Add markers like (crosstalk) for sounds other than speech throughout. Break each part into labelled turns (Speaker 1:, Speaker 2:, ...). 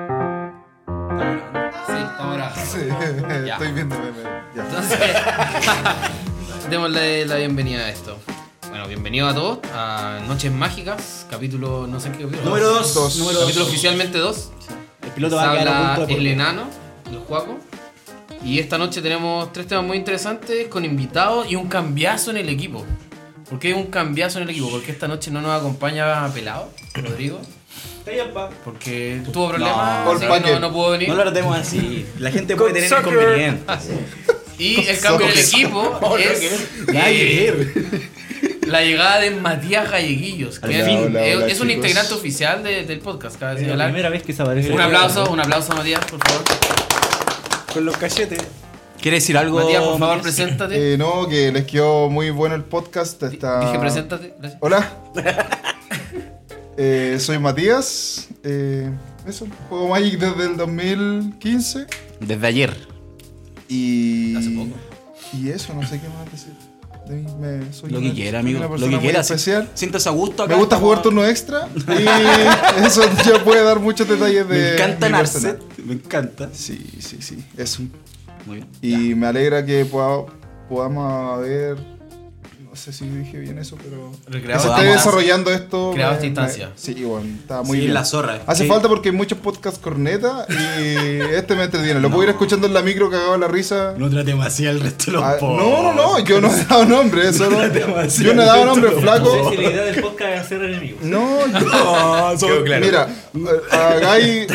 Speaker 1: (laughs) Démosle la bienvenida a esto. Bueno, bienvenido a todos a Noches Mágicas, capítulo, no sé en qué capítulo.
Speaker 2: Número 2.
Speaker 3: Dos.
Speaker 2: Número dos.
Speaker 1: Capítulo oficialmente 2.
Speaker 2: El piloto va a quedar a
Speaker 1: habla
Speaker 2: punto de
Speaker 1: el
Speaker 2: por-
Speaker 1: enano, el Juaco. Y esta noche tenemos tres temas muy interesantes con invitados y un cambiazo en el equipo. ¿Por qué un cambiazo en el equipo? Porque esta noche no nos acompaña Pelado, Rodrigo, porque tuvo problemas,
Speaker 3: No,
Speaker 1: así que
Speaker 3: ¿para qué?
Speaker 1: no, no pudo venir.
Speaker 2: No lo tratemos así. La gente
Speaker 3: Con
Speaker 2: puede tener
Speaker 3: soccer.
Speaker 2: inconvenientes.
Speaker 1: Y el cambio en el
Speaker 3: (laughs)
Speaker 1: equipo es eh, la llegada de Matías Galleguillos, que
Speaker 2: Al
Speaker 1: es-
Speaker 2: fin.
Speaker 1: es,
Speaker 3: Hola, hola,
Speaker 1: es un
Speaker 3: chicos.
Speaker 1: integrante oficial de- del podcast, cabe
Speaker 2: Es la
Speaker 1: señalar.
Speaker 2: primera vez que se aparece.
Speaker 1: Un aplauso, un aplauso a Matías, por favor.
Speaker 3: Con los cachetes.
Speaker 2: ¿Quieres decir algo?
Speaker 1: Matías, por favor,
Speaker 2: Matías?
Speaker 1: preséntate.
Speaker 3: Eh, no, que les quedó muy bueno el podcast. Está...
Speaker 1: Dije, preséntate. gracias.
Speaker 2: (laughs)
Speaker 3: Hola. Eh, soy Matías. Eh, eso, juego Magic desde el 2015.
Speaker 4: Desde ayer.
Speaker 3: Y.
Speaker 1: Hace poco.
Speaker 3: Y eso, no sé qué más decir. De mí, me- soy
Speaker 2: Lo que
Speaker 3: una-
Speaker 2: quiera,
Speaker 3: soy
Speaker 2: amigo.
Speaker 3: una
Speaker 2: Lo
Speaker 3: persona
Speaker 2: que
Speaker 3: muy
Speaker 2: quiera.
Speaker 3: especial.
Speaker 2: Siéntase a gusto acá.
Speaker 3: Me gusta
Speaker 2: estamos-
Speaker 3: jugar turno extra.
Speaker 2: (laughs)
Speaker 3: Y eso ya puede dar muchos detalles de.
Speaker 2: Me encanta
Speaker 3: mi
Speaker 2: Narset.
Speaker 3: personaje.
Speaker 2: Me encanta.
Speaker 3: Sí, sí, sí. Eso.
Speaker 2: Muy bien.
Speaker 3: Y me alegra que poda- podamos haber. No sé si dije bien eso, pero. Que
Speaker 1: Recreado.
Speaker 3: se
Speaker 2: Podamos
Speaker 3: esté
Speaker 2: hacer-
Speaker 3: desarrollando esto.
Speaker 1: creado
Speaker 3: me-
Speaker 1: esta
Speaker 3: me-
Speaker 1: instancia.
Speaker 3: Sí, bueno, está
Speaker 2: Sí,
Speaker 3: muy bien.
Speaker 2: la zorra.
Speaker 3: Hace
Speaker 2: Sí.
Speaker 3: falta porque hay muchos podcasts corneta y este me entretiene. Lo puedo ir escuchando en la micro cagado en la risa.
Speaker 2: No tratemos así al resto de los
Speaker 3: Ah,
Speaker 2: pobres.
Speaker 3: no, no, no, yo no he dado nombre, eso no. Yo no he dado nombre, flaco.
Speaker 5: si la idea del podcast es hacer enemigos.
Speaker 3: No, yo-
Speaker 6: (laughs)
Speaker 2: No, (laughs) somos-
Speaker 3: mira, a Guy,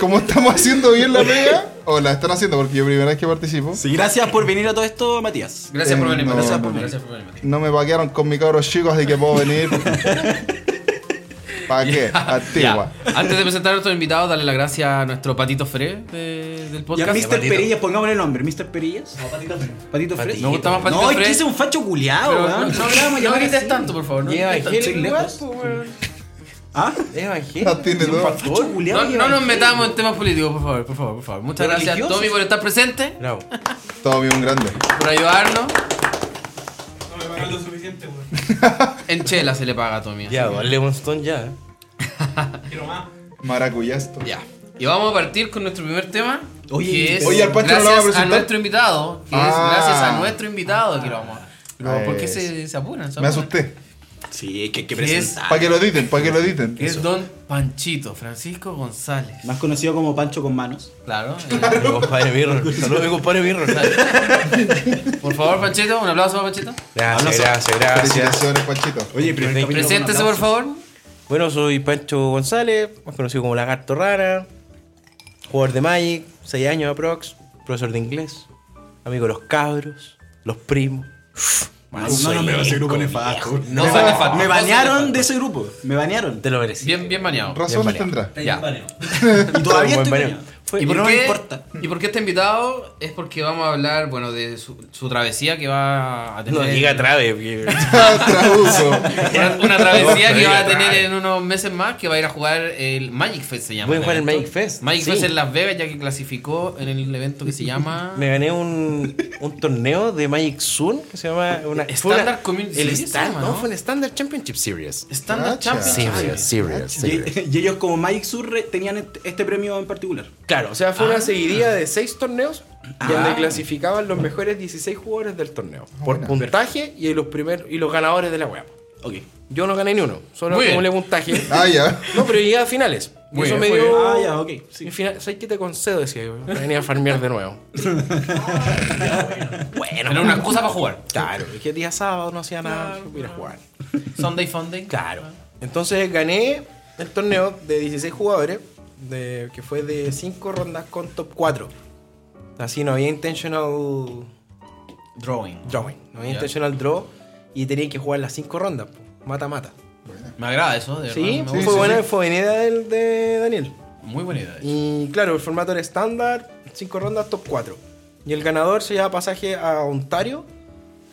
Speaker 3: como estamos haciendo bien la pega, o la están haciendo porque yo primera vez que participo,
Speaker 2: Sí, gracias por venir a todo esto, Matías.
Speaker 1: Gracias por
Speaker 3: Eh,
Speaker 1: venir,
Speaker 3: no,
Speaker 1: Matías.
Speaker 3: no, no.
Speaker 1: Gracias por venir,
Speaker 3: (laughs)
Speaker 1: Matías.
Speaker 3: no me vaquearon con mi cabros chicos, así que puedo venir. ¿Para qué? Antigua.
Speaker 1: Ya. Antes de presentar a nuestros invitados, darle las gracias a nuestro Patito Fre de- del
Speaker 2: Ya
Speaker 1: podcast.
Speaker 2: Mr.
Speaker 1: Patito.
Speaker 2: Perillas, pongámosle el nombre. Mr. Perillas. Patito Fred.
Speaker 1: Me gusta más Patito
Speaker 2: No, es
Speaker 1: Fred.
Speaker 2: que ese es un facho ¿ah? culiado,
Speaker 1: Pero
Speaker 2: weón.
Speaker 1: no, no, no grites tanto, por favor. No,
Speaker 4: Lleva
Speaker 1: grites
Speaker 4: gel,
Speaker 1: tanto.
Speaker 4: weón,
Speaker 2: lejos.
Speaker 4: po, weón.
Speaker 2: ¿Ah?
Speaker 4: Es evangélico.
Speaker 3: La tiene todo.
Speaker 2: Facho culiado.
Speaker 1: No- no nos metamos en temas políticos, por favor, por favor, por favor. Muchas
Speaker 2: ¿Pero
Speaker 1: gracias,
Speaker 2: religiosos?
Speaker 1: Tommy, por estar presente,
Speaker 4: Bravo.
Speaker 3: Todo bien, un grande.
Speaker 1: por ayudarnos.
Speaker 5: No me pagan lo suficiente, weón.
Speaker 1: (laughs) En chela se le paga a Tommy. así
Speaker 4: Ya,
Speaker 1: que-
Speaker 4: vale, Lemonstone ya.
Speaker 5: Quiero más.
Speaker 3: Maracuyasto.
Speaker 1: Ya. Y vamos a partir con nuestro primer tema.
Speaker 2: Oye,
Speaker 1: que es
Speaker 3: oye, al Pancho no
Speaker 1: gracias
Speaker 3: lo vamos a
Speaker 1: a,
Speaker 3: presentar.
Speaker 1: nuestro invitado. Que
Speaker 3: Ah.
Speaker 1: es gracias a nuestro invitado que lo vamos a. Pero,
Speaker 3: Ah,
Speaker 1: ¿Por qué
Speaker 3: es.
Speaker 1: se, se apuran? se
Speaker 3: Me
Speaker 1: apuran?
Speaker 3: asusté.
Speaker 2: Sí, es que hay que
Speaker 1: ¿Qué es?
Speaker 2: presentar.
Speaker 3: Para que lo editen, para que lo editen.
Speaker 1: Que es Don Panchito, Francisco González.
Speaker 2: Más conocido como Pancho con manos.
Speaker 1: Claro.
Speaker 4: Mi compadre Mirror. (laughs) Saludos, mi compadre Mirror.
Speaker 1: eh, por favor, Panchito, un aplauso para Panchito.
Speaker 4: Gracias, gracias, gracias.
Speaker 3: Felicitaciones, Panchito.
Speaker 2: Oye, primer
Speaker 4: Perfecto.
Speaker 2: capítulo con
Speaker 1: Preséntese, por
Speaker 2: aplausos.
Speaker 1: favor.
Speaker 4: Bueno, soy Pancho González, más conocido como Lagarto Rara. Jugador de Magic, 6 años aprox. Profesor de inglés. Amigo de los cabros, los primos.
Speaker 2: No, no, me ese grupo nefasto. Me ba-
Speaker 1: nefasto.
Speaker 2: Me banearon de ese grupo. Me banearon.
Speaker 4: Te lo merecí.
Speaker 1: Bien, bien bañado.
Speaker 3: Razones
Speaker 4: Bien
Speaker 3: tendrá.
Speaker 1: Ya.
Speaker 2: (laughs) Y todavía
Speaker 4: Buen
Speaker 2: estoy
Speaker 4: baneo.
Speaker 2: baneado.
Speaker 4: Fue-
Speaker 1: Pues, ¿Y por,
Speaker 2: no
Speaker 1: qué,
Speaker 2: me importa.
Speaker 1: ¿Y por qué este invitado? Es porque vamos a hablar, bueno, de su, su travesía que va a tener.
Speaker 4: No diga (laughs) trave, porque-
Speaker 3: Ah, Traduzo.
Speaker 1: Una, una travesía
Speaker 4: No,
Speaker 1: que va a
Speaker 4: diga
Speaker 1: tener
Speaker 4: trave.
Speaker 1: en unos meses más, que va a ir a jugar el Magic Fest, se llama.
Speaker 4: Voy a jugar el
Speaker 1: evento.
Speaker 4: Magic Fest,
Speaker 1: Magic
Speaker 4: sí.
Speaker 1: Fest en Las Vegas, ya que clasificó en el evento que se llama...
Speaker 4: Me gané un, un torneo de Magic Zoom que se llama una, fue
Speaker 1: Standard
Speaker 4: una-
Speaker 1: Community
Speaker 4: el
Speaker 1: Series se
Speaker 4: Stan-
Speaker 1: llama,
Speaker 4: no,
Speaker 1: ¿no?
Speaker 4: fue el Standard Championship Series.
Speaker 1: Standard
Speaker 3: Cacha.
Speaker 1: Championship.
Speaker 4: Series, Series, Series.
Speaker 2: Y, (laughs) y ellos como Mike Surre tenían este- este premio en particular.
Speaker 4: Claro, o sea, fue una seguidilla de seis torneos
Speaker 2: Ah.
Speaker 4: donde clasificaban los mejores 16 jugadores del torneo por
Speaker 3: Buena.
Speaker 4: puntaje y los primeros y los ganadores de la web.
Speaker 2: Ok.
Speaker 4: Yo no gané ni uno, solo
Speaker 1: Muy bien.
Speaker 4: acumulé puntaje.
Speaker 3: Ah, ya.
Speaker 4: No, pero llegué a finales. Y
Speaker 1: Muy
Speaker 4: eso
Speaker 1: bien,
Speaker 4: me
Speaker 1: muy
Speaker 4: dio.
Speaker 2: bien. Ah, ya, ok, sí.
Speaker 4: mi final- ¿Sabes qué te concedo? Decía yo. Venía a farmear de nuevo.
Speaker 1: Bueno, era una excusa para jugar.
Speaker 4: Claro, es que día sábado no hacía nada, voy a ir a jugar.
Speaker 1: Sunday Funday.
Speaker 4: Claro. Entonces gané el torneo de 16 jugadores, de- que fue de 5 rondas con top 4. Así no había intentional
Speaker 1: Drawing.
Speaker 4: drawing, no había
Speaker 1: Ya.
Speaker 4: intentional draw y tenía que jugar las 5 rondas, po. mata mata.
Speaker 1: Me agrada eso, de verdad.
Speaker 4: Sí,
Speaker 1: me
Speaker 4: fue
Speaker 1: gusta.
Speaker 4: buena, fue buena idea del- de Daniel.
Speaker 1: Muy buena idea.
Speaker 4: Y claro, el formato era estándar, 5 rondas, top 4. Y el ganador se llevaba pasaje a Ontario,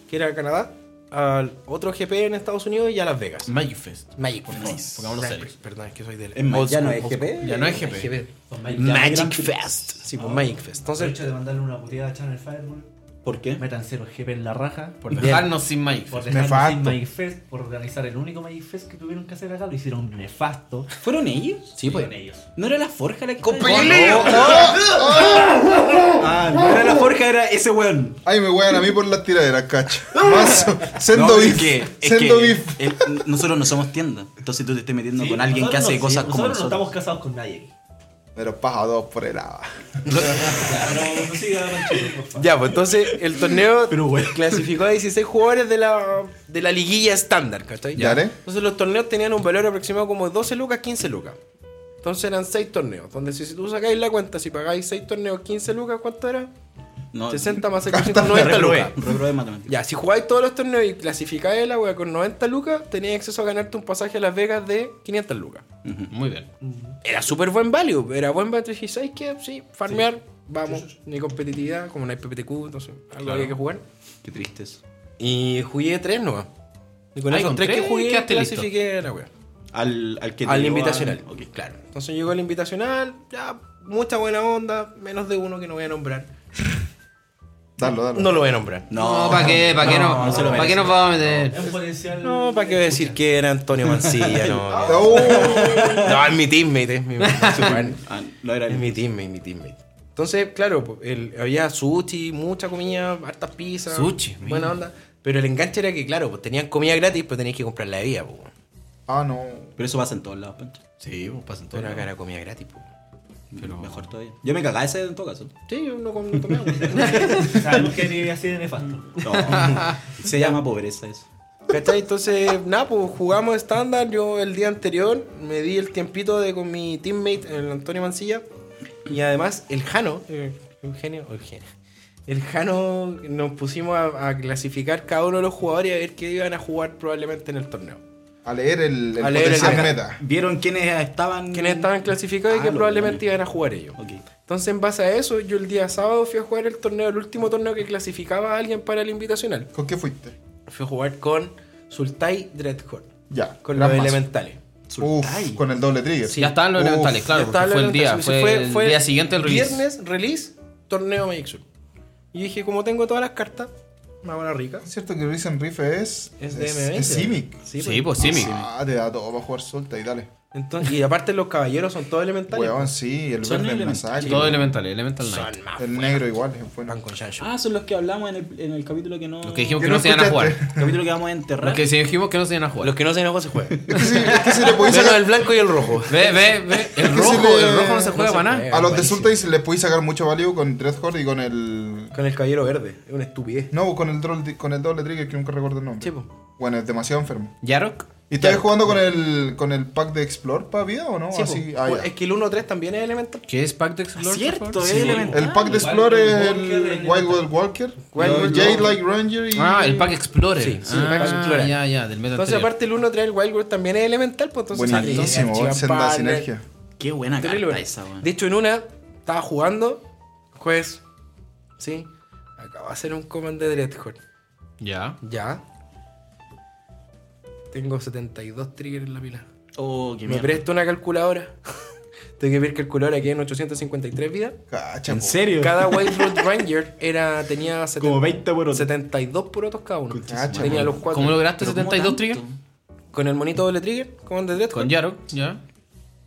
Speaker 4: que era Canadá, al otro GP en Estados Unidos y a Las Vegas.
Speaker 1: Magic Fest.
Speaker 4: Magic, por
Speaker 1: favor, pongámonos serios.
Speaker 4: Perdón, es que soy del.
Speaker 2: Es más,
Speaker 4: old
Speaker 2: ya no
Speaker 4: school,
Speaker 2: es
Speaker 4: old
Speaker 2: GP.
Speaker 1: Ya no es GP.
Speaker 4: school. GP.
Speaker 5: Magic
Speaker 4: Magic Fest. Sí, pues Magic Fest.
Speaker 5: Entonces,
Speaker 4: Entonces,
Speaker 5: de mandarle una puteada a Channel Fire, weón.
Speaker 6: ¿Por qué?
Speaker 7: Métanse los GP en la raja.
Speaker 1: Por dejarnos sin maíz.
Speaker 7: Por
Speaker 3: Nefasto.
Speaker 7: dejar sin Magic Fest, por organizar el único Magic Fest que tuvieron que hacer acá, lo hicieron nefasto.
Speaker 6: ¿Fueron ellos? Sí, pues.
Speaker 7: Fueron ellos.
Speaker 6: ¿No era la forja la que
Speaker 1: ¡Peleo!
Speaker 3: Oh,
Speaker 6: Ah, no era la forja, era ese weón.
Speaker 3: Ay, me wean a mí por las tiraderas, cacho. Mazo. Sendo
Speaker 6: No,
Speaker 3: beef.
Speaker 6: es que, es
Speaker 3: Sendo
Speaker 6: que
Speaker 3: beef.
Speaker 6: el- nosotros no somos tienda. Entonces tú te estés metiendo
Speaker 7: Sí,
Speaker 6: con alguien que
Speaker 7: nosotros
Speaker 6: hace
Speaker 7: no-
Speaker 6: cosas
Speaker 7: sí,
Speaker 6: como
Speaker 7: Nosotros no
Speaker 6: nosotros.
Speaker 7: estamos casados con nadie.
Speaker 3: Pero paja dos por el agua.
Speaker 7: Pero no siga Pancho, por favor.
Speaker 4: Ya, pues entonces el torneo clasificó a 16 jugadores de la, de la liguilla estándar, ¿cachai?
Speaker 3: Ya, ¿eh?
Speaker 4: Entonces los torneos tenían un valor aproximado como 12 lucas, 15 lucas. Entonces eran 6 torneos. Donde si, si tú sacáis la cuenta, si pagáis 6 torneos, 15 lucas, ¿cuánto era?
Speaker 6: No,
Speaker 4: 60 más 6, 90 lucas.
Speaker 6: Reprobé matemáticas.
Speaker 4: Ya, si jugáis todos los torneos y clasificáis la wea con 90 lucas, tenías acceso a ganarte un pasaje a Las Vegas de 500 lucas.
Speaker 1: Muy bien.
Speaker 4: Era súper buen value, era buen value. Dije, ¿sabes qué? Sí, farmear, vamos, ni competitividad, como no hay PPTQ, entonces algo había que jugar.
Speaker 6: Qué tristes.
Speaker 4: Y jugué tres nomás. Y con
Speaker 1: Ah,
Speaker 4: esos
Speaker 1: con
Speaker 4: tres,
Speaker 1: tres
Speaker 4: que jugué,
Speaker 1: quedaste listo.
Speaker 4: clasifiqué a la wea.
Speaker 6: Al, al que te
Speaker 4: Al
Speaker 6: llevó
Speaker 4: invitacional.
Speaker 6: Ok.
Speaker 4: Claro. Entonces llegó el invitacional, ya, mucha buena onda, menos de uno que no voy a nombrar.
Speaker 3: Dalo, dalo.
Speaker 4: No lo voy a nombrar.
Speaker 1: No, ¿para qué? ¿Para qué no?
Speaker 6: se lo
Speaker 1: ¿Para qué
Speaker 6: merece.
Speaker 1: nos vamos a meter?
Speaker 7: Es un potencial.
Speaker 4: No, ¿para qué voy a decir que era Antonio Mancilla? No, no,
Speaker 3: Oh.
Speaker 4: es mi teammate, es mi bueno,
Speaker 6: Ah, no era
Speaker 4: Es
Speaker 6: el
Speaker 4: mi teammate, mi teammate. Entonces, claro, po, el- había sushi, mucha comida, hartas pizzas.
Speaker 1: Sushi,
Speaker 4: buena
Speaker 1: mira.
Speaker 4: onda. Pero el enganche era que, claro, pues tenían comida gratis, pero tenías que comprar la bebida, po.
Speaker 3: Ah, no.
Speaker 6: Pero eso pasa en todos lados, Pancho.
Speaker 1: Sí, pues pasan
Speaker 4: Todo era cara comida gratis, po.
Speaker 6: Pero mejor todavía. Yo me cagaba ese en todo caso.
Speaker 4: Sí, yo no, com- no tomé agua.
Speaker 7: Sabemos que ni así de nefasto.
Speaker 6: No. Se llama pobreza eso.
Speaker 4: (laughs) ¿Cachai? Entonces, nada, pues jugamos estándar. Yo el día anterior me di el tiempito de con mi teammate, el Antonio Mancilla. Y además, el Jano, eh, Eugenio, Eugenio. El Jano nos pusimos a, a clasificar cada uno de los jugadores y a ver qué iban a jugar probablemente en el torneo.
Speaker 3: A leer el, el
Speaker 4: A leer el
Speaker 3: potencial
Speaker 4: meta.
Speaker 3: meta.
Speaker 6: ¿Vieron quiénes estaban?
Speaker 4: Quienes estaban clasificados y
Speaker 6: Ah,
Speaker 4: que
Speaker 6: los
Speaker 4: probablemente
Speaker 6: demonios.
Speaker 4: iban a jugar ellos.
Speaker 6: Ok.
Speaker 4: Entonces, en base a eso, yo el día sábado fui a jugar el torneo, el último torneo que clasificaba a alguien para el invitacional.
Speaker 3: ¿Con qué fuiste?
Speaker 4: Fui a jugar con Sultai Dreadhorn,
Speaker 3: Ya.
Speaker 4: con
Speaker 3: gran
Speaker 4: los
Speaker 3: mazo.
Speaker 4: elementales.
Speaker 3: Uf, con el doble trigger.
Speaker 1: ya estaban los
Speaker 3: Uf,
Speaker 1: elementales, claro,
Speaker 4: Ya estaba
Speaker 1: porque fue el
Speaker 4: la
Speaker 1: día,
Speaker 4: nota, sí,
Speaker 1: fue, el día siguiente el release.
Speaker 4: Viernes, release, torneo Magic Sur. Y dije, como tengo todas las cartas, me hago la rica.
Speaker 3: Es cierto que Risen Reef es.
Speaker 4: Es de
Speaker 3: es-
Speaker 4: M20.
Speaker 3: Es Simic.
Speaker 4: Sí,
Speaker 1: Sí,
Speaker 4: pues.
Speaker 1: pues sí, mi.
Speaker 3: Ah, te da todo para jugar solta y dale.
Speaker 4: Entonces, y aparte los caballeros son todos elementales.
Speaker 3: Weón, sí, el
Speaker 6: Son
Speaker 3: verde es
Speaker 6: elementales.
Speaker 3: masacre.
Speaker 1: Todo elemental, elemental night.
Speaker 4: son más.
Speaker 3: El negro igual es bueno.
Speaker 4: Van con Shanshu.
Speaker 6: Ah, son los que hablamos en el, en el capítulo que no.
Speaker 1: Los que dijimos
Speaker 3: Que
Speaker 1: que
Speaker 3: no
Speaker 1: no se iban a jugar.
Speaker 3: escuchaste.
Speaker 6: (laughs) El capítulo que vamos a enterrar.
Speaker 1: Los que dijimos que no se iban a jugar.
Speaker 4: Los que no se enojan se juegan.
Speaker 3: Es que si, es que si le
Speaker 1: (laughs)
Speaker 3: podéis
Speaker 4: Menos el
Speaker 3: sacar.
Speaker 4: blanco y el rojo.
Speaker 1: Ve, ve, ve. El
Speaker 3: que
Speaker 1: rojo,
Speaker 3: se le-
Speaker 1: el rojo no se
Speaker 4: no
Speaker 1: juega
Speaker 4: se
Speaker 1: para nada.
Speaker 4: juega.
Speaker 3: A los de
Speaker 4: Buenísimo.
Speaker 3: Sultais le podéis sacar mucho value con Dreadhorde y con el.
Speaker 4: Con el caballero verde. Es una estupidez.
Speaker 3: No, con el, doble, con el doble trigger que nunca recuerdo el nombre.
Speaker 4: Sí, po.
Speaker 3: Bueno, es demasiado enfermo.
Speaker 1: Yarok.
Speaker 3: ¿Y estás jugando con el, con el pack de Explore para vida o no?
Speaker 4: Sí,
Speaker 3: Así,
Speaker 4: po.
Speaker 3: ah, ya.
Speaker 4: Es que el 1-3 también es elemental.
Speaker 1: ¿Qué es Pact Explorer?
Speaker 6: Cierto,
Speaker 1: por
Speaker 6: es
Speaker 1: favor?
Speaker 6: elemental.
Speaker 3: El pack de Explorer es el Wild Wild Walker,
Speaker 4: Wild Wild
Speaker 3: Jade Like Ranger y.
Speaker 1: Ah, el Pack Explorer.
Speaker 4: Sí, sí,
Speaker 1: ah,
Speaker 4: el Pack Explorer.
Speaker 1: Ya, ya, del meta
Speaker 4: Entonces,
Speaker 1: anterior.
Speaker 4: aparte el 1-3 el Wild World también es elemental. Pues entonces
Speaker 3: Buenísimo,
Speaker 4: Archivan
Speaker 3: senda
Speaker 4: Partner,
Speaker 3: sinergia.
Speaker 6: Qué buena
Speaker 4: Terrible
Speaker 6: carta
Speaker 4: buena.
Speaker 6: esa, weón.
Speaker 4: De hecho, en una estaba jugando, juez, ¿sí? Acabo de hacer un command de Dreadhorde.
Speaker 1: Ya.
Speaker 4: Ya. Tengo 72 triggers en la pila.
Speaker 6: Oh, qué
Speaker 4: Me
Speaker 6: mierda.
Speaker 4: presto una calculadora. (laughs) Tengo que ver calculadora que en 853 vidas.
Speaker 3: Cacha,
Speaker 6: ¿En
Speaker 3: po.
Speaker 6: serio?
Speaker 4: Cada White Road Ranger era, tenía seten-
Speaker 6: Como 20 porotos.
Speaker 4: 72 purotos cada uno.
Speaker 3: Conchazo,
Speaker 4: tenía
Speaker 3: madre.
Speaker 4: los cuatro.
Speaker 1: Ah, ¿Cómo lograste
Speaker 6: Pero ¿cómo
Speaker 1: 72
Speaker 6: tanto?
Speaker 1: triggers?
Speaker 4: Con el monito doble trigger, command de
Speaker 1: Con
Speaker 4: Dreadhorde.
Speaker 1: Yarok, ya.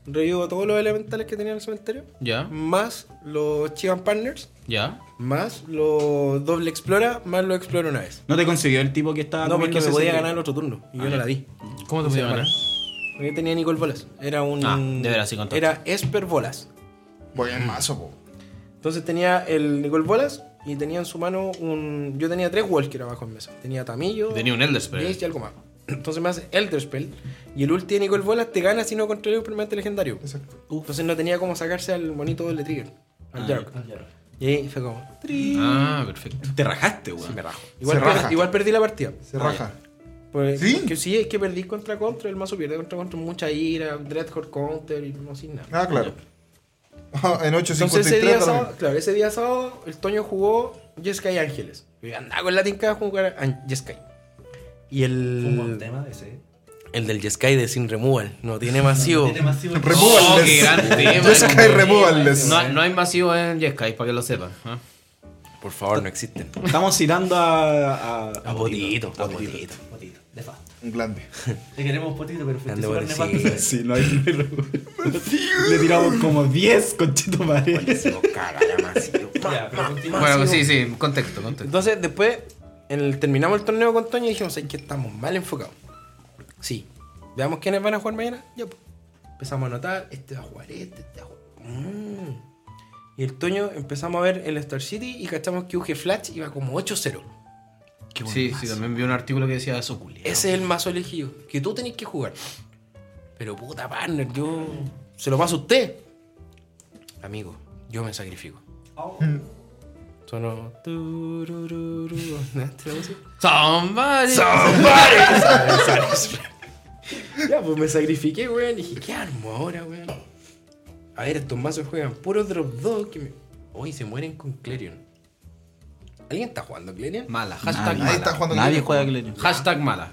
Speaker 4: Revivo todos los elementales que tenía en el cementerio.
Speaker 1: Ya,
Speaker 4: Más los Chivan Partners.
Speaker 1: ya.
Speaker 4: Más lo doble explora, más lo explora una vez.
Speaker 6: ¿No te consiguió Ah, el tipo que estaba
Speaker 4: No, porque
Speaker 6: comiéndose
Speaker 4: me podía
Speaker 6: ese-
Speaker 4: ganar el otro turno. Y
Speaker 1: Ah,
Speaker 4: yo no la di.
Speaker 1: ¿Cómo te podía ganar?
Speaker 4: Porque tenía Nicole Bolas. Era un.
Speaker 1: Ah, de veras, sí, con todo.
Speaker 4: Era Esper Bolas.
Speaker 3: Buen mazo, po.
Speaker 4: Entonces tenía el Nicole Bolas y tenía en su mano un. Yo tenía tres Walker abajo en mesa. Tenía Tamillo.
Speaker 1: Tenía un Elder Spell.
Speaker 4: Jace y algo más. Entonces me hace Elder Spell. Y el ulti de Nicole Bolas te gana si no controlas un permanente legendario.
Speaker 3: Exacto.
Speaker 4: Entonces no tenía como sacarse al bonito doble trigger. Al
Speaker 3: Ah,
Speaker 4: Jarok. Y ahí fue como. tri-
Speaker 1: Ah, perfecto.
Speaker 6: Te rajaste, weón.
Speaker 4: Me rajo. Igual,
Speaker 3: Se
Speaker 4: per-
Speaker 3: raja.
Speaker 4: igual perdí la partida.
Speaker 3: Se raja.
Speaker 4: Pues,
Speaker 3: ¿Sí?
Speaker 4: Que sí, es que perdí contra contra, el mazo pierde contra contra, mucha ira, Dreadhorde counter y no sin nada.
Speaker 3: Ah, claro. (laughs) Ah, en
Speaker 4: Entonces ese día
Speaker 3: 853
Speaker 4: sábado,
Speaker 3: también.
Speaker 4: claro, ese día sábado el Toño jugó Jeskai Ángeles. Y andaba con la tinca a jugar a Jeskai. Y
Speaker 7: Fue un buen
Speaker 4: el,
Speaker 7: tema ese.
Speaker 4: el del Jeskai de Sin Removal, no tiene
Speaker 7: (laughs)
Speaker 4: masivo.
Speaker 7: Tiene masivo.
Speaker 3: Removal.
Speaker 1: Oh,
Speaker 3: (laughs)
Speaker 1: qué gran tema.
Speaker 3: Yo Sky Removaless.
Speaker 1: No, no hay masivo en Jeskai, para que lo sepan. ¿ah?
Speaker 8: Por favor, no existen.
Speaker 6: Estamos citando a. A,
Speaker 8: A Potito,
Speaker 6: A
Speaker 8: a
Speaker 6: Potito.
Speaker 8: Potito.
Speaker 7: Potito, de fa.
Speaker 3: Un glande.
Speaker 7: Te queremos potito, pero fuiste
Speaker 8: Grande
Speaker 7: súper
Speaker 8: Potito,
Speaker 7: nefasto.
Speaker 8: sí.
Speaker 6: Sí, no hay. Le tiramos como 10 conchitos madre.
Speaker 8: Buenísimo, caga la masivo.
Speaker 7: Ya, pero continúa.
Speaker 1: Bueno,
Speaker 4: pues
Speaker 1: sí, sí, contexto, contexto.
Speaker 4: Entonces, después, en el- terminamos el torneo con Toño y dijimos, es que estamos mal enfocados. Sí. Veamos quiénes van a jugar mañana. Ya, pues. Empezamos a anotar, este va a jugar este, este va a jugar. Mm. Y el Toño empezamos a ver el Star City y cachamos que UG Flash iba como 8-0. Qué buen
Speaker 1: Sí,
Speaker 4: mazo.
Speaker 1: sí, también vi un artículo que decía eso, culiao.
Speaker 4: Ese es el mazo elegido, que tú tenés que jugar. Pero puta partner, yo se lo paso a usted. Amigo, yo me sacrifico. Sonó. turururu. ¿No es la música?
Speaker 1: (laughs) Somebody.
Speaker 4: (laughs) Ya, pues me sacrifiqué, weón. Dije, ¿qué armo ahora, weón? A ver, estos mazos juegan puro drop 2 que me. Hoy se mueren con Clerion. ¿Alguien está jugando Clerion?
Speaker 1: Mala, hashtag
Speaker 3: Nadie
Speaker 1: mala.
Speaker 3: está jugando
Speaker 6: Nadie
Speaker 3: Clerion.
Speaker 6: juega Clerion.
Speaker 1: Hashtag mala.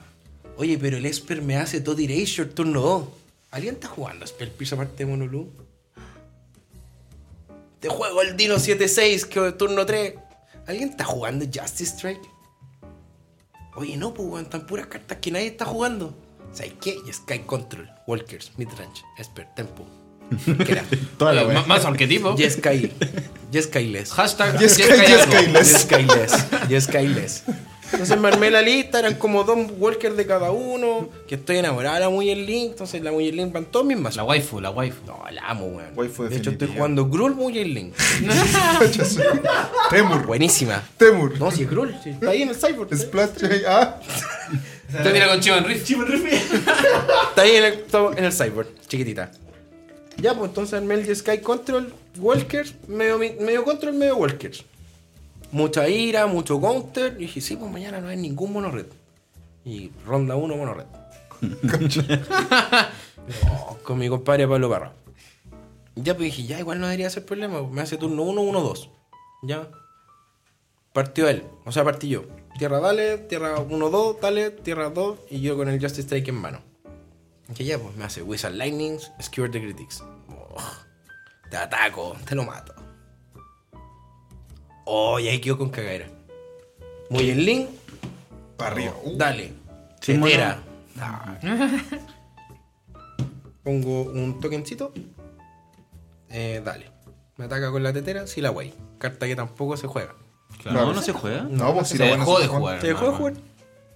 Speaker 4: Oye, pero el Esper me hace todo Erasure turno 2. ¿Alguien está jugando Esper Pierce aparte de Monolú? Te juego el Dino 7-6, que es turno 3. ¿Alguien está jugando Justice Strike? Oye, no, pues, weón, tan puras cartas que nadie está jugando. ¿Sabes qué? Sky Control, Walkers, Midrange, Esper, Tempo. Kera,
Speaker 6: Toda la
Speaker 1: Eh,
Speaker 6: wea.
Speaker 1: ma- Más arquetipo.
Speaker 4: Jeskai, Jeskyless.
Speaker 1: Hashtag
Speaker 3: Yes,
Speaker 1: Yes, Kyle
Speaker 3: yes,
Speaker 1: algo.
Speaker 3: Kyle. Less.
Speaker 4: Skyless. Yes, Skyless. Entonces me armé la lista, eran como dos walkers de cada uno. Que estoy enamorada de la Mujer Link, entonces la Mujer Link van todos mis mazos.
Speaker 1: La waifu, la waifu.
Speaker 4: No, la amo, weón.
Speaker 3: Waifu
Speaker 4: de hecho, estoy
Speaker 3: definitiva.
Speaker 4: jugando Gruul Mujer Link.
Speaker 3: Temur.
Speaker 4: Buenísima.
Speaker 3: Temur.
Speaker 4: No, si es Gruul, si está ahí en el cyborg.
Speaker 3: Splash. Ah.
Speaker 1: Te tira con Chivo en Riff.
Speaker 7: Chivo,
Speaker 1: (laughs)
Speaker 7: refe.
Speaker 4: Está ahí en el, está en el cyborg, chiquitita. Ya, pues entonces armé el Sky Control, Walker, medio, mi- medio Control, medio Walker. Mucha ira, mucho counter. Y dije, sí, pues mañana no hay ningún mono red. Y ronda 1 mono (laughs) red. No, con mi compadre Pablo Parra. Ya, pues dije, ya, igual no debería ser problema. Me hace turno 1, 1, 2. Ya. Partió él, o sea, partí yo. Tierra dale, tierra 1, 2, dale, tierra 2, y yo con el Justice Strike en mano. Que ya, pues me hace Wizard Lightnings, Skewer the Critics. Oh, te ataco, te lo mato. Oh, y ahí quedó con cagadera. Muy en link,
Speaker 3: Para arriba. Uh,
Speaker 4: dale.
Speaker 6: Sí,
Speaker 4: Tetera. Ah. (laughs) Pongo un tokencito. Eh, dale. Me ataca con la tetera, sí la wey. Carta que tampoco se juega.
Speaker 6: No, no se juega.
Speaker 3: No, pues si
Speaker 1: Se
Speaker 3: la buena
Speaker 1: dejó
Speaker 3: se
Speaker 1: de
Speaker 3: juega.
Speaker 1: jugar.
Speaker 4: ¿Te dejó de
Speaker 1: hermano.
Speaker 4: jugar?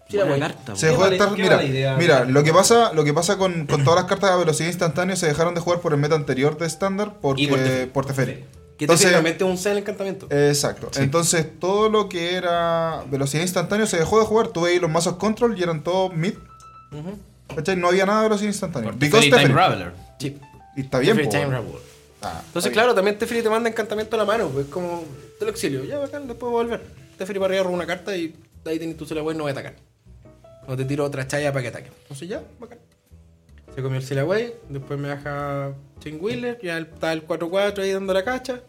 Speaker 4: Sí la
Speaker 6: Buena
Speaker 4: wey.
Speaker 6: carta,
Speaker 3: Se
Speaker 6: wea.
Speaker 3: dejó de
Speaker 7: mala-
Speaker 3: estar.
Speaker 7: qué
Speaker 3: Mira,
Speaker 7: mala idea.
Speaker 3: mira lo que pasa, lo que pasa con, con todas las cartas de velocidad instantánea se dejaron de jugar por el meta anterior de estándar porque
Speaker 4: Y por Teferi.
Speaker 3: por Teferi.
Speaker 4: Que
Speaker 3: Entonces- eh,
Speaker 4: técnicamente es un Zen encantamiento.
Speaker 3: Exacto. Entonces todo lo que era velocidad instantánea se dejó de jugar. Tuve ahí los mazos control y eran todos mid. ¿Cachai? No había nada de velocidad instantánea.
Speaker 1: Fairy
Speaker 3: Because
Speaker 1: Time
Speaker 3: Teferi.
Speaker 1: Traveler.
Speaker 4: sí.
Speaker 3: Y está bien,
Speaker 4: Teferi
Speaker 3: po,
Speaker 4: Time
Speaker 3: bueno.
Speaker 4: Reward.
Speaker 3: Ah,
Speaker 4: Entonces,
Speaker 3: está bien.
Speaker 4: claro, también Teferi te manda encantamiento a la mano. Pues como te lo exilio. Ya bacán, después voy a volver. Teferi para arriba roba una carta y de ahí tenés tu Celaway no voy a atacar. No te tiro otra chaya para que ataque. Entonces ya, bacán. Se comió el Celaway, después me deja Chain Wheeler, ya el- está el 4-4 ahí dando la cacha.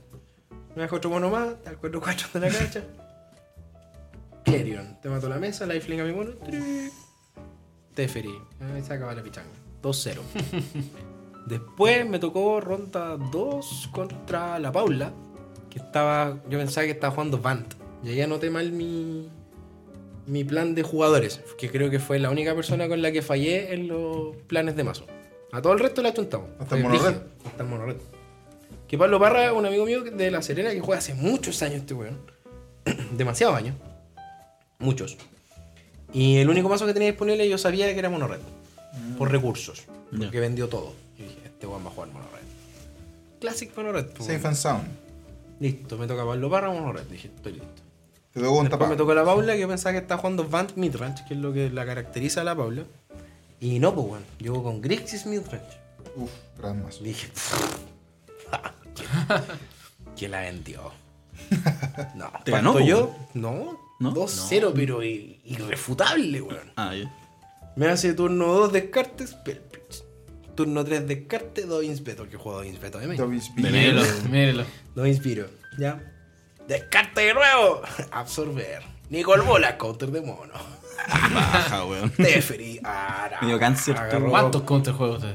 Speaker 4: Me deja otro mono más, está el 4-4 dando la cacha. (laughs) Clerion, te mato la mesa, lifelink a mi mono. Tri. Teferi, ahí se acaba la pichanga. 2-0. (laughs) Después me tocó ronda 2 contra la Paula, que estaba, yo pensaba que estaba jugando Vant. Y ahí anoté mal mi, mi plan de jugadores, que creo que fue la única persona con la que fallé en los planes de mazo. A todo el resto la chuntamos. Eh,
Speaker 3: Hasta el monorred.
Speaker 4: Hasta el monorred. Que Pablo Parra es un amigo mío de La Serena que juega hace muchos años este weón. (clears throat) Demasiados años. Muchos. Y el único mazo que tenía disponible yo sabía que era monorred. Por recursos. Porque vendió todo. Y dije, este weón va a jugar monorred. Classic monorred. pues,
Speaker 3: Safe
Speaker 4: weón.
Speaker 3: and sound.
Speaker 4: Listo, me toca Pablo Parra monorred. Dije, estoy listo.
Speaker 3: Te doy un
Speaker 4: Después
Speaker 3: tapado.
Speaker 4: me tocó la Paula, que yo pensaba que estaba jugando Vant Midrange, que es lo que la caracteriza a la Paula. Y no, pues weón. Llegó con Grixis Midrange.
Speaker 3: Uf, gran mazo.
Speaker 4: Dije, (laughs) ¿quién la vendió? No,
Speaker 6: ¿Te ganó, po,
Speaker 4: ¿Parto yo? No,
Speaker 6: ¿No?
Speaker 4: 2-0, pero i- irrefutable, weón.
Speaker 6: Ah, ya.
Speaker 4: Me hace turno 2 descartes, Pelpitch. Turno 3 descarte, 2 inspeto, que juego 2 inspeto de mí.
Speaker 3: Dobby's Beat.
Speaker 1: Mírelo, mírelo.
Speaker 4: No inspiro. Ya. Descarte de nuevo. (laughs) Absorber. Nicol Bola, counter
Speaker 6: (laughs)
Speaker 4: de mono.
Speaker 6: Baja, weón.
Speaker 4: Teferi. Ara.
Speaker 6: Medio cáncer, tú.
Speaker 4: Agarró-
Speaker 1: ¿Cuántos contra juega usted?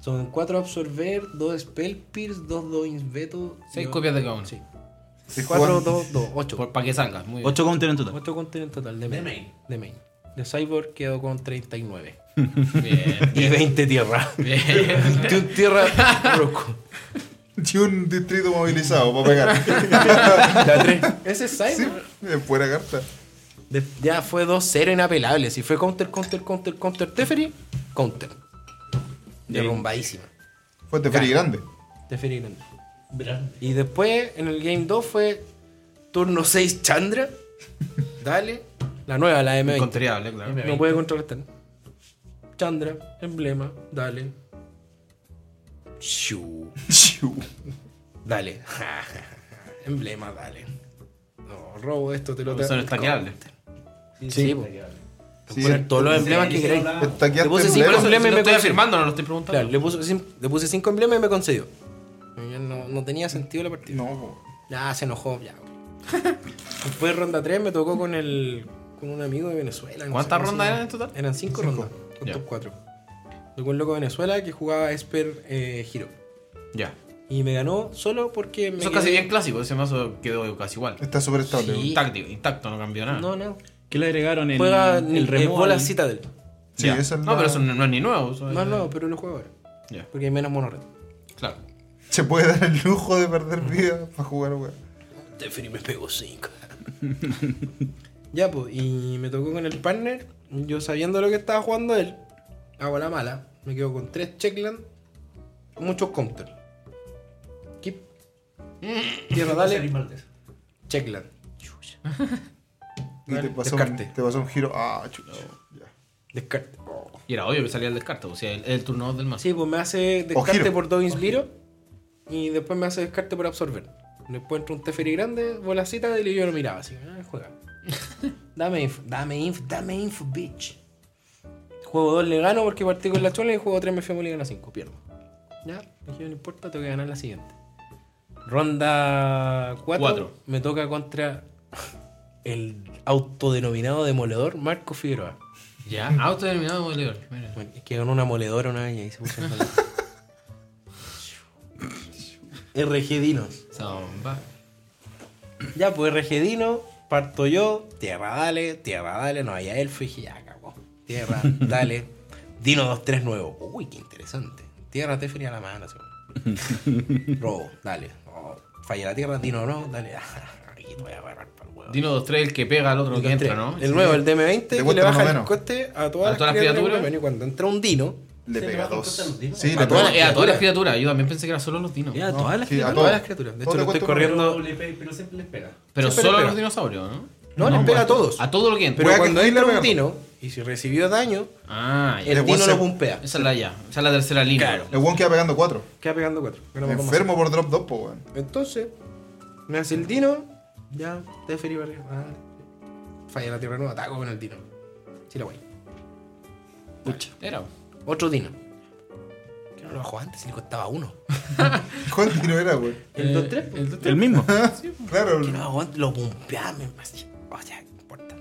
Speaker 4: Son 4 absorber, 2 spell pierce, 2 2 inspeto.
Speaker 1: Seis
Speaker 4: yo-
Speaker 1: copias de cada uno.
Speaker 4: Sí.
Speaker 3: Estoy
Speaker 4: 4,
Speaker 3: jugando.
Speaker 4: 2, 2, 8.
Speaker 1: Por, para que salgas, muy bien.
Speaker 6: Ocho counter en total.
Speaker 4: 8 conteos en total de main.
Speaker 7: De main.
Speaker 4: De main. De Cyborg quedó con 39.
Speaker 1: Bien,
Speaker 4: Y 20 tierras. (laughs)
Speaker 1: bien.
Speaker 4: 21 (laughs) tierras, brusco.
Speaker 3: (laughs) Y un distrito movilizado para pegar.
Speaker 4: (laughs) La 3. Ese es Cyborg.
Speaker 3: sí, eh, fuera carta.
Speaker 4: De- ya fue 2-0 inapelable. Si fue counter, counter, counter, counter, Teferi, counter. Derrumbadísima.
Speaker 3: Fue Teferi grande.
Speaker 4: Teferi grande.
Speaker 7: Verán.
Speaker 4: Y después, en el game 2 fue turno 6 Chandra. Dale. La nueva, la M20.
Speaker 1: Incontriable, claro.
Speaker 4: No puede contrarrestar. Chandra, emblema, dale. Shu. Dale. (laughs) emblema, dale. No, robo esto, te lo
Speaker 1: Porque Son
Speaker 4: traigo.
Speaker 1: estaqueables.
Speaker 4: Sí,
Speaker 3: Sí.
Speaker 4: po.
Speaker 3: Sí,
Speaker 4: Poner todos los emblemas que queráis.
Speaker 3: Estaqueaste
Speaker 4: Te puse
Speaker 3: el
Speaker 4: cinco
Speaker 3: lema.
Speaker 1: Por eso
Speaker 4: Emblema
Speaker 1: me
Speaker 4: me
Speaker 1: lo estoy
Speaker 4: consigue.
Speaker 1: afirmando, no lo estoy preguntando.
Speaker 4: Claro, le puse, cin- le puse cinco emblemas y me concedió. Ya No, no tenía sentido la partida.
Speaker 3: No, po.
Speaker 4: Ya, se enojó, ya. (laughs) ok. Después ronda 3 me tocó con el con un amigo de Venezuela. no
Speaker 1: ¿Cuántas
Speaker 4: sé cómo se
Speaker 1: rondas
Speaker 4: llama.
Speaker 1: eran en total?
Speaker 4: Eran
Speaker 3: Cinco.
Speaker 4: 5 rondas, con
Speaker 1: Ya.
Speaker 4: top 4. Tocó un loco de Venezuela que jugaba Esper eh, Giro.
Speaker 1: Ya.
Speaker 4: Y me ganó solo porque me.
Speaker 1: Eso es casi
Speaker 4: quedé-
Speaker 1: bien clásico, ese mazo quedó casi igual.
Speaker 3: Está súper estable.
Speaker 4: Sí.
Speaker 1: Intáctico, intacto, no cambió nada.
Speaker 4: No, no.
Speaker 6: ¿Qué le agregaron? El,
Speaker 4: Juega
Speaker 6: el
Speaker 4: el,
Speaker 6: remo
Speaker 4: bola
Speaker 6: al-
Speaker 4: Citadel.
Speaker 3: Sí,
Speaker 1: Ya.
Speaker 3: esa es
Speaker 1: No,
Speaker 3: la-
Speaker 1: pero eso no, no es ni nuevo. eso es-
Speaker 4: No, no, pero lo juego ahora.
Speaker 1: Ya.
Speaker 4: Porque hay menos monorred.
Speaker 1: Claro.
Speaker 3: Se puede dar el lujo de perder vida para jugar, weón.
Speaker 4: Teferi me pegó 5. (laughs) ya, pues, y me tocó con el partner. Yo sabiendo lo que estaba jugando él, hago la mala. Me quedo con 3 checkland, muchos counter. Keep. Tierra, dale. Checkland.
Speaker 3: Y te
Speaker 4: Dale,
Speaker 3: pasó, un,
Speaker 4: descarte.
Speaker 3: te pasó un giro. Ah, chucha. Ya.
Speaker 4: Descarte.
Speaker 1: Y era obvio que salía el descarte, o sea, el, el turno 2 del mazo.
Speaker 4: Sí, pues me hace descarte
Speaker 3: giro.
Speaker 4: por dos inspiro. Y después me hace descarte por absorber. Después entra un Teferi grande, bolacita, y yo lo miraba así. ah, juega. dame inf, dame inf, dame inf, bitch. Juego 2 le gano porque partí con la chola y juego 3 me fui a Molly y gano 5, pierdo. Ya, dije, no importa, tengo que ganar la siguiente. Ronda 4.
Speaker 1: Cuatro.
Speaker 4: Me toca contra el autodenominado demoledor Marco Figueroa.
Speaker 1: Ya, Ah, autodeterminado Bolívar. Mira.
Speaker 4: Bueno, es que ganó una moledora una vez y ahí se puso
Speaker 3: (laughs)
Speaker 4: en valor. RG Dinos.
Speaker 1: Zamba.
Speaker 4: Ya, pues RG Dino, parto yo, tierra dale, tierra dale, no había elfo y dije, ya acabó.
Speaker 3: (laughs)
Speaker 4: Tierra, dale. Dino 2-3 nuevo. Uy, qué interesante. Tierra te fría la mano, así.
Speaker 3: (laughs)
Speaker 4: Robo, dale. Oh, falla la tierra, Dino no, dale. (laughs) Aquí te voy a agarrar para el huevo.
Speaker 1: Dino 2-3, el que pega al otro que entra, ¿no?
Speaker 4: El nuevo, el DM20,
Speaker 3: Te
Speaker 4: que le
Speaker 3: cuesta
Speaker 4: baja
Speaker 3: más o
Speaker 4: el
Speaker 3: menos.
Speaker 4: coste a
Speaker 1: A
Speaker 4: todas,
Speaker 1: todas las criaturas.
Speaker 4: bueno, Y cuando entra un Dino,
Speaker 3: Le
Speaker 7: Sí, le
Speaker 3: pega
Speaker 7: bajan
Speaker 3: dos.
Speaker 7: todos los dinos.
Speaker 3: Sí,
Speaker 4: A
Speaker 3: le
Speaker 4: todas
Speaker 3: pega
Speaker 4: las-
Speaker 1: Eh, a todas las criaturas, yo también pensé que era solo los dinos.
Speaker 4: Ya, a todas las
Speaker 3: sí, a
Speaker 4: criaturas.
Speaker 3: todas.
Speaker 4: las criaturas. De hecho,
Speaker 3: Todo
Speaker 4: lo
Speaker 3: le
Speaker 4: estoy
Speaker 3: cuesta un
Speaker 4: corriendo.
Speaker 7: Pero, le pe- pero siempre les pega.
Speaker 1: Pero
Speaker 4: siempre
Speaker 1: solo
Speaker 4: le
Speaker 1: a
Speaker 4: pega.
Speaker 1: los dinosaurios, ¿no?
Speaker 4: No, les pega a todos.
Speaker 1: A todo lo que entra.
Speaker 4: Pero
Speaker 3: Voy a
Speaker 4: cuando
Speaker 3: que-
Speaker 4: entra
Speaker 3: voy a
Speaker 4: un
Speaker 3: pegar.
Speaker 4: dino y si recibió daño,
Speaker 1: Ah, ya.
Speaker 4: el
Speaker 3: voy a
Speaker 4: dino
Speaker 3: hacer-
Speaker 4: lo pumpea.
Speaker 1: Esa es la ya. Esa es la tercera línea.
Speaker 4: Claro.
Speaker 3: El weón queda pegando cuatro.
Speaker 4: Queda pegando cuatro. pero no me como
Speaker 3: Enfermo por drop 2, po, weón. (laughs)
Speaker 4: así. Entonces, me hace el dino. Ya, Teferi para arriba. Ah, falla la tierra nueva, ataco con el dino. Sí, la wey.
Speaker 1: Era.
Speaker 4: Otro dino. Que no lo bajó antes, si le costaba uno.
Speaker 3: ¿Cuál tiro era, weón?
Speaker 4: El 2-3.
Speaker 1: El 2-3. (laughs)
Speaker 6: El mismo.
Speaker 3: Claro,
Speaker 4: Que no aguanta, lo pumpeame más. O sea, no importa.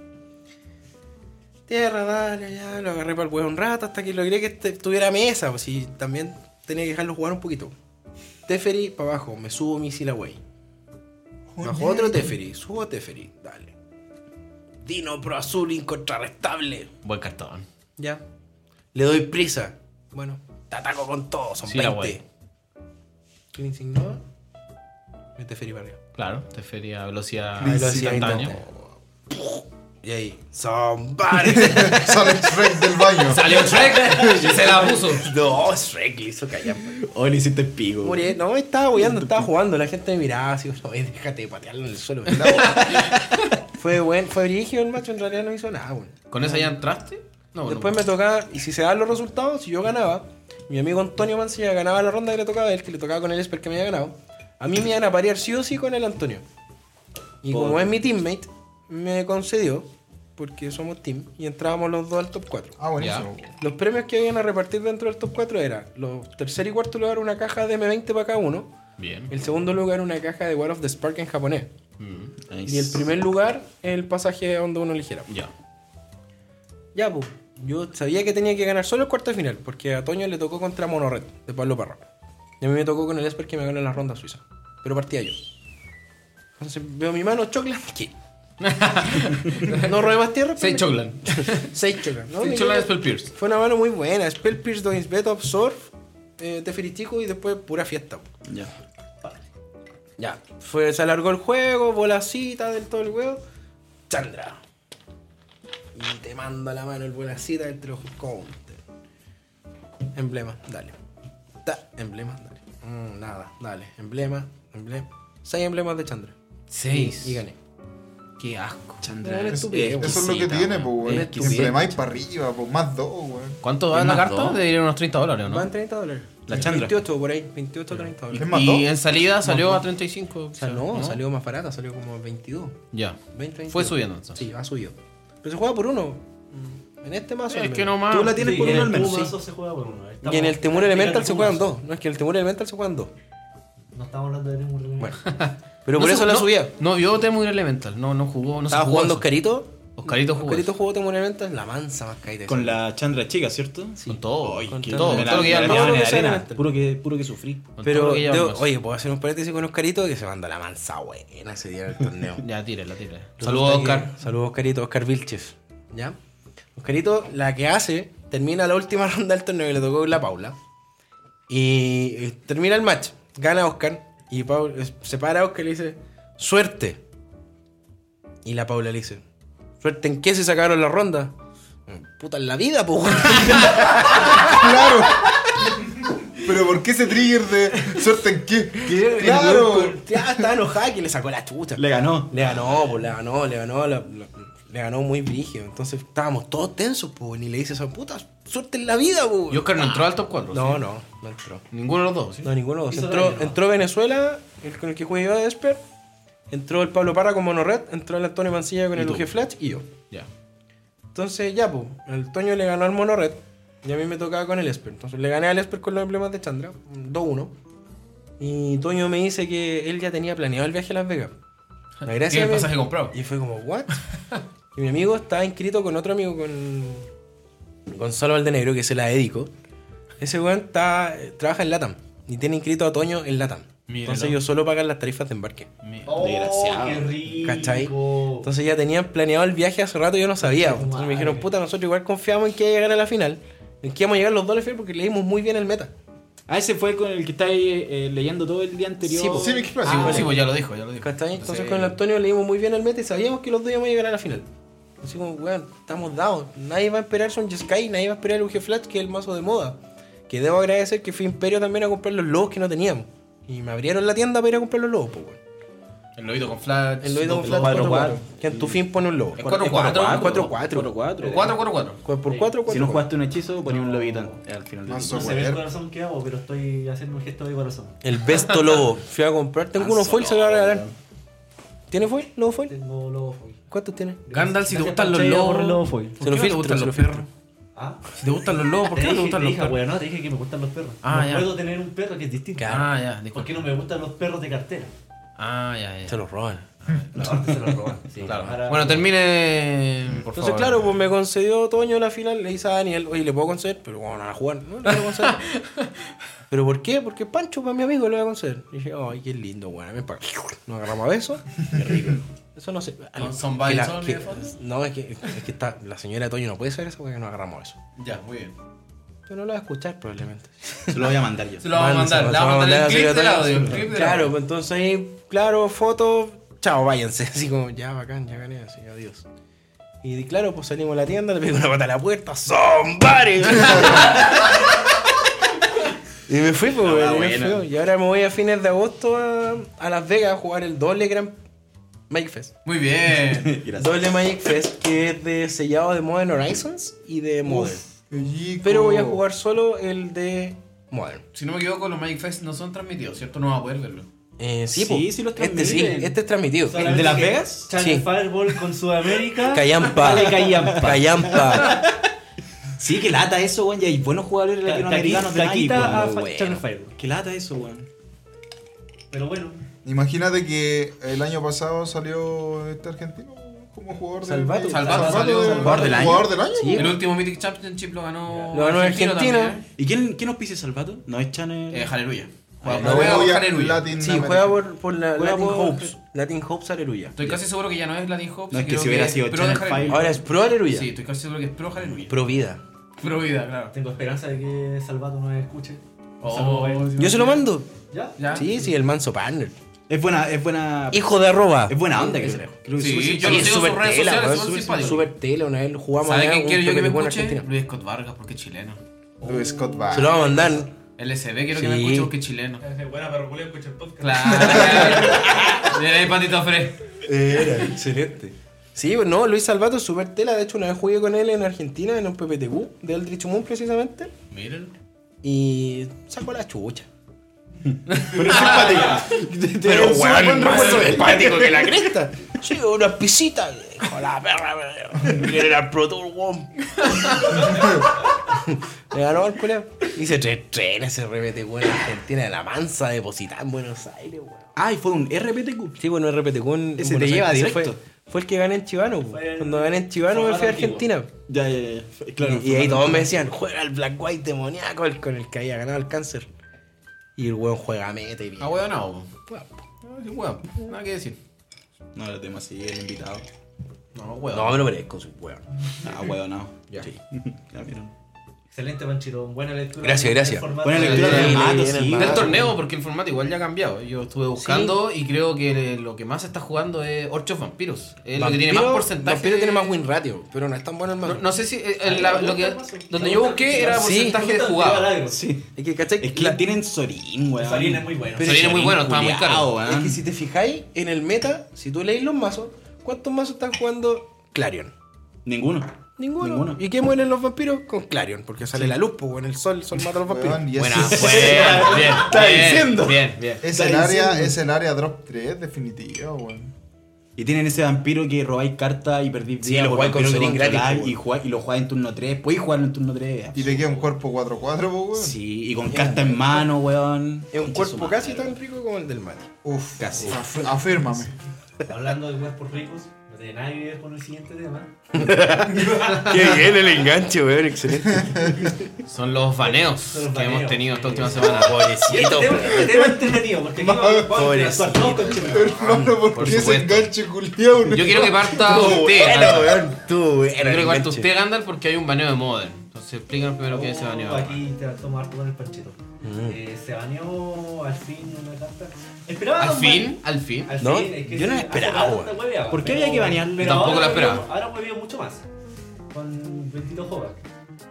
Speaker 4: Tierra, dale, ya, lo agarré para el huevo un rato hasta que logré que este- tuviera mesa. Pues si también tenía que dejarlo jugar un poquito. Teferi para abajo, me subo mi Silaway. Bajo otro Teferi, subo a Teferi, dale. Dino Pro Azul incontrarrestable.
Speaker 1: Buen cartón.
Speaker 4: Ya. Le doy prisa. Bueno, te ataco con todo, son
Speaker 1: Silaway.
Speaker 4: 20. Clean Signor. Me Teferi para arriba.
Speaker 1: Claro, te feria velocidad
Speaker 4: Ah, lo hacía
Speaker 1: instantánea.
Speaker 4: Y ahí, somebody.
Speaker 3: Sale Shrek del baño.
Speaker 1: Salió Shrek y se la puso.
Speaker 4: (laughs) no, Shrek le hizo callar.
Speaker 6: Hoy le hiciste pigo.
Speaker 4: Morí, pues. no, estaba boyando, estaba jugando. La gente me miraba así, oye, déjate de patearlo en el suelo. (laughs) fue buen, fue brígido el macho, en realidad no hizo nada, weón.
Speaker 1: ¿Con esa ya entraste? No,
Speaker 4: Después
Speaker 1: no.
Speaker 4: me tocaba, y si se dan los resultados, si yo ganaba, mi amigo Antonio Mancilla ganaba la ronda que le tocaba a él, que le tocaba con el Esper que me había ganado, a mí me iban a parear sí o sí con el Antonio. Y como es mi teammate, me concedió, porque somos team, y entrábamos los dos al top 4.
Speaker 3: Ah, buenísimo.
Speaker 4: Los premios que habían a repartir dentro del top 4 eran los tercer y cuarto lugar una caja de M20 para cada uno,
Speaker 1: Bien.
Speaker 4: el segundo lugar una caja de War of the Spark en japonés,
Speaker 1: Mm,
Speaker 4: y el primer lugar el pasaje a onda uno ligera.
Speaker 1: Ya.
Speaker 4: Ya, pues. Yo sabía que tenía que ganar solo el cuarto de final, porque a Toño le tocó contra Monorred, de Pablo Parra. Y a mí me tocó con el Esper que me ganó en la ronda suiza. Pero partía yo. Entonces veo mi mano chocla.
Speaker 1: (laughs)
Speaker 4: ¿Qué? no robé más tierra.
Speaker 1: Seis
Speaker 4: pendejo. (laughs)
Speaker 1: Choclan.
Speaker 4: Seis chocla. ¿no?
Speaker 1: Seis
Speaker 4: Mi
Speaker 1: Choclan
Speaker 4: niña-
Speaker 1: es Pel Pierce.
Speaker 4: Fue una mano muy buena. Spell Pierce, Doin's Bet, Absorb, eh, Teferitico y después pura fiesta. pues. po.
Speaker 6: Ya.
Speaker 4: Ya. Fue, se alargó el juego, bolacita del todo el huevo. Chandra. Y te mando a la mano el bolacita del los counter. Emblema, dale. Da, emblema, dale. Mm, nada, dale. Emblema, emblema. Seis emblemas de Chandra.
Speaker 1: Seis.
Speaker 4: Y gané.
Speaker 1: Qué asco.
Speaker 4: Era una
Speaker 6: Chandra.
Speaker 4: estupidez, po.
Speaker 3: Eso es lo que
Speaker 8: Exquisita,
Speaker 3: tiene,
Speaker 8: weón.
Speaker 3: pues, weón.
Speaker 8: Es
Speaker 3: Que
Speaker 8: estupidez,
Speaker 3: emblemáis para arriba, pues, más dos, weón.
Speaker 1: ¿Cuánto da
Speaker 8: ¿Es
Speaker 1: la
Speaker 8: más
Speaker 1: carta?
Speaker 8: dos?
Speaker 1: Debería unos 30 dólares, ¿o
Speaker 4: Van
Speaker 1: ¿no?
Speaker 4: 30 dólares.
Speaker 8: La Chandra.
Speaker 4: 28 por ahí, 28 30 dólares.
Speaker 3: ¿Es más dos?
Speaker 1: Y en salida salió a 35.
Speaker 4: O sea, no, salió más barata, salió como 22.
Speaker 1: Ya.
Speaker 4: 20, 22.
Speaker 1: Fue subiendo, entonces. Mm.
Speaker 4: Sí, ha subido. Pero se juega por uno. En este mazo.
Speaker 1: Es
Speaker 4: al
Speaker 1: que
Speaker 4: menos.
Speaker 1: nomás.
Speaker 6: Tú la tienes
Speaker 7: Sí,
Speaker 6: por
Speaker 7: en
Speaker 6: uno al
Speaker 7: el
Speaker 6: menos.
Speaker 7: tubo
Speaker 6: sí.
Speaker 7: mazo se juega por uno.
Speaker 4: Y en el Temur Elemental se juegan
Speaker 7: Estamos-
Speaker 4: dos. No, es que en el Temur Elemental se juegan dos.
Speaker 7: No estamos hablando de Temur Elemental.
Speaker 4: Bueno.
Speaker 1: (laughs) No
Speaker 4: Pero por
Speaker 1: se-
Speaker 4: eso la
Speaker 1: no-
Speaker 4: subía.
Speaker 1: No vio Temur Elemental. No, no jugó. No se
Speaker 4: Estaba
Speaker 1: jugó
Speaker 4: jugando
Speaker 1: eso.
Speaker 4: Oscarito.
Speaker 1: Oscarito jugó.
Speaker 4: Oscarito
Speaker 1: eso.
Speaker 4: jugó Temur Elemental. La mansa más caída.
Speaker 6: Con la Chandra chica, ¿cierto?
Speaker 1: Con todo.
Speaker 6: Ay,
Speaker 1: con
Speaker 6: que
Speaker 1: todo.
Speaker 6: me
Speaker 1: Con
Speaker 6: la-
Speaker 1: todo lo que
Speaker 6: me
Speaker 1: lleva
Speaker 6: la
Speaker 1: el
Speaker 4: armaba.
Speaker 1: mazo.
Speaker 6: meaban en
Speaker 4: Todo lo que
Speaker 6: arena.
Speaker 4: sea
Speaker 6: Puro que, puro que sufrí.
Speaker 1: Con todo
Speaker 4: Pero,
Speaker 1: lo que lleva el
Speaker 4: debo-
Speaker 1: mazo.
Speaker 4: oye, puedo hacer un paréntesis con Oscarito que se mandó la mansa buena ese día del torneo.
Speaker 1: Ya, tírela, tírela. Saludos, Oscar.
Speaker 4: Saludos, Oscarito. Oscar Vilches. ¿Ya? Oscarito, la que hace, termina la última (laughs) ronda del torneo y le tocó la Paula. Y eh, termina el match. Gana Oscar. Y Paul, eh, se para Oscar y le dice, suerte. Y la Paula le dice, ¿suerte en qué se sacaron la ronda? Puta, en la vida, pues. (laughs)
Speaker 3: ¡Claro! (laughs) Pero ¿por qué ese trigger de suerte en qué? ¡Claro!
Speaker 4: Ya estaba enojada que le sacó la chucha.
Speaker 6: Le ganó.
Speaker 4: Le ganó, pues le ganó, le ganó, la- la- le ganó muy brígido. Entonces estábamos todos tensos, pues, ni le dice esa puta suerte en la vida, pues.
Speaker 1: Y Oscar no entró al top 4.
Speaker 4: No, no, no entró.
Speaker 1: Ninguno de los dos. ¿sí?
Speaker 4: No, ninguno de los dos.
Speaker 7: Hizo
Speaker 4: Entró,
Speaker 7: daño, ¿no?
Speaker 4: entró Venezuela, el con el que jugué yo de Esper. Entró el Pablo Parra con Monorred, entró el Antonio Mancilla con el
Speaker 1: tú.
Speaker 4: UG Flash y yo.
Speaker 1: Ya.
Speaker 4: Entonces ya, pues, el Toño le ganó al Monorred y a mí me tocaba con el Esper. Entonces le gané al Esper con los emblemas de Chandra, 2-1. Y Toño me dice que él ya tenía planeado el viaje a Las Vegas. La gracia
Speaker 1: Tiene el
Speaker 4: de-
Speaker 1: pasaje comprado.
Speaker 4: Y fue como,
Speaker 1: (laughs)
Speaker 4: ¿what? y mi amigo estaba inscrito con otro amigo, con Gonzalo Valdenegro, que se la dedico. Ese weón está, trabaja en LATAM y tiene inscrito a Toño en LATAM.
Speaker 1: Míralo.
Speaker 4: Entonces ellos solo pagan las tarifas de embarque.
Speaker 6: Desgraciado.
Speaker 7: Qué rico.
Speaker 4: ¿Cachai? Entonces ya tenían planeado el viaje hace rato y yo no sabía. Entonces me dijeron, puta, nosotros igual confiamos en que iba a llegar a la final. En que íbamos a llegar los dos a la final porque leímos muy bien el meta.
Speaker 6: Ah, ese fue con el que estáis eh, leyendo todo el día anterior.
Speaker 4: Sí, po.
Speaker 3: Sí, me
Speaker 7: Ah,
Speaker 3: explico.
Speaker 1: Sí, pues, sí, pues ya lo dijo, ya lo dijo.
Speaker 4: ¿Cachai? Entonces con el Antonio leímos muy bien el meta y sabíamos que los dos íbamos a llegar a la final. Así como, weón, estamos dados. Nadie va a esperar Son Sky, nadie va a esperar el UG Flash, que es el mazo de moda. Que debo agradecer que fui a Imperio también a comprar los lobos que no teníamos. Y me abrieron la tienda para ir a comprar los lobos, pues, weón.
Speaker 1: El lobito con flash.
Speaker 4: El oído con Flash
Speaker 6: cuatro,
Speaker 4: 4-4.
Speaker 6: cuatro.
Speaker 4: Que en tu fin pone un lobo.
Speaker 1: Es 4-4.
Speaker 4: 4-4.
Speaker 6: 4-4.
Speaker 1: 4-4-4.
Speaker 4: 4-4,
Speaker 6: Si no jugaste un hechizo, ponía un lobito an- al final del
Speaker 3: Más
Speaker 6: turno.
Speaker 7: No se ve el
Speaker 3: Joder.
Speaker 7: corazón que hago, pero estoy haciendo un gesto de corazón.
Speaker 4: El besto lobo. (laughs) Fui a comprar,
Speaker 1: Ah,
Speaker 4: tengo uno foil, se lo voy a regalar. ¿Tiene foil? ¿Lobo foil?
Speaker 7: Tengo lobo foil.
Speaker 4: ¿Cuántos tiene?
Speaker 1: Gandalf, si te
Speaker 7: Gracias,
Speaker 1: gustan los
Speaker 7: Panchaya, por el lobo
Speaker 1: lobos.
Speaker 7: foil.
Speaker 1: ¿por
Speaker 4: Se
Speaker 1: qué
Speaker 4: lo
Speaker 1: no te
Speaker 4: filtro,
Speaker 1: gustan
Speaker 4: se
Speaker 1: los
Speaker 4: lo
Speaker 1: perros?
Speaker 7: Ah.
Speaker 1: Si te gustan los lobos, ¿por qué no
Speaker 7: Te
Speaker 1: te
Speaker 7: dije-
Speaker 1: gustan
Speaker 7: te
Speaker 1: los
Speaker 7: dije,
Speaker 1: perros?
Speaker 7: weón, no, te dije que me gustan los perros.
Speaker 1: Ah,
Speaker 7: no
Speaker 1: ya.
Speaker 7: puedo tener un perro que es distinto.
Speaker 1: Ah, ya, disculpa.
Speaker 7: Porque no me gustan los perros de cartera.
Speaker 1: Ah, ya, ya.
Speaker 4: Se lo roban.
Speaker 7: La parte se la
Speaker 4: (laughs)
Speaker 7: roban. Sí,
Speaker 1: Claro.
Speaker 7: ahora-
Speaker 1: Bueno, termine. Por
Speaker 4: Entonces,
Speaker 1: favor.
Speaker 4: claro, pues me concedió Toño la final. Le dice a Daniel, oye, ¿le puedo conceder? Pero bueno, no van a jugar. No, le quiero conceder.
Speaker 1: (laughs)
Speaker 4: ¿Pero por qué? Porque Pancho, para mi amigo, le voy a conceder. Y dije, ay, qué lindo, bueno, ven para acá. Nos agarramos a besos. Qué rico. Eso no sé.
Speaker 1: Con somebody
Speaker 4: Que la-
Speaker 1: told me
Speaker 4: que-
Speaker 1: de fondo.
Speaker 4: No, es que, es que está, la señora de Toño no puede saber eso porque nos agarramos a besos.
Speaker 1: Ya, muy bien.
Speaker 4: Pero no lo va a escuchar probablemente.
Speaker 6: Se lo voy a mandar yo.
Speaker 1: Se lo vamos a mandar. Le
Speaker 4: Mándenselo,
Speaker 1: vamos a
Speaker 4: se
Speaker 1: mandar el
Speaker 4: lo vamos a
Speaker 1: clip del
Speaker 4: mandar
Speaker 1: audio.
Speaker 4: a
Speaker 1: el
Speaker 4: la
Speaker 1: clip del
Speaker 4: Claro,
Speaker 1: audio.
Speaker 4: pues entonces ahí, claro, foto, chao, váyanse. (laughs) Así como, ya bacán, ya gané, así, adiós. Y di- claro, pues salimos a la tienda, le pego una pata a la puerta, ¡Somebody! y me fui, pues,
Speaker 6: Ah,
Speaker 4: y me
Speaker 6: buena.
Speaker 4: fui. Y ahora me voy a fines de agosto a, a Las Vegas a jugar el doble Grand Magic Fest.
Speaker 1: Muy
Speaker 6: (laughs)
Speaker 1: bien.
Speaker 6: (laughs) Gracias.
Speaker 4: Doble Magic Fest que es de sellado de Modern Horizons y de Modern.
Speaker 3: Chico.
Speaker 4: Pero voy a jugar solo el de Modern.
Speaker 1: Si no me equivoco, los Magic Fest no son transmitidos, ¿cierto? No va a poder verlo.
Speaker 4: Eh, sí,
Speaker 6: Sí,
Speaker 4: po.
Speaker 6: sí los
Speaker 4: este sí,
Speaker 6: transmiten.
Speaker 4: este es transmitido.
Speaker 7: Solamente
Speaker 6: ¿El de Las
Speaker 7: que
Speaker 6: Vegas?
Speaker 7: Channel
Speaker 4: Sí.
Speaker 7: Fireball
Speaker 4: (laughs)
Speaker 7: con Sudamérica. (laughs)
Speaker 4: Callampa.
Speaker 6: Dale, Callampa.
Speaker 4: Callampa.
Speaker 6: Sí, que lata eso, weón. Y hay buenos jugadores
Speaker 7: Ta-
Speaker 6: latinoamericanos de
Speaker 7: taquita-
Speaker 6: Magic,
Speaker 7: taquita
Speaker 6: weón.
Speaker 7: a
Speaker 6: Muy
Speaker 7: Fa-
Speaker 6: bueno.
Speaker 7: Channel Fireball.
Speaker 6: Qué lata eso, weón.
Speaker 7: Pero bueno,
Speaker 3: Imagínate que el año pasado salió este argentino como jugador del
Speaker 4: Salvato.
Speaker 1: Salvato salió
Speaker 3: de-
Speaker 1: jugador
Speaker 6: del año.
Speaker 3: Jugador del año.
Speaker 4: Sí.
Speaker 1: El último Mythic Championship lo ganó.
Speaker 4: Lo ganó Argentina.
Speaker 1: también,
Speaker 6: ¿Y quién, quién auspicia Salvato? No es Channel.
Speaker 1: ¿eh? Eh, Hallelujah.
Speaker 6: ah,
Speaker 1: Bueno,
Speaker 3: La
Speaker 1: voy a
Speaker 3: Aleluya,
Speaker 1: buscar Aleluya.
Speaker 3: Latin
Speaker 4: Sí,
Speaker 3: America.
Speaker 4: juega por, por la
Speaker 7: Juega
Speaker 4: Latin
Speaker 7: por-
Speaker 4: Hopes. Latin Hopes Aleluya.
Speaker 1: Estoy casi seguro que ya no es Latin Hopes.
Speaker 6: No, es que
Speaker 1: creo
Speaker 6: si hubiera sido
Speaker 1: Pro
Speaker 6: Channel
Speaker 1: de Hallelujah.
Speaker 6: Five.
Speaker 4: Ahora es pro Aleluya.
Speaker 1: Sí, estoy casi seguro que es Pro Hallelujah.
Speaker 4: Pro vida.
Speaker 1: Pro vida, claro.
Speaker 7: Tengo esperanza de que Salvato nos escuche. Un
Speaker 1: Oh,
Speaker 7: saludo a él.
Speaker 4: Yo se lo mando.
Speaker 7: ¿Ya?
Speaker 1: ¿Ya?
Speaker 4: Sí, sí, el manso partner.
Speaker 6: Es buena, es buena.
Speaker 4: Hijo de arroba.
Speaker 6: Ah, Es buena onda que creo. creo que
Speaker 1: Sí,
Speaker 6: sí,
Speaker 1: yo lo sigo
Speaker 4: Oye,
Speaker 1: en sus
Speaker 6: (laughs)
Speaker 4: súper
Speaker 1: redes
Speaker 4: tela,
Speaker 1: sociales,
Speaker 4: weón,
Speaker 1: es súper
Speaker 4: súper-
Speaker 1: simpático.
Speaker 4: súper tela, una vez jugamos
Speaker 1: ¿Sabe
Speaker 4: allá
Speaker 1: quién
Speaker 4: un
Speaker 1: quiero yo que me
Speaker 4: Tepeteco en
Speaker 1: escuche?
Speaker 4: Argentina.
Speaker 1: Luis Scott Vargas, porque es chileno.
Speaker 3: Luis Scott
Speaker 4: Se lo
Speaker 3: Van.
Speaker 4: va a mandar.
Speaker 1: LSB quiero que me
Speaker 4: Sí.
Speaker 1: escuche porque es chileno.
Speaker 5: Ese Buena, pero Julio escucha el
Speaker 4: (laughs)
Speaker 5: podcast.
Speaker 1: Claro. Mira ahí, patito fre.
Speaker 4: Era excelente. Sí, pues, no, Luis Salvato es súper tela. De hecho, una vez jugué con él en Argentina, en un PPTQ de Eldritch Moon precisamente.
Speaker 1: Mírenlo.
Speaker 4: Y sacó la chucha.
Speaker 1: (laughs)
Speaker 6: Pero es simpática. Pero
Speaker 4: weón, más
Speaker 6: simpático que la
Speaker 4: cresta. (laughs) Sí, unas pisitas. Hijo de la perra, Quiere la Pro Tour,
Speaker 6: (laughs)
Speaker 4: weón. Le ganó el culeo. Hice tres trenes ese RPT, weón, en Argentina de la mansa depositada en Buenos Aires, weón.
Speaker 6: Ay, Ah, fue un RPTQ.
Speaker 4: Sí, bueno, RPT, weón.
Speaker 6: Ese te
Speaker 4: Buenos
Speaker 6: lleva
Speaker 4: Aires
Speaker 6: directo.
Speaker 4: Fue, fue el que gané en Chivano, weón.
Speaker 7: Fue el-
Speaker 4: Cuando gané en Chivano me fui a
Speaker 7: Formato
Speaker 4: Argentina.
Speaker 6: Ya, ya, ya. Fue- Claro.
Speaker 4: y, y ahí todos me decían, juega el Black White demoníaco, el con el que había ganado el cáncer. Y el weón juega meta y
Speaker 1: Ah, weón, no. No, weón. Nada que decir.
Speaker 6: No, el tema sí, el invitado.
Speaker 1: No, weón.
Speaker 4: No, me lo merezco, soy weón.
Speaker 6: Ah, weón, no.
Speaker 4: (laughs) Ya.
Speaker 6: Sí. Ya, (laughs) mira.
Speaker 7: Excelente, Panchirón. Buena lectura.
Speaker 4: Gracias, gracias.
Speaker 7: Formato.
Speaker 6: Buena
Speaker 7: Sí.
Speaker 6: lectura
Speaker 4: bien,
Speaker 6: del mato,
Speaker 4: bien,
Speaker 6: sí.
Speaker 4: el
Speaker 1: Del
Speaker 4: mato.
Speaker 1: torneo, porque el formato igual ya ha cambiado. Yo estuve buscando y creo que lo que más se está jugando es Orchos Vampiros. Es lo que tiene más
Speaker 4: Vampiro-
Speaker 1: porcentaje.
Speaker 4: Vampiro tiene más win ratio, pero no es tan bueno el
Speaker 1: No,
Speaker 4: mazo.
Speaker 1: no sé si. eh, eh, la- lo que, donde yo busqué era
Speaker 4: Sí.
Speaker 1: porcentaje de
Speaker 7: Tiro al
Speaker 1: jugado.
Speaker 6: (laughs)
Speaker 7: agro.
Speaker 6: Sí.
Speaker 4: Es que, ¿cachai?
Speaker 6: Es que
Speaker 4: La-
Speaker 6: tienen Sorin, weón.
Speaker 7: Solín es muy bueno.
Speaker 1: Pero Solín es muy bueno, estaba muy caro.
Speaker 6: culiao,
Speaker 4: es
Speaker 6: weón.
Speaker 4: que si te fijáis, en el meta, si tú leís los mazos, ¿cuántos mazos están jugando Clarion?
Speaker 6: Ninguno.
Speaker 4: Ninguno.
Speaker 6: Ninguno.
Speaker 4: ¿Y qué mueren los vampiros? Con Clarion, porque sale la luz, pues, en el sol, el sol mata a los vampiros.
Speaker 3: Weón, y (laughs)
Speaker 1: Buena,
Speaker 3: ese-
Speaker 1: (laughs) bueno, bien.
Speaker 6: Está
Speaker 1: bien,
Speaker 6: diciendo.
Speaker 1: Bien, bien.
Speaker 3: Es
Speaker 6: Está
Speaker 3: el área,
Speaker 6: diciendo.
Speaker 3: es el área drop 3 definitivo, weón.
Speaker 6: Y tienen ese vampiro que robáis cartas y perdís
Speaker 4: Sí,
Speaker 6: vida,
Speaker 4: lo
Speaker 6: por
Speaker 4: jugáis con
Speaker 6: vampiro que
Speaker 4: Sorin gratis,
Speaker 6: controláis
Speaker 4: weón.
Speaker 6: Y, jugáis- y lo jugáis en turno 3. Podéis jugarlo en turno 3.
Speaker 3: Y te queda un cuerpo 4-4, po, weón.
Speaker 6: Sí, y con carta en mano, weón.
Speaker 4: Es
Speaker 6: Concha
Speaker 4: un
Speaker 6: su
Speaker 4: cuerpo
Speaker 6: madre.
Speaker 4: casi tan rico como el del mate.
Speaker 3: Uf,
Speaker 6: Casi.
Speaker 3: af- afírmame.
Speaker 7: Hablando de cuerpos ricos, no tiene nada que ver con el siguiente tema.
Speaker 4: Qué bien el enganche, weón, (laughs) excelente.
Speaker 1: Son los baneos
Speaker 7: Son los
Speaker 1: que
Speaker 7: baneos.
Speaker 1: hemos tenido esta última semana.
Speaker 7: Y (laughs) este tema- este tema es entretenido,
Speaker 1: (laughs)
Speaker 7: porque aquí vamos a- vamos a interactuar todos con Chile.
Speaker 3: Hermano, ¿por,
Speaker 1: por
Speaker 3: qué ese
Speaker 1: supuesto.
Speaker 3: enganche culiao?
Speaker 1: Yo quiero que parta usted.
Speaker 4: Bueno,
Speaker 1: Gandalf.
Speaker 4: weón, tú,
Speaker 1: Yo quiero que parta usted, Gandalf, porque hay un baneo de Modern. Entonces explícanos primero qué es ese baneo.
Speaker 7: Oh, Aquí interactuamos harto con el panchito.
Speaker 1: Mm.
Speaker 7: Eh, se baneó al fin una carta. Esperaba
Speaker 1: Al
Speaker 7: un ban-
Speaker 1: fin, al fin.
Speaker 7: Al
Speaker 4: No,
Speaker 7: fin, es que
Speaker 4: yo no la
Speaker 7: se- hace
Speaker 4: esperaba,
Speaker 7: rato
Speaker 4: weón.
Speaker 7: te hueveaba,
Speaker 6: ¿Por qué
Speaker 7: pero-
Speaker 6: había que banearlo?
Speaker 7: pero
Speaker 1: Tampoco
Speaker 7: ahora
Speaker 1: la esperaba.
Speaker 7: hueveo- Ahora hueveo mucho más. Con bendito Hobart.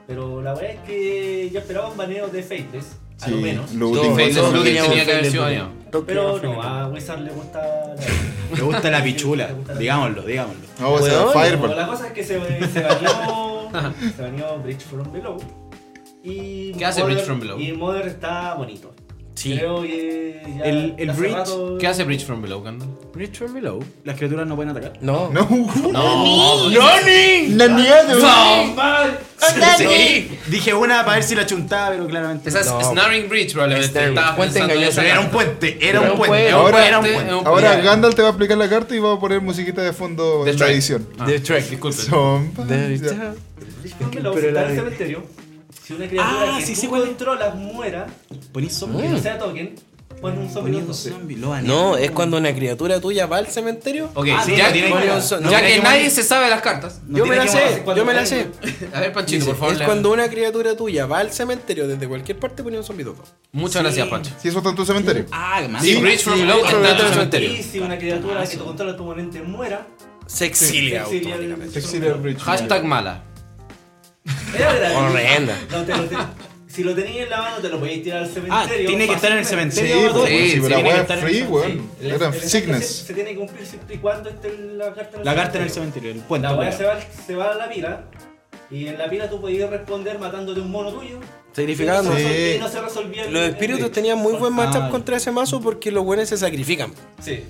Speaker 7: Pero la verdad es que yo esperaba un baneo de Faithless, a lo menos.
Speaker 3: Looting.
Speaker 1: Facebook
Speaker 4: Todos
Speaker 1: Looting
Speaker 4: queríamos
Speaker 1: tenía que haber
Speaker 4: Faithless
Speaker 1: sido
Speaker 4: Looting.
Speaker 1: baneado.
Speaker 7: Pero no, a Wizard le
Speaker 1: (laughs)
Speaker 7: gusta la.
Speaker 6: Me gusta la pichula. digámoslo, digámoslo.
Speaker 3: No, o sea,
Speaker 4: Weón,
Speaker 7: Bueno,
Speaker 3: Fireball.
Speaker 7: la cosa es que se, se
Speaker 1: (laughs)
Speaker 7: baneó. se baneó Bridge from Below. Y
Speaker 1: ¿Qué hace Bridge from Below?
Speaker 7: Y Modern está bonito.
Speaker 4: Sí.
Speaker 7: Creo que ya
Speaker 6: El- el
Speaker 7: hace
Speaker 6: Bridge-
Speaker 7: rato-
Speaker 1: ¿Qué hace Bridge from Below, Gandalf?
Speaker 4: Rich from below.
Speaker 6: Las criaturas no pueden atacar.
Speaker 4: No.
Speaker 3: No, (laughs)
Speaker 1: No,
Speaker 3: ¡Naniado!
Speaker 7: ¡Mal!
Speaker 4: Sí.
Speaker 6: Dije una para ver si la chuntaba, pero claramente.
Speaker 1: Esa es
Speaker 4: No.
Speaker 1: Snaring Bridge probablemente.
Speaker 4: Snaring.
Speaker 1: Estaba
Speaker 4: Puente
Speaker 1: pensando en
Speaker 4: engañoso.
Speaker 1: esa
Speaker 4: Era
Speaker 1: carta.
Speaker 6: puente,
Speaker 4: era un puente.
Speaker 1: Era un
Speaker 3: Ahora-
Speaker 1: puente, era un
Speaker 3: Ahora
Speaker 1: puente.
Speaker 3: Gandalf te va a aplicar la carta y va a poner musiquita de fondo
Speaker 1: The
Speaker 3: en la
Speaker 1: Strike.
Speaker 3: edición.
Speaker 1: Ah,
Speaker 4: The track.
Speaker 1: Disculpen.
Speaker 3: Zomba.
Speaker 7: Bridge from Below
Speaker 6: Pero
Speaker 7: está
Speaker 6: la-
Speaker 7: en el cementerio. Si una criatura
Speaker 6: Ah,
Speaker 7: que
Speaker 6: sí,
Speaker 7: tú
Speaker 6: sí, güey.
Speaker 7: controlas muera,
Speaker 6: Ponís
Speaker 7: que
Speaker 6: zombie.
Speaker 4: Ah.
Speaker 7: no sea token, pon un zombie.
Speaker 6: Poniendo zombie, lo banearon.
Speaker 4: No, es cuando una criatura tuya va al cementerio.
Speaker 1: Ok,
Speaker 7: Ah,
Speaker 1: ya,
Speaker 7: no, tiene
Speaker 4: pone un so- no
Speaker 1: ya
Speaker 4: tiene
Speaker 1: que
Speaker 4: que
Speaker 1: nadie
Speaker 4: poner-
Speaker 1: se sabe las cartas.
Speaker 6: No
Speaker 4: yo
Speaker 6: tiene
Speaker 4: me la
Speaker 6: que
Speaker 4: sé,
Speaker 6: moverse
Speaker 4: yo me la sé.
Speaker 1: A ver, Panchito,
Speaker 4: Dice,
Speaker 1: por favor.
Speaker 4: es
Speaker 1: lea.
Speaker 4: cuando una criatura tuya va al cementerio desde cualquier parte pone un zombie dodo.
Speaker 1: Muchas gracias, Pancho.
Speaker 3: Si eso está en tu cementerio.
Speaker 6: Ah, más.
Speaker 1: Sí, Bridge from Below
Speaker 4: Bridge
Speaker 1: está en
Speaker 4: from Below
Speaker 1: el
Speaker 4: está en el
Speaker 1: cementerio.
Speaker 7: Y si una criatura
Speaker 6: Ah,
Speaker 7: que tú controlas tu oponente muera,
Speaker 4: Se exilia
Speaker 7: se exilia
Speaker 4: automáticamente.
Speaker 7: el-
Speaker 3: Exilio Bridge.
Speaker 1: Hashtag mala.
Speaker 4: (laughs)
Speaker 7: Era verdad.
Speaker 4: Horrenda.
Speaker 7: No, te lo ten- Si lo tenías en la mano, te lo podías tirar al
Speaker 6: Ah,
Speaker 7: cementerio.
Speaker 6: tiene que estar en el
Speaker 7: fácilmente.
Speaker 3: Sí,
Speaker 6: cementerio.
Speaker 3: pues,
Speaker 1: Sí,
Speaker 3: si
Speaker 1: sí,
Speaker 3: la
Speaker 1: tiene
Speaker 3: wea
Speaker 1: que
Speaker 3: es free, weón.
Speaker 7: El-
Speaker 3: Era
Speaker 7: el- el- Se,
Speaker 3: sickness.
Speaker 7: se tiene que cumplir siempre y cuando esté la carta en el
Speaker 6: La carta en el cementerio, el puente.
Speaker 7: La weá
Speaker 6: weón.
Speaker 7: se va, al- se va a la pila. Y en la pila tú podías responder matándote un mono tuyo.
Speaker 4: Sacrificando.
Speaker 7: Y no se
Speaker 3: Sí.
Speaker 7: resolvía- no se resolvía el-
Speaker 4: Los
Speaker 7: el-
Speaker 4: espíritus tenían muy buen matchup
Speaker 6: Ah.
Speaker 4: contra ese mazo porque los buenos se sacrifican.
Speaker 7: Sí.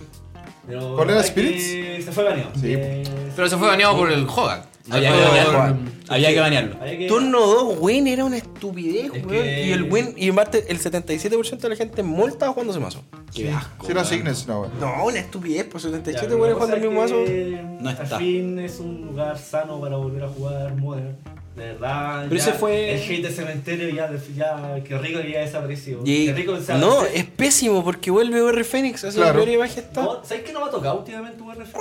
Speaker 7: Pero
Speaker 3: ¿Cuál era
Speaker 7: es que
Speaker 3: Spirits?
Speaker 7: Se fue baneado.
Speaker 3: Sí.
Speaker 7: Eh,
Speaker 1: Pero se fue baneado por el Hogan.
Speaker 6: Había que banearlo. Había que banearlo.
Speaker 7: había que-
Speaker 4: Turno 2, win, era una estupidez,
Speaker 7: Es
Speaker 4: weón.
Speaker 7: que-
Speaker 4: Y el win, y aparte, el 77% de la gente en MOL estaba jugando ese mazo.
Speaker 6: Qué asco.
Speaker 3: Si era
Speaker 6: weón.
Speaker 3: Cygnus, no, weón.
Speaker 4: No, una estupidez, pues
Speaker 7: Ya,
Speaker 4: 77
Speaker 7: pero la
Speaker 4: buenos
Speaker 7: cosa
Speaker 4: jugando el mismo
Speaker 7: es
Speaker 4: mazo.
Speaker 7: que
Speaker 6: No está.
Speaker 7: Al fin es un lugar sano para volver a jugar Modern. De verdad.
Speaker 6: Pero
Speaker 7: ya
Speaker 6: ese fue-
Speaker 7: El hate de cementerio ya. ya qué rico que ya desapareció.
Speaker 4: Y-
Speaker 7: qué rico que se-
Speaker 4: no, es pésimo porque vuelve UR Fénix. Así la
Speaker 3: Claro.
Speaker 4: peor imagen está.
Speaker 7: No, ¿Sabes que no me ha tocado últimamente un RF?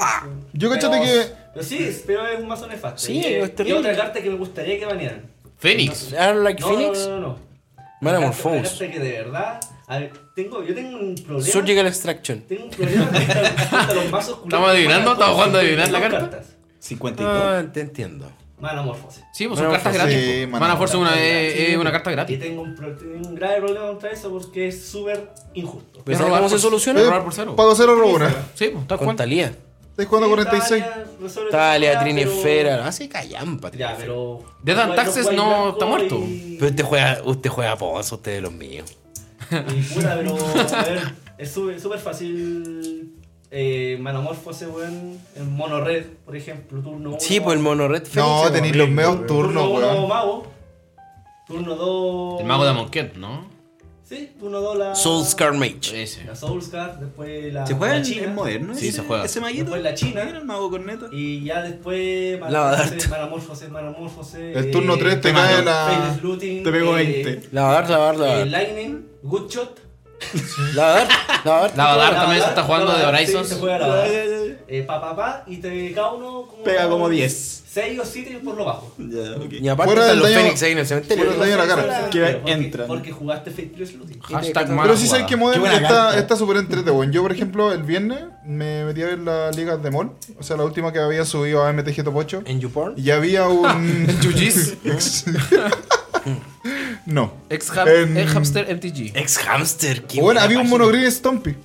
Speaker 3: Yo cachate que-
Speaker 7: Pero sí, pero es un mazo nefasto.
Speaker 4: Sí,
Speaker 7: Y que-
Speaker 4: es terrible.
Speaker 7: Y otra carta que me gustaría que banearan.
Speaker 1: Fénix.
Speaker 4: Aaron Like
Speaker 7: No,
Speaker 4: Phoenix.
Speaker 7: No, no, no. no.
Speaker 4: Metamorphose.
Speaker 7: Una carta- una carta que de verdad. A ver, tengo, yo tengo un problema.
Speaker 4: Surgical Extraction.
Speaker 7: Tengo un problema con esta- con esta- los mazos culiados
Speaker 1: ¿Estamos
Speaker 7: que
Speaker 1: adivinando?
Speaker 7: juegan
Speaker 1: ¿Estamos
Speaker 7: con
Speaker 1: jugando a adivinar la
Speaker 7: 52
Speaker 1: carta?
Speaker 7: cartas.
Speaker 6: 52.
Speaker 4: Ah, te entiendo.
Speaker 7: Metamorfose.
Speaker 1: Sí, pues son
Speaker 3: Mana
Speaker 1: cartas gratis.
Speaker 3: Force, sí,
Speaker 1: po.
Speaker 3: Mana
Speaker 1: Mana Force es una,
Speaker 7: Carta
Speaker 1: es-
Speaker 7: gratis.
Speaker 1: es una carta
Speaker 7: Y
Speaker 1: gratis.
Speaker 7: tengo un, pro- tengo un grave problema contra eso porque es súper injusto.
Speaker 4: ¿Pero
Speaker 1: Es
Speaker 4: sabes
Speaker 1: robar
Speaker 4: cómo se
Speaker 1: por-
Speaker 4: soluciona?
Speaker 3: ¿eh?
Speaker 1: es robar por cero.
Speaker 3: Pago cero, robo una.
Speaker 1: Sí, pues, tal
Speaker 4: Con
Speaker 1: cual.
Speaker 4: Talía.
Speaker 3: Estáis jugando
Speaker 7: Sí,
Speaker 3: 46.
Speaker 7: Talia, resuelve
Speaker 4: Talia,
Speaker 7: esta,
Speaker 4: Trinifera. Ah, sí, callampa.
Speaker 7: pero- Ya,
Speaker 4: Trinifera.
Speaker 7: pero.
Speaker 1: Death and Taxes no
Speaker 7: Blanco
Speaker 1: está muerto.
Speaker 7: Y,
Speaker 4: Pero usted juega, usted juega pozo, usted es de los míos.
Speaker 7: y puta, pero. A ver, es súper súper fácil. Eh, Manamorfose, weón. En mono red, por ejemplo, turno 1.
Speaker 4: Sí, pues el mono red
Speaker 3: No,
Speaker 4: Fénix,
Speaker 3: tenéis
Speaker 4: weón.
Speaker 3: los medios turnos,
Speaker 7: Turno 1
Speaker 3: weón.
Speaker 7: mago. Turno 2.
Speaker 1: El mago de Amonkhet, ¿no?
Speaker 7: Sí, turno 2 la.
Speaker 4: Soulscar
Speaker 7: Eh.
Speaker 4: Mage.
Speaker 1: Ese.
Speaker 7: La Soulscar, después la.
Speaker 6: ¿Se juega
Speaker 7: la
Speaker 6: en, en moderno? eh.
Speaker 1: Sí,
Speaker 6: ese-
Speaker 1: se juega.
Speaker 6: Ese maguito.
Speaker 7: Después la China.
Speaker 6: ¿Era el mago corneta?
Speaker 7: Y ya después.
Speaker 4: La va a dar.
Speaker 7: Manamorfose, Manamorfose, Manamorfose.
Speaker 3: El turno 3 te cae la.
Speaker 7: Looting,
Speaker 6: Te pego
Speaker 7: eh,
Speaker 6: 20.
Speaker 4: Lavar, lavar,
Speaker 7: eh,
Speaker 4: lavar.
Speaker 7: Lightning, Good Shot.
Speaker 4: Lavar, lavar.
Speaker 1: La Badar
Speaker 7: La
Speaker 1: también se
Speaker 7: Badar,
Speaker 1: está jugando
Speaker 7: la
Speaker 1: de
Speaker 7: Badar,
Speaker 1: Horizons.
Speaker 7: sí, se juega la Badar. Eh, pa, pa, pa, y te cada uno como
Speaker 6: Pega como 10.
Speaker 7: 6 o 7 por lo bajo.
Speaker 6: Ya, ok.
Speaker 4: Y aparte
Speaker 3: Fuera
Speaker 4: están
Speaker 3: del
Speaker 4: los
Speaker 3: daño-
Speaker 4: Fénix ahí en el cementerio.
Speaker 3: fuera del daño a la cara.
Speaker 6: Que
Speaker 7: Porque-
Speaker 6: entran.
Speaker 7: Porque jugaste Fate Plus Looting.
Speaker 1: Hashtag mala
Speaker 3: Pero sí
Speaker 1: jugada.
Speaker 3: sabéis que Modern
Speaker 6: Qué buena
Speaker 3: está,
Speaker 6: carta.
Speaker 3: está súper entrete, weón. Yo, por ejemplo, el viernes me metí a ver las ligas de MOL. O sea, la última que había subido a MTG Top 8.
Speaker 4: ¿En YouPorn?
Speaker 3: Y
Speaker 1: (laughs)
Speaker 3: había un. (laughs)
Speaker 1: Chuchis.
Speaker 3: no.
Speaker 1: Ex
Speaker 3: En-
Speaker 1: Hamster MTG.
Speaker 4: Ex hamster. qué
Speaker 3: Bueno,
Speaker 4: buena
Speaker 3: había un
Speaker 4: página.
Speaker 3: monogreen Stompy.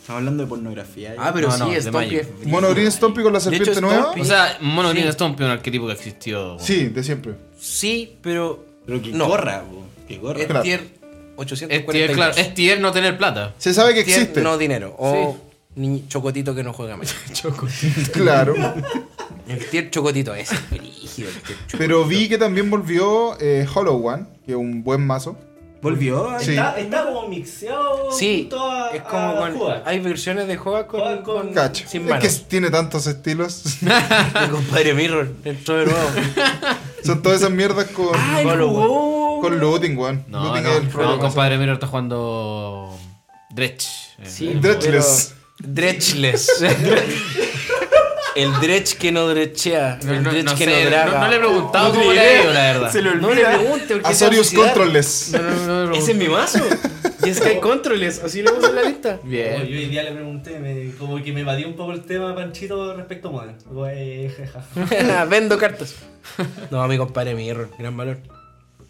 Speaker 6: Estamos hablando de pornografía.
Speaker 4: Ah, pero
Speaker 1: No, no,
Speaker 4: sí,
Speaker 1: de
Speaker 4: es
Speaker 1: Magic.
Speaker 3: Monogreen Stompy con la serpiente
Speaker 4: hecho,
Speaker 3: nueva.
Speaker 4: Stompy-
Speaker 1: O sea, Mono
Speaker 4: Sí.
Speaker 1: Green Stomp es un arquetipo que existió.
Speaker 3: Sí, de siempre.
Speaker 4: Sí, pero.
Speaker 6: Pero que
Speaker 4: no.
Speaker 6: corra, po, que corra.
Speaker 4: Es
Speaker 3: Claro.
Speaker 4: tier
Speaker 1: Es tier, claro,
Speaker 4: 842.
Speaker 1: es tier no tener plata.
Speaker 3: Se sabe que
Speaker 4: Tier
Speaker 3: existe.
Speaker 4: No dinero. O ni- chocotito que no juega más.
Speaker 3: (laughs) Claro.
Speaker 4: El tier chocotito es. brígido el tier chocotito.
Speaker 3: Pero vi que también volvió eh, Hollow One, que es un buen mazo.
Speaker 6: Volvió.
Speaker 3: Sí.
Speaker 7: Está, está como mixeado.
Speaker 4: Sí,
Speaker 7: junto a-
Speaker 4: es como
Speaker 7: a
Speaker 4: con.
Speaker 7: jugar.
Speaker 4: Hay versiones de Joga con.
Speaker 7: Joga con-
Speaker 4: con-
Speaker 3: Cacho.
Speaker 4: Sin
Speaker 3: es
Speaker 4: manos.
Speaker 3: que
Speaker 4: (laughs)
Speaker 3: tiene tantos estilos. (laughs)
Speaker 4: Mi compadre Mirror entró
Speaker 1: (laughs)
Speaker 4: de nuevo.
Speaker 3: Son todas esas mierdas con,
Speaker 1: Ah,
Speaker 4: ¡Ay, jugó!
Speaker 3: con looting, weón.
Speaker 1: No,
Speaker 3: looting
Speaker 1: no,
Speaker 3: es el
Speaker 1: no,
Speaker 3: problema.
Speaker 1: compadre Mirror está jugando Dredge.
Speaker 4: Sí,
Speaker 1: Eh,
Speaker 3: Dredgeless.
Speaker 4: pero-
Speaker 1: (laughs)
Speaker 4: Dredgeless. el dredge que no drechea.
Speaker 1: No,
Speaker 4: El
Speaker 1: no,
Speaker 4: dredge
Speaker 1: no
Speaker 4: que
Speaker 1: sé,
Speaker 4: no draga.
Speaker 1: no- no le he preguntado
Speaker 4: No
Speaker 1: cómo
Speaker 4: te
Speaker 1: le
Speaker 4: diré.
Speaker 1: ha ido, la verdad.
Speaker 4: Se lo No le pregunte porque se va a
Speaker 3: Azorius
Speaker 4: suicidar.
Speaker 3: Controlless.
Speaker 1: No, no, no, no, no.
Speaker 4: Ese es mi mazo. Y es que hay controles. Así lo vamos en la (laughs) lista.
Speaker 7: Como
Speaker 1: Bien.
Speaker 7: yo hoy día le pregunté, me- como que me evadió un poco el tema Panchito respecto a Modern. Digo, eh, jeja.
Speaker 4: Vendo cartas. No, mi compadre Mirror. Gran valor.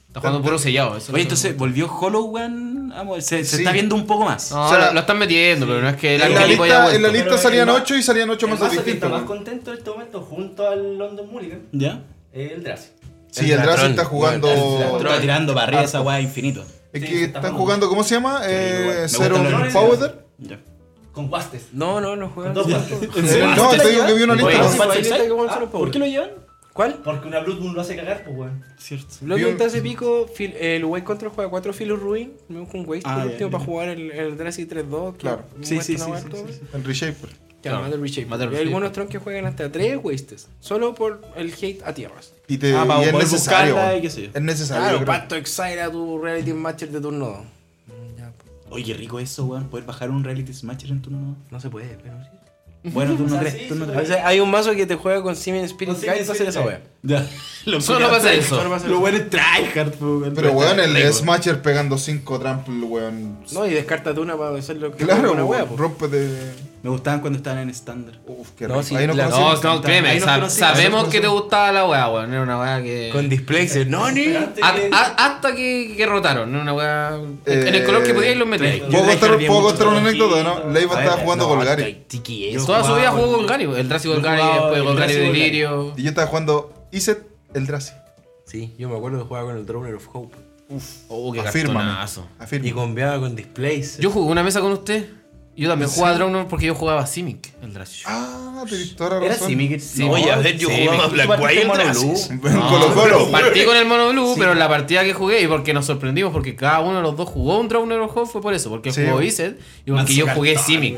Speaker 1: Está jugando puro sellado. eso
Speaker 6: Oye,
Speaker 1: no sé.
Speaker 6: entonces volvió Hollow One. Vamos, se, se
Speaker 3: Sí.
Speaker 6: está viendo un poco más.
Speaker 1: No,
Speaker 3: o sea,
Speaker 1: lo- lo están metiendo, pero no es que el
Speaker 3: En la
Speaker 1: arquetipo haya
Speaker 3: lista, en la
Speaker 1: vuelto.
Speaker 3: lista
Speaker 7: Pero
Speaker 3: salían
Speaker 7: el ma-
Speaker 3: 8 y salían 8
Speaker 7: El mazo
Speaker 3: mazos
Speaker 7: que está
Speaker 3: distintos.
Speaker 7: más
Speaker 3: weón.
Speaker 7: contento en este momento, junto al London Mulligan,
Speaker 6: ¿Ya?
Speaker 7: el Drazi.
Speaker 3: Sí, el Drazen está jugando.
Speaker 6: Estaba tirando para arriba esa weá infinito.
Speaker 3: Es
Speaker 7: Sí,
Speaker 3: que
Speaker 7: se está
Speaker 3: están
Speaker 7: jugando.
Speaker 3: jugando, ¿cómo se llama? Eh,
Speaker 6: weón. Me
Speaker 3: Zero
Speaker 6: gustan los
Speaker 3: Powder.
Speaker 6: Ya.
Speaker 7: Con Guastes.
Speaker 4: No, no, no juegan.
Speaker 7: Con dos Guastes.
Speaker 3: Eh, No, te digo que vi una
Speaker 1: Oye,
Speaker 3: lista.
Speaker 1: ¿cuál
Speaker 3: weón.
Speaker 6: Ah, ¿Por qué lo llevan?
Speaker 4: ¿Cuál?
Speaker 7: Porque una Blood Moon lo hace cagar, pues weón.
Speaker 6: Cierto.
Speaker 4: Lo
Speaker 3: Vi un-
Speaker 4: que te hace pico, fil- el Way Control juega 4 filos ruin, me busco un Way
Speaker 6: Ah,
Speaker 4: por
Speaker 6: ya,
Speaker 4: último
Speaker 6: ya.
Speaker 4: para jugar el, el Dracy 3-2. que
Speaker 3: Claro.
Speaker 6: Sí,
Speaker 4: muestra
Speaker 6: sí,
Speaker 4: una
Speaker 6: sí,
Speaker 4: weá
Speaker 6: sí,
Speaker 4: toda.
Speaker 6: sí, sí.
Speaker 3: El Reshaper.
Speaker 4: Ya,
Speaker 1: Claro.
Speaker 4: Mother Reshape.
Speaker 1: Mother
Speaker 4: y hay
Speaker 1: Reshape.
Speaker 4: algunos tron que juegan hasta 3 wastes, solo por el hate a tierras.
Speaker 3: Y, te,
Speaker 6: Ah, para
Speaker 3: y es
Speaker 6: poder
Speaker 3: necesario.
Speaker 6: buscarla
Speaker 3: weón.
Speaker 6: y qué sé yo.
Speaker 3: Es necesario.
Speaker 4: Claro,
Speaker 3: yo creo.
Speaker 4: Pacto Exile a tu Reality Matcher de turno 2. Ya, pues,
Speaker 6: Oye, qué rico eso, weón. Poder bajar un reality smasher en turno.
Speaker 4: no se puede, pero sí.
Speaker 6: Bueno, turno
Speaker 7: O sea,
Speaker 6: 3,
Speaker 7: sí,
Speaker 6: turno
Speaker 7: sí,
Speaker 4: O
Speaker 6: 3.
Speaker 4: sea, hay un mazo que te juega con Simeon Spirit
Speaker 7: Con Simeon
Speaker 4: Guide para hacer
Speaker 7: Spirit
Speaker 4: esa
Speaker 7: Guide.
Speaker 4: wea.
Speaker 6: Ya. (laughs) Lo
Speaker 1: Solo pasa eso.
Speaker 6: Lo bueno es tryhard, po, weón.
Speaker 3: Pero weón, el
Speaker 6: Rico.
Speaker 3: Smasher pegando 5 trample, weón.
Speaker 4: No, y descártate una para hacer lo
Speaker 3: (laughs)
Speaker 4: que
Speaker 3: Claro,
Speaker 4: una wea.
Speaker 3: weón.
Speaker 4: po.
Speaker 3: Rompe de.
Speaker 6: Me gustaban cuando estaban en estándar.
Speaker 3: Uf, qué
Speaker 4: No,
Speaker 3: rico.
Speaker 4: sí,
Speaker 3: Ahí no
Speaker 4: la-
Speaker 3: conocí.
Speaker 1: No, no, créeme,
Speaker 6: Ahí nos
Speaker 1: sab-
Speaker 6: conocimos.
Speaker 1: sabemos que te gustaba la weá, weón. Era una weá que.
Speaker 4: Con displacer, no, ni.
Speaker 1: A- a- hasta que, que rotaron, era una weá. En
Speaker 3: Eh,
Speaker 1: el color que podíais los metéis.
Speaker 3: ¿Puedo
Speaker 6: Yo
Speaker 3: contar,
Speaker 6: Leifer vi
Speaker 3: puedo
Speaker 6: mucho
Speaker 3: contar una anécdota,
Speaker 7: Leifer.
Speaker 3: no? Leiva
Speaker 6: A
Speaker 3: estaba
Speaker 6: ver,
Speaker 3: jugando
Speaker 6: no,
Speaker 3: Golgari.
Speaker 6: estoy tiqui, eso.
Speaker 1: Toda su vida
Speaker 6: jugaba
Speaker 1: jugó
Speaker 6: con-
Speaker 1: Golgari, el Draci Golgari,
Speaker 6: jugaba
Speaker 1: después
Speaker 6: el
Speaker 1: Golgari
Speaker 6: Draci
Speaker 1: Delirio.
Speaker 3: Y yo estaba jugando Iset el Drazi.
Speaker 4: Sí, yo me acuerdo que jugaba con el Drowner of Hope.
Speaker 1: Oh, qué
Speaker 3: Afírmame.
Speaker 1: cartonazo.
Speaker 4: Y
Speaker 3: Afírmame.
Speaker 4: combiaba con displays.
Speaker 1: Yo jugué una mesa con usted. Yo también jugaba Drowner porque yo jugaba Simic, el Draci.
Speaker 3: Ah, tenés toda la
Speaker 6: Era
Speaker 3: razón. (laughs)
Speaker 6: Simic.
Speaker 1: Sí,
Speaker 6: No,
Speaker 1: oye,
Speaker 4: a ver, yo
Speaker 6: Simic.
Speaker 4: jugaba
Speaker 6: Tú
Speaker 4: Black
Speaker 6: partiste
Speaker 4: Wild
Speaker 6: en Mono
Speaker 4: Dracis.
Speaker 6: Blue.
Speaker 3: Colo Colo.
Speaker 1: Partí con el Mono Blue, pero la partida que jugué y porque nos sorprendimos porque cada uno de los dos jugó un Drowner of Hope fue por eso, porque
Speaker 3: Sí.
Speaker 1: jugó Iset y porque yo jugué Simic.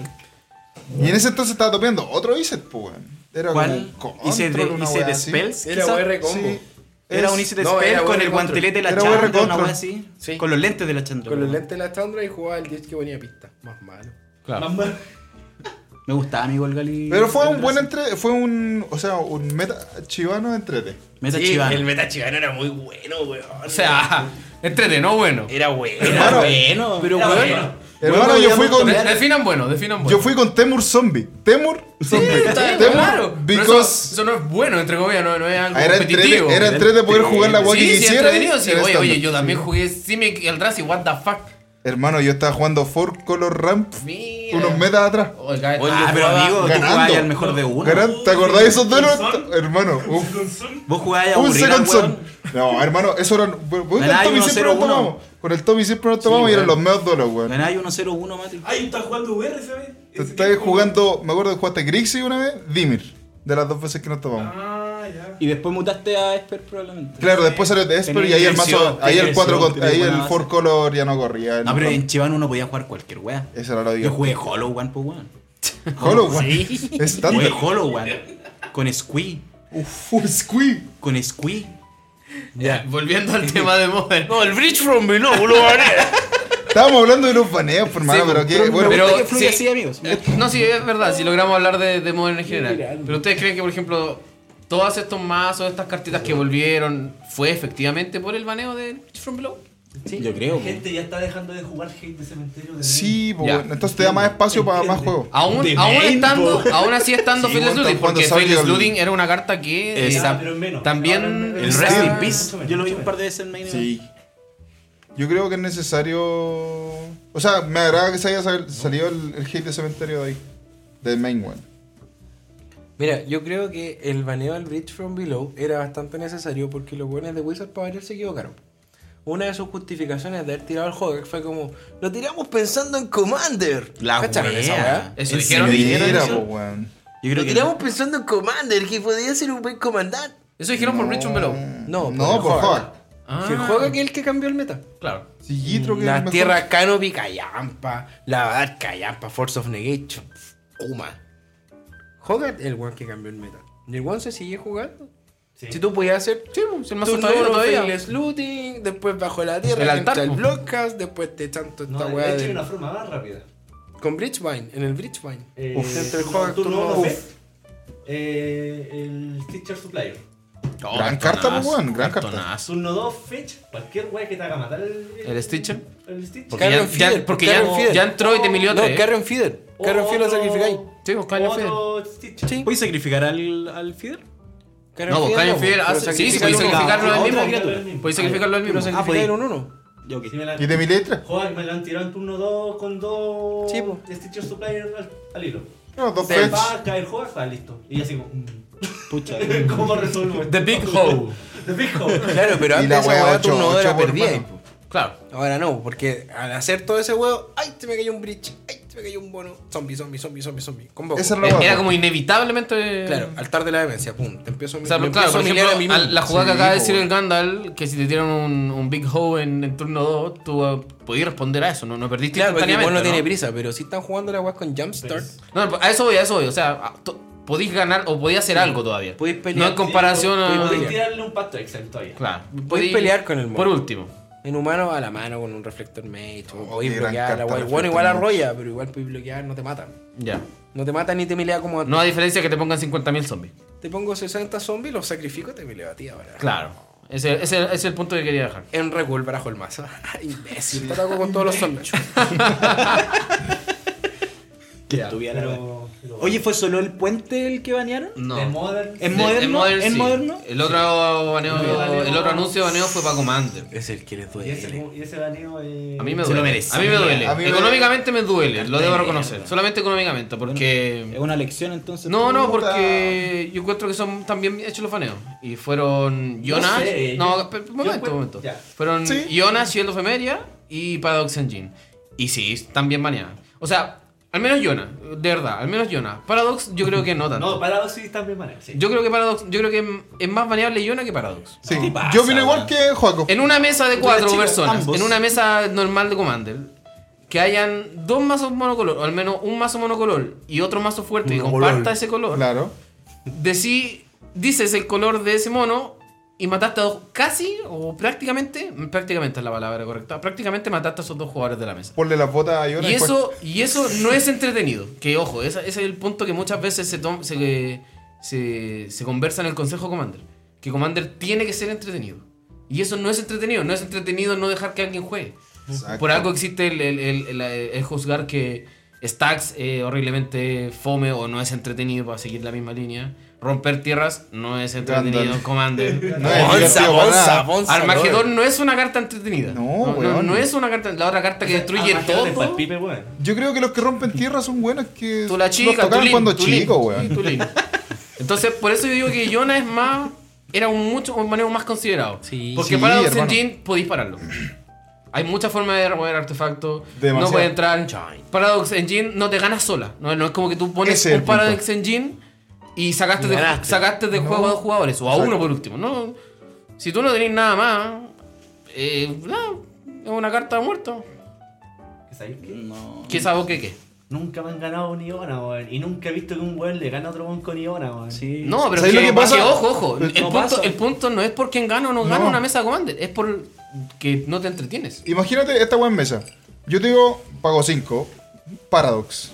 Speaker 3: Y en ese entonces estaba topeando otro Iset, pues, weón. Era
Speaker 6: ¿Cuál?
Speaker 3: como
Speaker 6: Hice
Speaker 3: Control,
Speaker 6: de,
Speaker 3: una
Speaker 6: hice
Speaker 3: weá
Speaker 6: de
Speaker 3: así.
Speaker 6: Spells.
Speaker 4: Era
Speaker 6: quizá.
Speaker 4: OR
Speaker 3: Sí.
Speaker 4: combo.
Speaker 6: Era
Speaker 4: Es-
Speaker 6: un Easy to
Speaker 4: no,
Speaker 6: Spell
Speaker 4: era
Speaker 6: con
Speaker 4: War
Speaker 6: el
Speaker 4: Control.
Speaker 6: guantelete de la
Speaker 3: Era War
Speaker 6: Chandra, una
Speaker 3: Control.
Speaker 6: wea así.
Speaker 4: Sí.
Speaker 6: Con los lentes de la Chandra.
Speaker 4: Con los
Speaker 6: weón.
Speaker 4: lentes de la Chandra y jugaba el 10 que ponía pista. Más malo.
Speaker 1: Claro.
Speaker 7: Más mal.
Speaker 6: Me gustaba mi Golgali.
Speaker 3: Pero fue un buen entre... Fue un... O sea, un meta chivano entrete.
Speaker 6: Meta
Speaker 8: Sí,
Speaker 6: chivana.
Speaker 8: el meta chivano era muy bueno, weón.
Speaker 1: O sea, (laughs) entrete, no bueno.
Speaker 8: era bueno.
Speaker 3: Hermano,
Speaker 6: bueno, pero
Speaker 7: Era
Speaker 6: weón.
Speaker 7: bueno.
Speaker 3: hermano, yo
Speaker 6: Bueno,
Speaker 3: fui
Speaker 6: digamos,
Speaker 3: con...
Speaker 6: también-
Speaker 1: Definan bueno, definan bueno. (laughs)
Speaker 3: Yo fui con Temur Zombie. Temur Zombie.
Speaker 1: Está-
Speaker 3: Temur
Speaker 1: claro. Pero
Speaker 3: because- ah,
Speaker 1: Eso, eso no es bueno, entre comillas, no, no es algo
Speaker 3: Era
Speaker 1: competitivo.
Speaker 3: entrete, era entrete poder jugar la guay
Speaker 1: sí,
Speaker 3: que
Speaker 1: sí,
Speaker 3: quisiera.
Speaker 1: entretenido, sí.
Speaker 3: en
Speaker 1: Oye,
Speaker 3: estándar.
Speaker 1: oye, yo también jugué Simic y Eldrazi, what the fuck.
Speaker 3: Hermano, yo estaba jugando Four Color Ramp
Speaker 1: Mira.
Speaker 3: unos metas atrás.
Speaker 1: Oiga,
Speaker 8: Oye,
Speaker 6: Ah, pero amigo, tú
Speaker 3: ganando.
Speaker 6: jugabas al mejor de uno.
Speaker 3: Ganan- ¿Te acordás de esos duelos?
Speaker 5: ¿Son?
Speaker 3: Hermano, uf.
Speaker 6: Vos jugabas a
Speaker 3: Un second son.
Speaker 6: weón.
Speaker 3: No, hermano, eso eran. weón, Con el
Speaker 6: Ganaba
Speaker 3: Tommy
Speaker 6: 1-0-1.
Speaker 3: siempre nos tomamos. Con el Tommy siempre nos tomamos y eran los
Speaker 6: weón.
Speaker 3: medios duelos, weón.
Speaker 6: Ganáis 1-0-1, Mati.
Speaker 5: Ay, está jugando VR, ¿sabes?
Speaker 3: Te estás jugando, me acuerdo que jugaste Grixie una vez, Dimir. De las dos veces que nos tomamos.
Speaker 5: Ah, ya.
Speaker 6: Y después mutaste a Esper probablemente.
Speaker 3: Claro, después salió de Esper y ahí el mazo.
Speaker 6: Tenía
Speaker 3: Ahí el
Speaker 6: inversión,
Speaker 3: 4 con.
Speaker 6: tenía
Speaker 3: Ahí
Speaker 6: buena
Speaker 3: el
Speaker 6: base.
Speaker 3: 4 color ya no corría.
Speaker 6: No,
Speaker 3: no
Speaker 6: Ah, pero
Speaker 3: corría.
Speaker 6: en Chivano uno podía jugar cualquier wea.
Speaker 3: Eso era lo
Speaker 6: Yo
Speaker 3: digo.
Speaker 6: jugué Hollow One, pues weón.
Speaker 3: Hollow, weón. Estándar.
Speaker 6: Jugué Hollow One. Con Squee.
Speaker 3: Uf, Squee.
Speaker 6: Con Squee.
Speaker 1: Ya, volviendo al tema de Modern.
Speaker 8: No, el Bridge from me, no, lo gané.
Speaker 3: Estábamos hablando de los baneos, por hermano, pero qué. Bueno,
Speaker 1: pero-
Speaker 6: que fluye
Speaker 1: sí.
Speaker 6: así, amigos.
Speaker 1: Eh, No, sí, es verdad, si logramos hablar de, de Modern en general. Pero ustedes creen que, por ejemplo, todos estos mazos, estas cartitas que volvieron, fue efectivamente por el baneo de Reach From Below?
Speaker 6: Yo creo,
Speaker 7: La
Speaker 4: pues.
Speaker 7: gente ya está dejando de jugar hate de cementerio. De
Speaker 3: Sí, po,
Speaker 1: Ya.
Speaker 3: weón. entonces te da más espacio para más juegos.
Speaker 1: Aún,
Speaker 6: De
Speaker 1: aún
Speaker 6: main,
Speaker 1: estando, aún así estando
Speaker 3: Sí,
Speaker 1: Fearless
Speaker 3: bueno,
Speaker 1: Looting,
Speaker 3: cuando
Speaker 1: porque
Speaker 3: salió
Speaker 1: Fearless
Speaker 3: el-
Speaker 1: Looting era una carta que eh,
Speaker 6: Esa-
Speaker 1: tam-
Speaker 7: pero es menos. Ahora es
Speaker 1: también
Speaker 7: menos.
Speaker 1: el
Speaker 6: El
Speaker 1: Rest
Speaker 6: Rest
Speaker 3: Ah,
Speaker 1: in
Speaker 6: in
Speaker 1: Peace.
Speaker 6: Peace. Yo lo vi un par de veces en Main Event.
Speaker 3: Sí. Yo creo que es necesario. O sea, me agrada que se haya sal- salido el, el hate de cementerio de ahí. Del main one.
Speaker 4: Mira, yo creo que el baneo al Bridge from Below era bastante necesario porque los buenos de Wizard para variar se equivocaron. Una de sus justificaciones de haber tirado al Hogger fue como: Lo tiramos pensando en Commander.
Speaker 6: La
Speaker 4: ¿Cacharon
Speaker 6: wea.
Speaker 4: esa weá?
Speaker 1: Eso
Speaker 6: ¿En
Speaker 1: dijeron.
Speaker 6: serio?
Speaker 3: Mira, po,
Speaker 6: Yo
Speaker 3: weón.
Speaker 6: creo
Speaker 4: Lo
Speaker 6: que
Speaker 4: tiramos pensando en Commander, que podía ser un buen comandante.
Speaker 1: Eso dijeron por Reach From Below.
Speaker 4: No,
Speaker 3: no,
Speaker 4: por
Speaker 3: por
Speaker 4: Hogak.
Speaker 3: favor.
Speaker 1: Ah,
Speaker 4: Si el Hogger que es el que cambió el meta.
Speaker 1: claro.
Speaker 3: Si Yitro que es
Speaker 4: La
Speaker 3: mejor.
Speaker 4: tierra Canopy Cayampa, la Badar Cayampa, Force of Negation, Kuma. Hogarth el one que cambió el meta. Y el one se sigue jugando.
Speaker 7: Sí.
Speaker 4: Si tú podías hacer
Speaker 1: Sí, pues, el mazo
Speaker 4: tu
Speaker 1: está vivo todavía.
Speaker 4: el looting, después bajo la tierra,
Speaker 1: El
Speaker 4: el
Speaker 1: altar,
Speaker 4: el
Speaker 1: po.
Speaker 4: blockcast, después te echan toda
Speaker 7: No,
Speaker 4: esta
Speaker 7: de
Speaker 4: weá
Speaker 7: hecho, hay
Speaker 4: del-
Speaker 7: una forma más rápida.
Speaker 4: Con Bridgevine, en el Bridgevine.
Speaker 7: Eh,
Speaker 4: Entre el Hogak,
Speaker 7: turno
Speaker 4: turno
Speaker 7: uno,
Speaker 4: dos.
Speaker 7: ves, eh, el Teacher Supplier.
Speaker 1: Oh,
Speaker 3: Gran carta,
Speaker 1: cartonazo,
Speaker 3: po, weón, gran carta.
Speaker 1: cartonazo.
Speaker 7: Turno 2, fetch, cualquier wey que te haga matar el,
Speaker 1: ¿El Stitcher?
Speaker 7: El Stitcher.
Speaker 1: Porque ya,
Speaker 4: Carrion
Speaker 1: ya-
Speaker 4: Feeder,
Speaker 1: porque
Speaker 4: Carrion
Speaker 1: ya,
Speaker 4: Feeder.
Speaker 1: ya entró y te milió
Speaker 4: No,
Speaker 1: tres.
Speaker 4: Carrion Feeder. Carrion Feeder lo sacrificáis.
Speaker 1: Sí, pues, Carrion
Speaker 7: Otro Stitcher.
Speaker 4: Sí.
Speaker 6: ¿Puedes sacrificar al, al Feeder?
Speaker 4: Carrion
Speaker 1: No, pues Carrion Feeder
Speaker 4: pero
Speaker 1: hace. Sí, sí,
Speaker 4: sacrificáis
Speaker 1: podéis
Speaker 4: uno.
Speaker 1: sacrificarlo
Speaker 6: a
Speaker 1: al
Speaker 6: otra
Speaker 7: criatura.
Speaker 1: mismo. Podéis sacrificarlo al
Speaker 4: Ah, Pero
Speaker 1: mismo.
Speaker 4: sacrificáis en un uno.
Speaker 6: Yo
Speaker 7: Sí, me la-
Speaker 3: ¿Y de mi letra?
Speaker 7: Joder, me lo han tirado en turno 2 con 2
Speaker 4: Sí, po.
Speaker 1: pues.
Speaker 7: Stitcher Supplier al, al hilo.
Speaker 3: No, dos
Speaker 7: Se
Speaker 3: fetch.
Speaker 7: va a caer Joder, está listo. Y así como. mm.
Speaker 3: (laughs)
Speaker 7: (laughs)
Speaker 6: Pucha.
Speaker 7: ¿Cómo resuelvo esto?
Speaker 1: The
Speaker 7: (laughs)
Speaker 1: Big Hole.
Speaker 7: The Big
Speaker 1: (laughs)
Speaker 7: Hole.
Speaker 4: Claro, pero
Speaker 3: Y
Speaker 4: antes
Speaker 3: la
Speaker 4: esa
Speaker 3: weá
Speaker 4: weá
Speaker 3: ocho,
Speaker 4: tú no
Speaker 3: ocho
Speaker 4: era
Speaker 3: por
Speaker 4: perdida.
Speaker 3: mano.
Speaker 4: po.
Speaker 1: Claro.
Speaker 4: Ahora no, porque al hacer todo ese huevo, ¡ay! Se me cayó un bridge, ¡ay! Se me cayó un bono. Zombie, zombie, zombie, zombie, zombie. Combo.
Speaker 3: Esa es la
Speaker 1: Era
Speaker 3: weá.
Speaker 1: como inevitablemente.
Speaker 4: Claro, altar de la demencia, pum. Te empiezo a
Speaker 1: O sea,
Speaker 4: me
Speaker 1: pero claro,
Speaker 4: empiezo
Speaker 1: por
Speaker 4: a
Speaker 1: ejemplo,
Speaker 4: milear a mí
Speaker 1: al-
Speaker 4: mismo.
Speaker 1: la jugada
Speaker 4: Sí,
Speaker 1: que acaba de
Speaker 4: po,
Speaker 1: decir el
Speaker 4: weón.
Speaker 1: Gandalf, que si te tiran un, un Big Hoe en, en turno 2, tú ah, podías responder a eso, no, no perdiste
Speaker 4: Claro, porque el
Speaker 1: instantáneamente.
Speaker 4: bono no Pues. tiene
Speaker 1: ¿no?
Speaker 4: prisa, pero si están jugando la weá con Jumpstart.
Speaker 1: No, a eso voy, a eso voy. O sea, a- to- podís ganar o podías hacer algo todavía.
Speaker 4: Podís pelear.
Speaker 1: No en comparación
Speaker 7: Sí,
Speaker 1: a.
Speaker 4: podís
Speaker 7: Podéis tirarle un pacto Excel todavía.
Speaker 1: Claro.
Speaker 4: Podéis pelear con el
Speaker 1: Por
Speaker 4: mono.
Speaker 1: último.
Speaker 4: En humano a la mano con un reflector mate. o
Speaker 3: Oh,
Speaker 4: podéis
Speaker 3: qué gran
Speaker 4: bloquear la
Speaker 3: carta,
Speaker 4: weá. El
Speaker 3: reflector
Speaker 4: Bueno, igual
Speaker 3: mage.
Speaker 4: arrolla, pero igual podéis bloquear, no te mata.
Speaker 1: Ya.
Speaker 4: No te mata ni te milea como a ti.
Speaker 1: No a diferencia que te pongan 50.000 zombies.
Speaker 4: Te pongo 60 zombies, los sacrifico y te mileo a ti ahora.
Speaker 1: Claro. Ese, ese- ese es el punto que quería dejar.
Speaker 4: En recul bajo el mazo. (laughs) Ah, Imbécil. Te ataco con todos los zombies. (laughs)
Speaker 6: Que estuviera la wea.
Speaker 7: Pero, pero-
Speaker 6: Oye, ¿fue solo el puente el que banearon?
Speaker 1: No.
Speaker 7: De Modern.
Speaker 6: ¿En
Speaker 1: De-
Speaker 6: moderno?
Speaker 1: en Modern,
Speaker 6: ¿En
Speaker 1: sí.
Speaker 6: moderno?
Speaker 1: El otro, baneo- el otro anuncio de baneo fue para Commander.
Speaker 6: Es el que les
Speaker 7: Y ese, y ese baneo. eh,
Speaker 1: A mí me
Speaker 6: Se lo
Speaker 1: duele.
Speaker 6: merecía.
Speaker 1: A mí me duele.
Speaker 3: A mí me-
Speaker 1: económicamente me duele, lo debo
Speaker 6: de
Speaker 1: reconocer.
Speaker 6: mierda.
Speaker 1: Solamente económicamente,
Speaker 6: Es
Speaker 3: Mm.
Speaker 1: porque.
Speaker 6: una lección entonces.
Speaker 1: No, no,
Speaker 3: puta.
Speaker 1: porque yo encuentro que son también hechos los faneos. Y fueron
Speaker 7: No
Speaker 1: Jonas.
Speaker 7: sé,
Speaker 1: No,
Speaker 7: yo-
Speaker 1: pero- un
Speaker 7: yo
Speaker 1: momento,
Speaker 7: encuentro-
Speaker 1: un momento.
Speaker 7: ya.
Speaker 1: Fueron
Speaker 3: Sí.
Speaker 1: Jonas, Shield of Emeria y Paradox Engine. Y sí, también baneadas. O sea, al menos Jonas, de verdad, al menos Jonas. Paradox yo creo que no tanto.
Speaker 7: No, parado sí está bien manera. Sí.
Speaker 1: Yo creo que Paradox, yo creo que es más baneable Jonas que Paradox.
Speaker 3: Sí.
Speaker 6: ¿Qué pasa,
Speaker 3: Yo opino igual
Speaker 6: weón?
Speaker 3: que Joaco.
Speaker 1: En una mesa de
Speaker 6: Mira,
Speaker 1: cuatro
Speaker 6: chicos,
Speaker 1: personas,
Speaker 6: ambos.
Speaker 1: en una mesa normal de Commander, que hayan dos mazos monocolor, o al menos un mazo monocolor y otro mazo fuerte que comparta ese color,
Speaker 3: Claro.
Speaker 1: decí- dices el color de ese mono y mataste a dos, casi o prácticamente, prácticamente es la palabra correcta, prácticamente mataste a esos dos jugadores de la mesa.
Speaker 3: Ponle las botas a Iona
Speaker 1: Y eso, y eso no es entretenido. Que ojo, esa- ese, es el punto que muchas veces se, tom- se, se, se conversa en el Consejo Commander. Que Commander tiene que ser entretenido. Y eso no es entretenido. No es entretenido no dejar que alguien juegue.
Speaker 3: Exacto.
Speaker 1: Por algo existe el, el, el, el- el juzgar que Stacks eh, horriblemente fome o no es entretenido para seguir la misma línea. Romper tierras no es entretenido,
Speaker 3: Gandalf. (laughs)
Speaker 1: Commander.
Speaker 3: No es
Speaker 4: Bonza,
Speaker 3: divertido para
Speaker 4: bonza,
Speaker 3: nada.
Speaker 4: bonza.
Speaker 1: Armagedón no es una carta entretenida.
Speaker 3: No,
Speaker 1: no, no,
Speaker 3: weón.
Speaker 1: no es una carta. La otra carta que destruye
Speaker 7: Imagínate,
Speaker 1: todo.
Speaker 7: palpipe, weón.
Speaker 3: Yo creo que los que rompen tierra son buenos que
Speaker 1: Tú la
Speaker 3: los
Speaker 1: chica,
Speaker 3: tocaban
Speaker 1: Tulín,
Speaker 3: cuando
Speaker 1: Tulín,
Speaker 3: chico,
Speaker 1: sí,
Speaker 3: weón.
Speaker 1: Tulín. Entonces, por eso yo digo que Yona es más. Era un mucho un manejo más considerado.
Speaker 4: Sí.
Speaker 1: Porque
Speaker 3: Sí,
Speaker 1: para Paradox
Speaker 3: hermano.
Speaker 1: Engine podéis pararlo. Hay muchas formas de remover artefactos.
Speaker 3: Demasiado.
Speaker 1: No puede entrar. Paradox Engine no te ganas sola. No, no es como que tú pones
Speaker 3: Ese es el
Speaker 1: un Paradox Engine y sacaste, de,
Speaker 4: ganaste.
Speaker 1: sacaste de juego a dos jugadores. O a uno por último. No, si tú no tenés nada más. eh, no, es una carta muerta.
Speaker 7: ¿Sabéis qué?
Speaker 6: No.
Speaker 1: ¿Qué sabes qué qué?
Speaker 7: Nunca me han ganado ni Iona, weón. Y nunca he visto que un weón le gane a otro weón con Iona, weón.
Speaker 6: Sí.
Speaker 1: No, pero es
Speaker 3: ¿Sabes
Speaker 1: que,
Speaker 3: lo que pasa?
Speaker 1: que ojo, ojo. El,
Speaker 3: Pues
Speaker 7: no
Speaker 1: punto,
Speaker 7: pasa.
Speaker 1: el punto no es por quién gana o no, gana
Speaker 3: No.
Speaker 1: una mesa de Commander, es por que no te entretienes.
Speaker 3: Imagínate esta weón mesa. Yo te digo, pago 5, Paradox.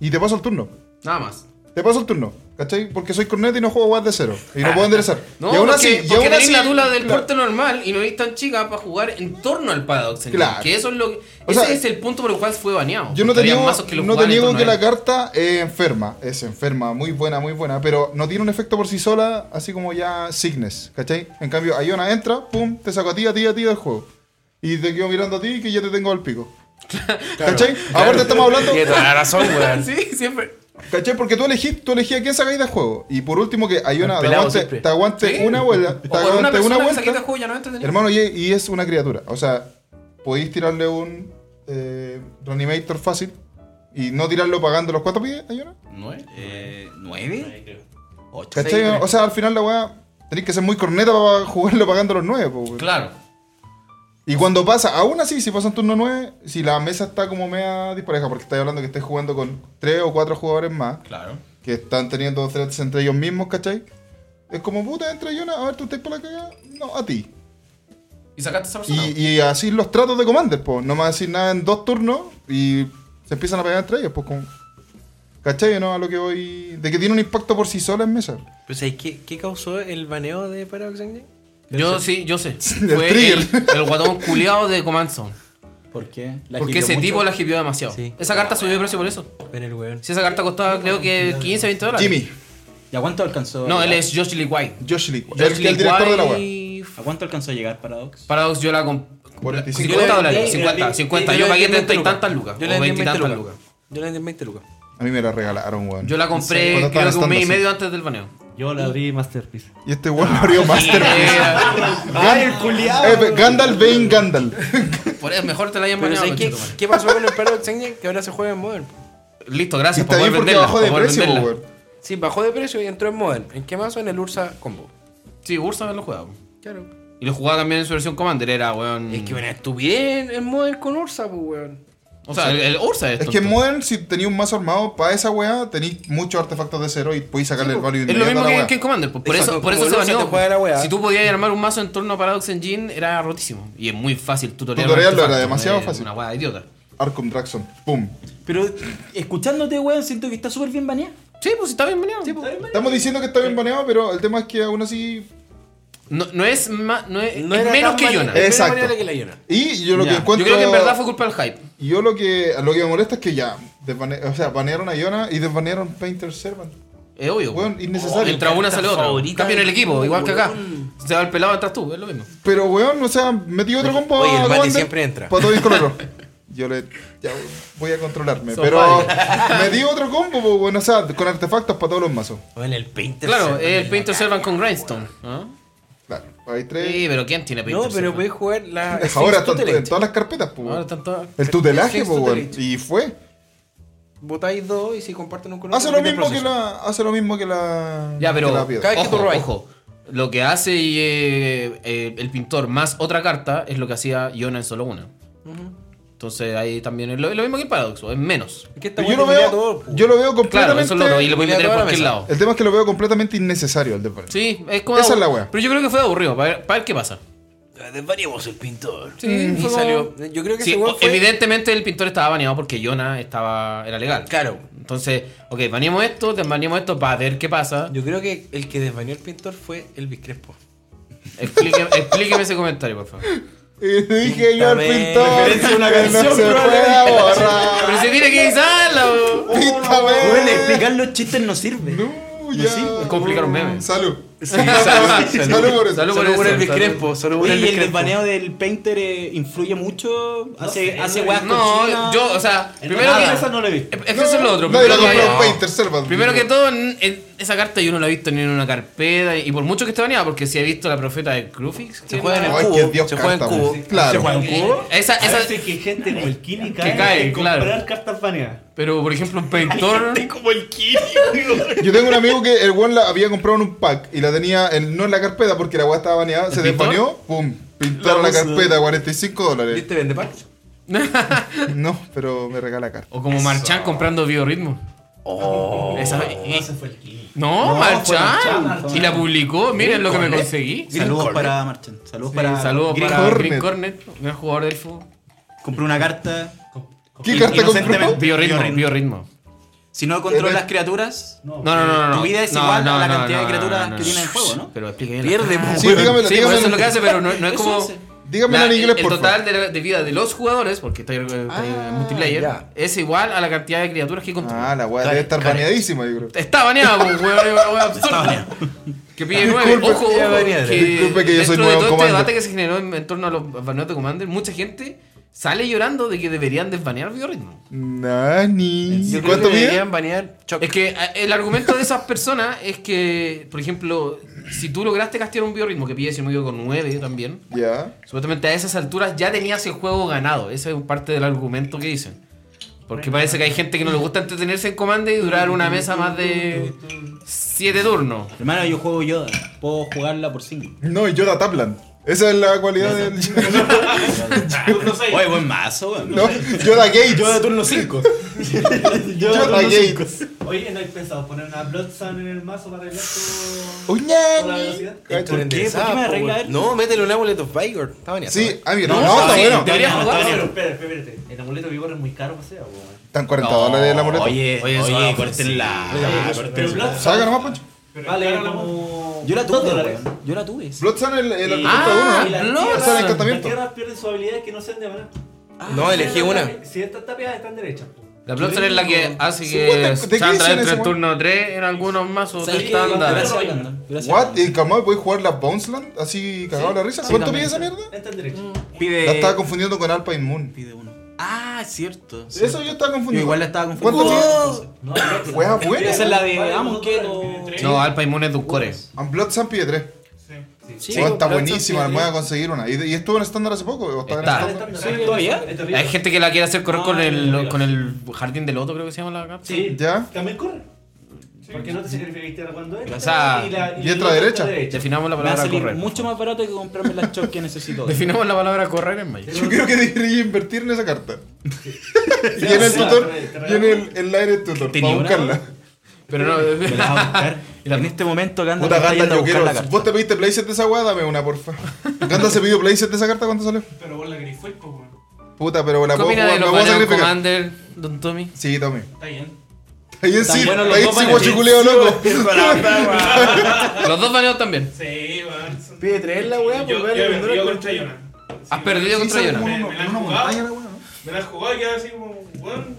Speaker 3: Y te paso el turno.
Speaker 1: Nada más.
Speaker 3: Te paso el turno, ¿cachai? Porque soy corneta y no juego guard de cero. Y no puedo enderezar.
Speaker 1: Ah. No,
Speaker 3: y aún
Speaker 1: porque,
Speaker 3: así, y
Speaker 1: porque
Speaker 3: aún
Speaker 1: tenéis
Speaker 3: así-
Speaker 1: la dula del
Speaker 3: Claro.
Speaker 1: porte normal y no eres tan chica para jugar en torno al Paradox. Engine,
Speaker 3: Claro.
Speaker 1: Que eso es lo que-
Speaker 3: O
Speaker 1: ese
Speaker 3: sea,
Speaker 1: es el punto por el cual fue baneado.
Speaker 3: Yo no
Speaker 1: porque
Speaker 3: te
Speaker 1: había
Speaker 3: niego
Speaker 1: mazos lo
Speaker 3: no te
Speaker 1: jugaban en
Speaker 3: niego
Speaker 1: torno
Speaker 3: que
Speaker 1: a
Speaker 3: la
Speaker 1: él.
Speaker 3: carta es enferma. Es enferma, muy buena, muy buena. Pero no tiene un efecto por sí sola, así como ya Cygnus, ¿cachai? En cambio, Iona entra, pum, te saco a ti, a ti, a ti del juego. Y te quedo mirando a ti que ya te tengo al pico. ¿Cachai? Aparte estamos hablando...
Speaker 4: Tiene toda la razón, weón.
Speaker 1: Sí, siempre.
Speaker 3: ¿Cachai? Porque tú elegís, tú elegís a quién sacáis de juego. Y por último, que Iona te
Speaker 4: Pelado
Speaker 3: aguante,
Speaker 4: siempre.
Speaker 3: te aguante
Speaker 1: Sí.
Speaker 3: una vuelta. Te
Speaker 1: O con una
Speaker 3: aguante
Speaker 1: persona
Speaker 3: una
Speaker 1: que saqué de
Speaker 3: vuelta.
Speaker 1: juego ya no es entretenido.
Speaker 3: Hermano, y, y es una criatura. O sea, podéis tirarle un eh, Reanimator fácil y no tirarlo pagando los cuatro pies, Ayona.
Speaker 1: ¿Nueve?
Speaker 6: Eh, ¿Nueve?
Speaker 7: Ahí creo.
Speaker 6: ¿Ocho?
Speaker 3: ¿Cachai? o sea, al final la weá. Tenéis que ser muy corneta para jugarlo pagando los nueve, po, weón.
Speaker 1: Claro.
Speaker 3: Y cuando pasa, aún así, si pasan turno nueve, si la mesa está como media dispareja, porque estáis hablando que estáis jugando con tres o cuatro jugadores más,
Speaker 1: Claro.
Speaker 3: que están teniendo threats entre ellos mismos, ¿cachai? Es como, puta, entra Iona, a ver, tú estás por la cagada. No, a ti.
Speaker 1: ¿Y sacaste a esa persona?
Speaker 3: Y, y así los tratos de Commander, pues. No me va a decir nada en dos turnos y se empiezan a pegar entre ellos, pues. Como... ¿Cachai? ¿No? A lo que voy. De que tiene un impacto por sí sola en mesa.
Speaker 4: Pues, ¿sabes qué, qué causó el baneo de Paradox Engine?
Speaker 1: Yo sí, yo
Speaker 3: (laughs)
Speaker 1: sé.
Speaker 3: El
Speaker 1: Fue el,
Speaker 3: trigger.
Speaker 1: el guatón culiado de Command Zone.
Speaker 6: ¿Por qué? ¿La
Speaker 1: Porque
Speaker 6: escribió
Speaker 1: ese
Speaker 6: mucho?
Speaker 1: tipo la hipió demasiado.
Speaker 4: Sí.
Speaker 1: Esa carta subió de precio por eso.
Speaker 4: Ven el weón.
Speaker 1: Si esa carta costaba creo que 15, 20 dólares.
Speaker 3: Jimmy,
Speaker 6: ¿Y a cuánto alcanzó? a
Speaker 1: No, él
Speaker 6: llegar?
Speaker 1: es Josh Lee White.
Speaker 3: Josh Lee, el,
Speaker 1: Josh Lee
Speaker 3: el director de la web.
Speaker 1: White-
Speaker 6: ¿A cuánto alcanzó a llegar Paradox?
Speaker 1: Paradox yo la compré.
Speaker 3: 45
Speaker 1: 50
Speaker 4: Yo-
Speaker 1: dólares, 50,
Speaker 4: yo-
Speaker 1: 50.
Speaker 4: Eh, yo
Speaker 1: Yo
Speaker 4: le
Speaker 1: pagué
Speaker 4: di
Speaker 1: 30 y
Speaker 4: 20
Speaker 1: tantas lucas.
Speaker 4: Yo
Speaker 1: O
Speaker 4: le di
Speaker 1: 20 y
Speaker 4: 20
Speaker 1: tantas
Speaker 4: lucas.
Speaker 1: lucas.
Speaker 4: Yo le vendí 20 lucas.
Speaker 3: A mí me la regalaron, weón.
Speaker 1: Yo la
Speaker 3: Cuando
Speaker 1: compré
Speaker 3: estaba
Speaker 1: creo que un mes y
Speaker 3: estándar,
Speaker 1: medio antes del baneo.
Speaker 7: Yo la abrí Masterpiece.
Speaker 3: Y este weón
Speaker 1: (laughs)
Speaker 3: abrió
Speaker 1: eh,
Speaker 3: Masterpiece.
Speaker 4: ¡Ay, el culiado!
Speaker 3: Eh, Gandalf, Bane, Gandalf.
Speaker 1: Por eso mejor te la hayan
Speaker 4: Pero
Speaker 1: baneado.
Speaker 4: ¿sabes qué,
Speaker 1: conchetumare.
Speaker 4: qué pasó con el Paradox Engine? Que ahora se juega en Modern.
Speaker 1: Listo,
Speaker 3: Y
Speaker 1: gracias por
Speaker 3: está
Speaker 1: poder
Speaker 3: bien porque
Speaker 1: venderla.
Speaker 3: bajó de
Speaker 1: por poder
Speaker 3: precio, pues, po,
Speaker 1: venderla.
Speaker 3: weón.
Speaker 4: Sí, bajó de precio y entró en Modern. ¿En qué mazo? En el Ursa Combo.
Speaker 1: Sí, Ursa me lo jugaba. po.
Speaker 4: Claro.
Speaker 1: Y lo jugaba también en su versión Commander, era weón.
Speaker 4: Es que una estupidez en Modern con Ursa, pues, weón.
Speaker 1: O sea, el, el Ursa es
Speaker 3: Es que en
Speaker 1: tonto.
Speaker 3: Modern, si tenías un mazo armado para esa weá, tenéis muchos artefactos de cero y podéis sacarle el value
Speaker 1: Es lo
Speaker 3: inmediato
Speaker 1: mismo
Speaker 3: a la
Speaker 1: que,
Speaker 3: weá.
Speaker 1: que en Commander, pues, por
Speaker 4: Exacto,
Speaker 1: eso, por
Speaker 4: como
Speaker 1: eso se
Speaker 4: el Ursa te
Speaker 1: baneó.
Speaker 4: juega la weá.
Speaker 1: Si tú podías armar un mazo en torno a Paradox Engine, era rotísimo. Y es muy fácil tutorial.
Speaker 3: Tutoriarlo era demasiado fácil.
Speaker 1: Una weá idiota.
Speaker 3: Arkham Draxon, pum.
Speaker 6: Pero escuchándote, weón, siento que está súper bien baneado.
Speaker 1: Sí, pues está bien baneado.
Speaker 3: Estamos diciendo que está bien baneado, pero el tema es que aún así.
Speaker 1: No, no es, ma- no es, es
Speaker 4: era
Speaker 1: menos
Speaker 4: tan
Speaker 1: que
Speaker 4: mane-
Speaker 1: Yona.
Speaker 4: es menos
Speaker 3: Exacto.
Speaker 4: manejable que la Yona.
Speaker 3: Y Eh, yo lo
Speaker 1: Ya.
Speaker 3: que encuentro.
Speaker 1: Yo creo que en verdad fue culpa del hype.
Speaker 3: Yo lo que, lo que me molesta es que ya. desbane- o sea, banearon a Iona y desbanearon Painter Servant.
Speaker 1: Es obvio.
Speaker 3: Weón,
Speaker 1: po.
Speaker 3: innecesario.
Speaker 1: Entra una, sale otra.
Speaker 4: favorita
Speaker 1: Cambio en el
Speaker 4: del
Speaker 1: equipo,
Speaker 4: club,
Speaker 1: igual que acá.
Speaker 4: weón.
Speaker 1: Se va el pelado, entras tú, es lo mismo.
Speaker 3: Pero weón, o sea, metí otro combo.
Speaker 4: oye, el
Speaker 3: a
Speaker 4: Mati
Speaker 3: Commander
Speaker 4: siempre entra.
Speaker 3: Para todo
Speaker 1: (laughs)
Speaker 3: el color. Yo le. Ya voy a controlarme.
Speaker 1: Son
Speaker 3: pero (laughs) metí otro combo, po, weón. O sea, con artefactos para todos los mazos.
Speaker 4: Weón, el Painter.
Speaker 1: Claro,
Speaker 4: Servant,
Speaker 1: es el
Speaker 4: weón.
Speaker 1: Painter Servant con Grindstone. ¿ah?
Speaker 3: Claro, hay tres.
Speaker 1: Sí, ah, pero ¿quién tiene Painter
Speaker 4: No, pero
Speaker 1: Servant?
Speaker 4: podés jugar la.
Speaker 3: Ahora
Speaker 4: Sphinx
Speaker 3: están en
Speaker 4: Tutelage.
Speaker 3: todas las carpetas, po,
Speaker 1: Ahora
Speaker 3: weón.
Speaker 1: están todas-
Speaker 3: El tutelaje,
Speaker 4: Sphinx
Speaker 3: po, weón.
Speaker 4: Tutelage.
Speaker 3: Y fue.
Speaker 4: Botáis dos y si comparten un color.
Speaker 3: Hace lo
Speaker 4: repite el
Speaker 3: mismo que
Speaker 4: proceso.
Speaker 3: la. Hace lo mismo que la.
Speaker 1: Ya, pero
Speaker 3: que la piedra.
Speaker 4: Cada vez que tú
Speaker 1: ojo,
Speaker 4: robáis.
Speaker 1: ojo. Lo que hace eh, eh, el pintor más otra carta es lo que hacía Iona en solo una. Entonces ahí también es lo, lo mismo que el Paradox, es menos.
Speaker 4: Es que esta
Speaker 3: Pero Yo lo veo,
Speaker 4: weá te culia todo, po.
Speaker 3: yo lo veo
Speaker 1: pues. Claro,
Speaker 3: completamente.
Speaker 1: eso es lo otro, y lo puedes
Speaker 4: Tenía
Speaker 1: meter en
Speaker 4: toda la
Speaker 1: cualquier
Speaker 4: mesa.
Speaker 1: lado.
Speaker 3: El tema es que lo veo completamente innecesario el de París.
Speaker 1: Sí, es como.
Speaker 3: Esa
Speaker 1: de
Speaker 3: es la
Speaker 1: aburrido.
Speaker 3: wea.
Speaker 1: Pero yo creo que fue de aburrido, para ver, para ver qué pasa.
Speaker 8: Desvariemos el pintor.
Speaker 1: Sí,
Speaker 4: Y
Speaker 1: fue como-
Speaker 4: salió. Yo creo que
Speaker 1: Sí,
Speaker 4: ese weón
Speaker 1: o-
Speaker 4: fue-
Speaker 1: Evidentemente el pintor estaba baneado porque Jonah estaba, era legal.
Speaker 4: Claro.
Speaker 1: Entonces, ok, baneamos esto, desbaneamos esto para ver qué pasa.
Speaker 4: Yo creo que el que desvaneó el pintor fue Elvis Crespo.
Speaker 1: Explique- explíqueme (laughs) ese comentario, por favor.
Speaker 3: (laughs) Y dije yo al
Speaker 1: (laughs)
Speaker 4: Píntame.
Speaker 3: pintor.
Speaker 6: Referencia a una
Speaker 3: que
Speaker 6: canción,
Speaker 3: no se pueda
Speaker 6: probablemente.
Speaker 3: borrar.
Speaker 1: Pero se tiene que guisarla, bo.
Speaker 3: Píntame.
Speaker 6: Bueno, explicar los chistes no sirve.
Speaker 3: No,
Speaker 6: No
Speaker 3: ya.
Speaker 6: sirve.
Speaker 1: Es como explicar un meme.
Speaker 3: Salud.
Speaker 1: salud, salud.
Speaker 3: (laughs) Salud por eso.
Speaker 1: Salud
Speaker 4: Solo por
Speaker 1: eso,
Speaker 4: Elvis
Speaker 1: salud.
Speaker 4: Crespo. Solo por
Speaker 6: Oye, y
Speaker 4: Elvis
Speaker 6: el
Speaker 4: Crespo.
Speaker 6: desbaneo del Painter eh, influye mucho. Hace,
Speaker 7: sé,
Speaker 6: hace
Speaker 7: no,
Speaker 6: weas
Speaker 1: No,
Speaker 6: cochinas.
Speaker 1: yo, o sea,
Speaker 7: En
Speaker 1: primero
Speaker 7: nada.
Speaker 1: que.
Speaker 6: Esa no la he visto.
Speaker 1: Es que eso es lo otro.
Speaker 3: Nadie
Speaker 1: Primero
Speaker 3: lo compró
Speaker 1: que,
Speaker 3: un Painter, Servat.
Speaker 1: primero que todo, n- en- esa carta yo no la he visto ni en una carpeta. Y por mucho que esté baneada, porque si he visto la profeta de Crufix.
Speaker 4: Se juega en el
Speaker 3: Ay, que
Speaker 4: cubo.
Speaker 3: Dios
Speaker 4: Se juega en
Speaker 3: canta,
Speaker 4: cubo.
Speaker 3: pues. Claro.
Speaker 6: ¿Se juega en cubo?
Speaker 1: Esa,
Speaker 7: A
Speaker 1: esa,
Speaker 7: veces que gente como el Kini
Speaker 1: Que cae,
Speaker 7: en
Speaker 1: claro.
Speaker 7: comprar cartas baneadas.
Speaker 1: pero por ejemplo, un pintor.
Speaker 8: como el Kini,
Speaker 3: Yo tengo un amigo que el one la había comprado en un pack y la tenía en- no en la carpeta porque la weá estaba baneada, se
Speaker 1: pintor?
Speaker 3: desbaneó, pum, pintaron la,
Speaker 6: La puso.
Speaker 3: carpeta, 45 dólares.
Speaker 4: ¿Viste Vende Pack?
Speaker 3: No, pero me regala carta.
Speaker 1: O como Marchand comprando biorritmo. Esa-
Speaker 7: No, se fue el Kini.
Speaker 1: no,
Speaker 6: No, fue
Speaker 1: Marchand.
Speaker 6: Marchand.
Speaker 1: Y la publicó. Miren lo que me conseguí.
Speaker 6: Saludos para Marchand. Saludos para.
Speaker 1: Saludos
Speaker 6: Green
Speaker 1: para
Speaker 3: Hornet.
Speaker 1: Green Cornet, gran jugador del fútbol.
Speaker 6: Compré una carta.
Speaker 3: ¿Qué carta compró?
Speaker 6: Inocentemente.
Speaker 1: Biorritmo,
Speaker 6: Biorritmo.
Speaker 1: biorritmo.
Speaker 6: Si no controlas
Speaker 3: Pero-
Speaker 6: las criaturas.
Speaker 1: No, no, no, no.
Speaker 6: Tu vida es
Speaker 1: No,
Speaker 6: igual a
Speaker 1: no,
Speaker 6: la
Speaker 1: no,
Speaker 6: cantidad de
Speaker 1: no,
Speaker 6: criaturas
Speaker 1: no,
Speaker 6: que tiene el juego, ¿no?
Speaker 1: Pero explíqueme. la-
Speaker 4: Pierde, po.
Speaker 1: Sí,
Speaker 3: Sí, dígamelo,
Speaker 1: por
Speaker 3: dígamelo.
Speaker 1: eso es lo que hace, pero no, no es
Speaker 6: Eso
Speaker 1: como.
Speaker 6: hace.
Speaker 3: Dígamelo en inglés,
Speaker 1: el
Speaker 3: por
Speaker 1: total de, la- de vida de los jugadores, porque está en multiplayer,
Speaker 4: ya.
Speaker 1: es igual a la cantidad de criaturas que controla.
Speaker 3: Ah, la weá debe estar baneadísima, yo creo.
Speaker 1: Está baneado, pues, weón, es una weá absurda. Que pide nueve.
Speaker 3: Disculpe,
Speaker 1: ojo, ojo,
Speaker 3: ya
Speaker 1: que,
Speaker 3: baneado. Disculpe que yo
Speaker 1: dentro de
Speaker 3: soy nuevo en
Speaker 1: todo este
Speaker 3: Commander.
Speaker 1: debate que se generó en, en torno a los baneos de Commander, mucha gente sale llorando de que deberían desbanear Biorritmo.
Speaker 3: Nani.
Speaker 4: Yo creo
Speaker 3: ¿Cuánto
Speaker 4: que
Speaker 3: pide?
Speaker 4: deberían banear Choc.
Speaker 1: Es que a- el argumento de esas personas es que, por ejemplo, si tú lograste castear un biorritmo que pide, si no me equivoco, 9 también,
Speaker 3: Ya.
Speaker 1: Supuestamente a esas alturas ya tenías el juego ganado. Ese es parte del argumento que dicen. Porque parece que hay gente que no le gusta entretenerse en comando y durar una mesa más de 7 turnos.
Speaker 6: Hermano, yo juego Yoda. Puedo jugarla
Speaker 3: (laughs)
Speaker 6: por 5.
Speaker 3: No, y Yoda Tapland. Esa es la cualidad del.
Speaker 7: No sé.
Speaker 6: Oye, buen mazo,
Speaker 3: (laughs)
Speaker 6: weón.
Speaker 3: no, Yoda Gates.
Speaker 6: Yoda turno 5.
Speaker 3: Yoda Gates.
Speaker 7: Oye, ¿no hay pensado poner una Bloodsun en el mazo para arreglar tu...
Speaker 3: Uñani.
Speaker 7: Por la velocidad.
Speaker 3: Cacho.
Speaker 4: ¿Por qué?
Speaker 6: ¿Por qué me arregla él?
Speaker 4: No, métele un amuleto of Vigor. Está baneado.
Speaker 3: Sí, ah, mira, no,
Speaker 6: No,
Speaker 3: está
Speaker 1: sí,
Speaker 3: bueno.
Speaker 1: debería
Speaker 7: No,
Speaker 1: jugar.
Speaker 7: Daniel, espera, espera, espérate. El amuleto de vigor es muy caro, o sea, weón.
Speaker 3: Están 40 dólares el amuleto.
Speaker 6: Oye,
Speaker 1: Oye,
Speaker 6: oye,
Speaker 1: eso va a
Speaker 6: córtenla.
Speaker 7: Pero
Speaker 6: córtenla.
Speaker 7: Bloodsun
Speaker 3: Saca nomás, Pancho.
Speaker 7: vale como...
Speaker 6: Yo la
Speaker 7: dos
Speaker 6: tuve,
Speaker 7: dólares.
Speaker 6: weón. Yo la tuve. sí.
Speaker 3: Bloodsun el, el
Speaker 7: Y-
Speaker 3: arquitecto
Speaker 1: Ah,
Speaker 3: de uno,
Speaker 7: y
Speaker 3: ¿no?
Speaker 1: Bloodsun.
Speaker 7: las tierras-
Speaker 3: Ese era el encantamiento.
Speaker 7: Las tierras pierden sus habilidades que no sean de maná.
Speaker 4: Ah, No, elegí una.
Speaker 7: Si estas tapias están derechas, po.
Speaker 1: La Bloodstone es la que hace
Speaker 3: Sí,
Speaker 1: que
Speaker 3: what the- ¿de qué
Speaker 1: Sandra
Speaker 3: dicen
Speaker 1: entre
Speaker 3: ese
Speaker 1: en
Speaker 3: weón?
Speaker 1: turno 3 en algunos mazos
Speaker 6: ¿Sabes
Speaker 1: de
Speaker 6: qué?
Speaker 1: estándar.
Speaker 6: Gracias, Orlando. Gracias,
Speaker 3: What?
Speaker 6: Orlando.
Speaker 3: ¿Y calmado puedes jugar la Bounceland? Así cagado la risa. ¿Cuánto pide
Speaker 6: también. Eh,
Speaker 3: esa mierda?
Speaker 7: Están derechas.
Speaker 6: Pide.
Speaker 3: La estaba confundiendo con Alpine Moon.
Speaker 6: Pide uno. Ah, es cierto.
Speaker 3: Eso yo estaba
Speaker 6: Yo
Speaker 3: confundiendo.
Speaker 6: igual la estaba
Speaker 3: ¿Cuánto
Speaker 6: confundiendo.
Speaker 3: pide?
Speaker 7: No, Bloodsun.
Speaker 3: Wea buena.
Speaker 6: Esa es la de
Speaker 7: Vale,
Speaker 6: Vamos
Speaker 7: dos
Speaker 6: que
Speaker 7: dólares, tres.
Speaker 1: No, Alpa Inmune es Ducore.
Speaker 3: And Bloodsun pide 3.
Speaker 6: Sí,
Speaker 3: Oh, está
Speaker 6: Bloodstone
Speaker 3: buenísima,
Speaker 6: pide
Speaker 3: me voy a conseguir una. ¿Y, y estuvo en estándar hace poco? ¿O estaba
Speaker 1: Está.
Speaker 3: en estándar?
Speaker 6: Sí, todavía.
Speaker 7: Es terrible.
Speaker 1: Hay gente que la quiere hacer correr con
Speaker 6: Ah,
Speaker 1: el,
Speaker 7: ya.
Speaker 1: con el Jardín del Loto, creo que se llama la carta.
Speaker 7: Sí.
Speaker 3: ¿Ya?
Speaker 7: También corre. Porque no te sacrificaste cuando entra.
Speaker 1: O sea,
Speaker 7: la-
Speaker 3: y entra
Speaker 7: la
Speaker 3: derecha.
Speaker 1: Definamos la
Speaker 6: Me va a
Speaker 1: palabra
Speaker 6: salir
Speaker 1: correr.
Speaker 6: mucho más barato que comprarme las chocs que necesito.
Speaker 1: Definamos la palabra correr en mayo.
Speaker 3: Yo creo que debería invertir en esa
Speaker 6: (laughs)
Speaker 3: carta. y en el tutor, y en el, en la del tutor,
Speaker 6: Tenía
Speaker 3: para
Speaker 6: una,
Speaker 3: buscarla.
Speaker 1: Pero no.
Speaker 6: Me la va a buscar. En este momento Ganda
Speaker 3: Puta
Speaker 6: me está
Speaker 3: Ganda,
Speaker 6: yendo a
Speaker 3: yo
Speaker 6: buscar
Speaker 3: quiero.
Speaker 6: la
Speaker 3: ¿Vos
Speaker 6: carta.
Speaker 3: te pediste playset de esa weá? Dame una, porfa. Ganda se pidió playset de esa carta cuando salió.
Speaker 5: Pero vos la querís fue, po, weón.
Speaker 3: Puta, pero la
Speaker 1: ¿Qué
Speaker 3: puedo
Speaker 1: opina de
Speaker 3: jugar,
Speaker 1: los
Speaker 3: la puedo
Speaker 1: baneos
Speaker 3: sacrificar.
Speaker 1: Commander, Don Tommy?
Speaker 3: Sí, Tommy.
Speaker 5: Está bien.
Speaker 3: Ahí en
Speaker 6: Tan
Speaker 3: sí,
Speaker 6: buenos los
Speaker 3: ahí en
Speaker 6: dos
Speaker 3: sí,
Speaker 6: baneos.
Speaker 3: guachiculeo loco.
Speaker 1: Los dos baneos también.
Speaker 5: Sí, weón.
Speaker 4: Pide tres la weá, pues
Speaker 5: Yo,
Speaker 4: vale,
Speaker 5: yo,
Speaker 4: vendó
Speaker 5: yo,
Speaker 4: la
Speaker 5: yo
Speaker 4: cuenta.
Speaker 5: contra Jonah.
Speaker 1: Has perdido contra Jonah.
Speaker 5: Me- me la han
Speaker 2: Una
Speaker 5: jugado.
Speaker 2: montaña, la weá, ¿no?
Speaker 5: Me la han jugado y quedaba así como, weón.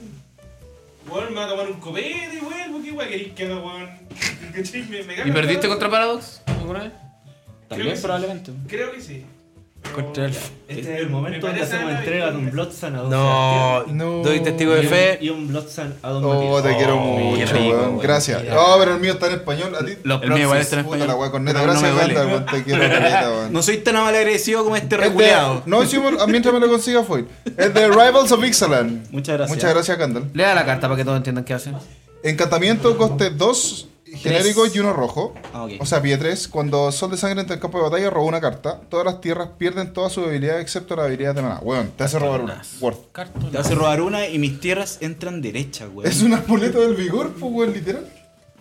Speaker 5: Weón, me va a tomar un copete y vuelvo. ¿Qué weón queréis que haga, weón? ¿Cachai? Me- me
Speaker 1: ¿Y
Speaker 5: gana,
Speaker 1: perdiste
Speaker 5: weón.
Speaker 1: contra Paradox alguna vez?
Speaker 5: Creo que
Speaker 6: También
Speaker 5: sí.
Speaker 6: probablemente.
Speaker 5: Creo que sí. Pero-
Speaker 6: Contra el...
Speaker 7: Este es el momento
Speaker 5: Me
Speaker 7: donde
Speaker 5: parece
Speaker 7: hacemos
Speaker 5: la
Speaker 7: entrega de un
Speaker 5: victoria.
Speaker 7: Bloodsun a dos
Speaker 4: No,
Speaker 3: No.
Speaker 4: doy testigo de fe.
Speaker 7: Y un Bloodsun a Don
Speaker 3: Oh, te
Speaker 7: Matías.
Speaker 3: quiero
Speaker 6: qué
Speaker 3: mucho,
Speaker 6: rico,
Speaker 3: weón.
Speaker 6: weón.
Speaker 3: Gracias. No, pero el mío está en español. A ti.
Speaker 1: Los
Speaker 6: El mío igual
Speaker 1: proxies.
Speaker 6: está en
Speaker 3: Puta la
Speaker 6: español.
Speaker 3: weá con neta.
Speaker 6: Pero no
Speaker 3: Gracias,
Speaker 6: me duele.
Speaker 3: Ganda, weón. Te quiero, caleta, weón.
Speaker 6: No soy tan malagradecido como este
Speaker 3: Es de-
Speaker 6: reculeado.
Speaker 3: no, sí, bueno, mientras me lo consiga Foil. Es de Rivals of Ixalan.
Speaker 6: Muchas gracias.
Speaker 3: Muchas gracias, Gandalf.
Speaker 1: Lea la carta para que todos entiendan qué hace.
Speaker 3: Encantamiento, coste 2 genérico y uno rojo.
Speaker 6: Ah, ok.
Speaker 3: O sea, pie 3. Cuando Sol de Sangre entra al campo de batalla, roba una carta. Todas las tierras pierden todas sus habilidades excepto las habilidades de maná. Weón, te hace robar una. Worth.
Speaker 6: Te hace robar una y mis tierras entran derecha, weón.
Speaker 3: Es una muleta del vigor, pues, weón, literal.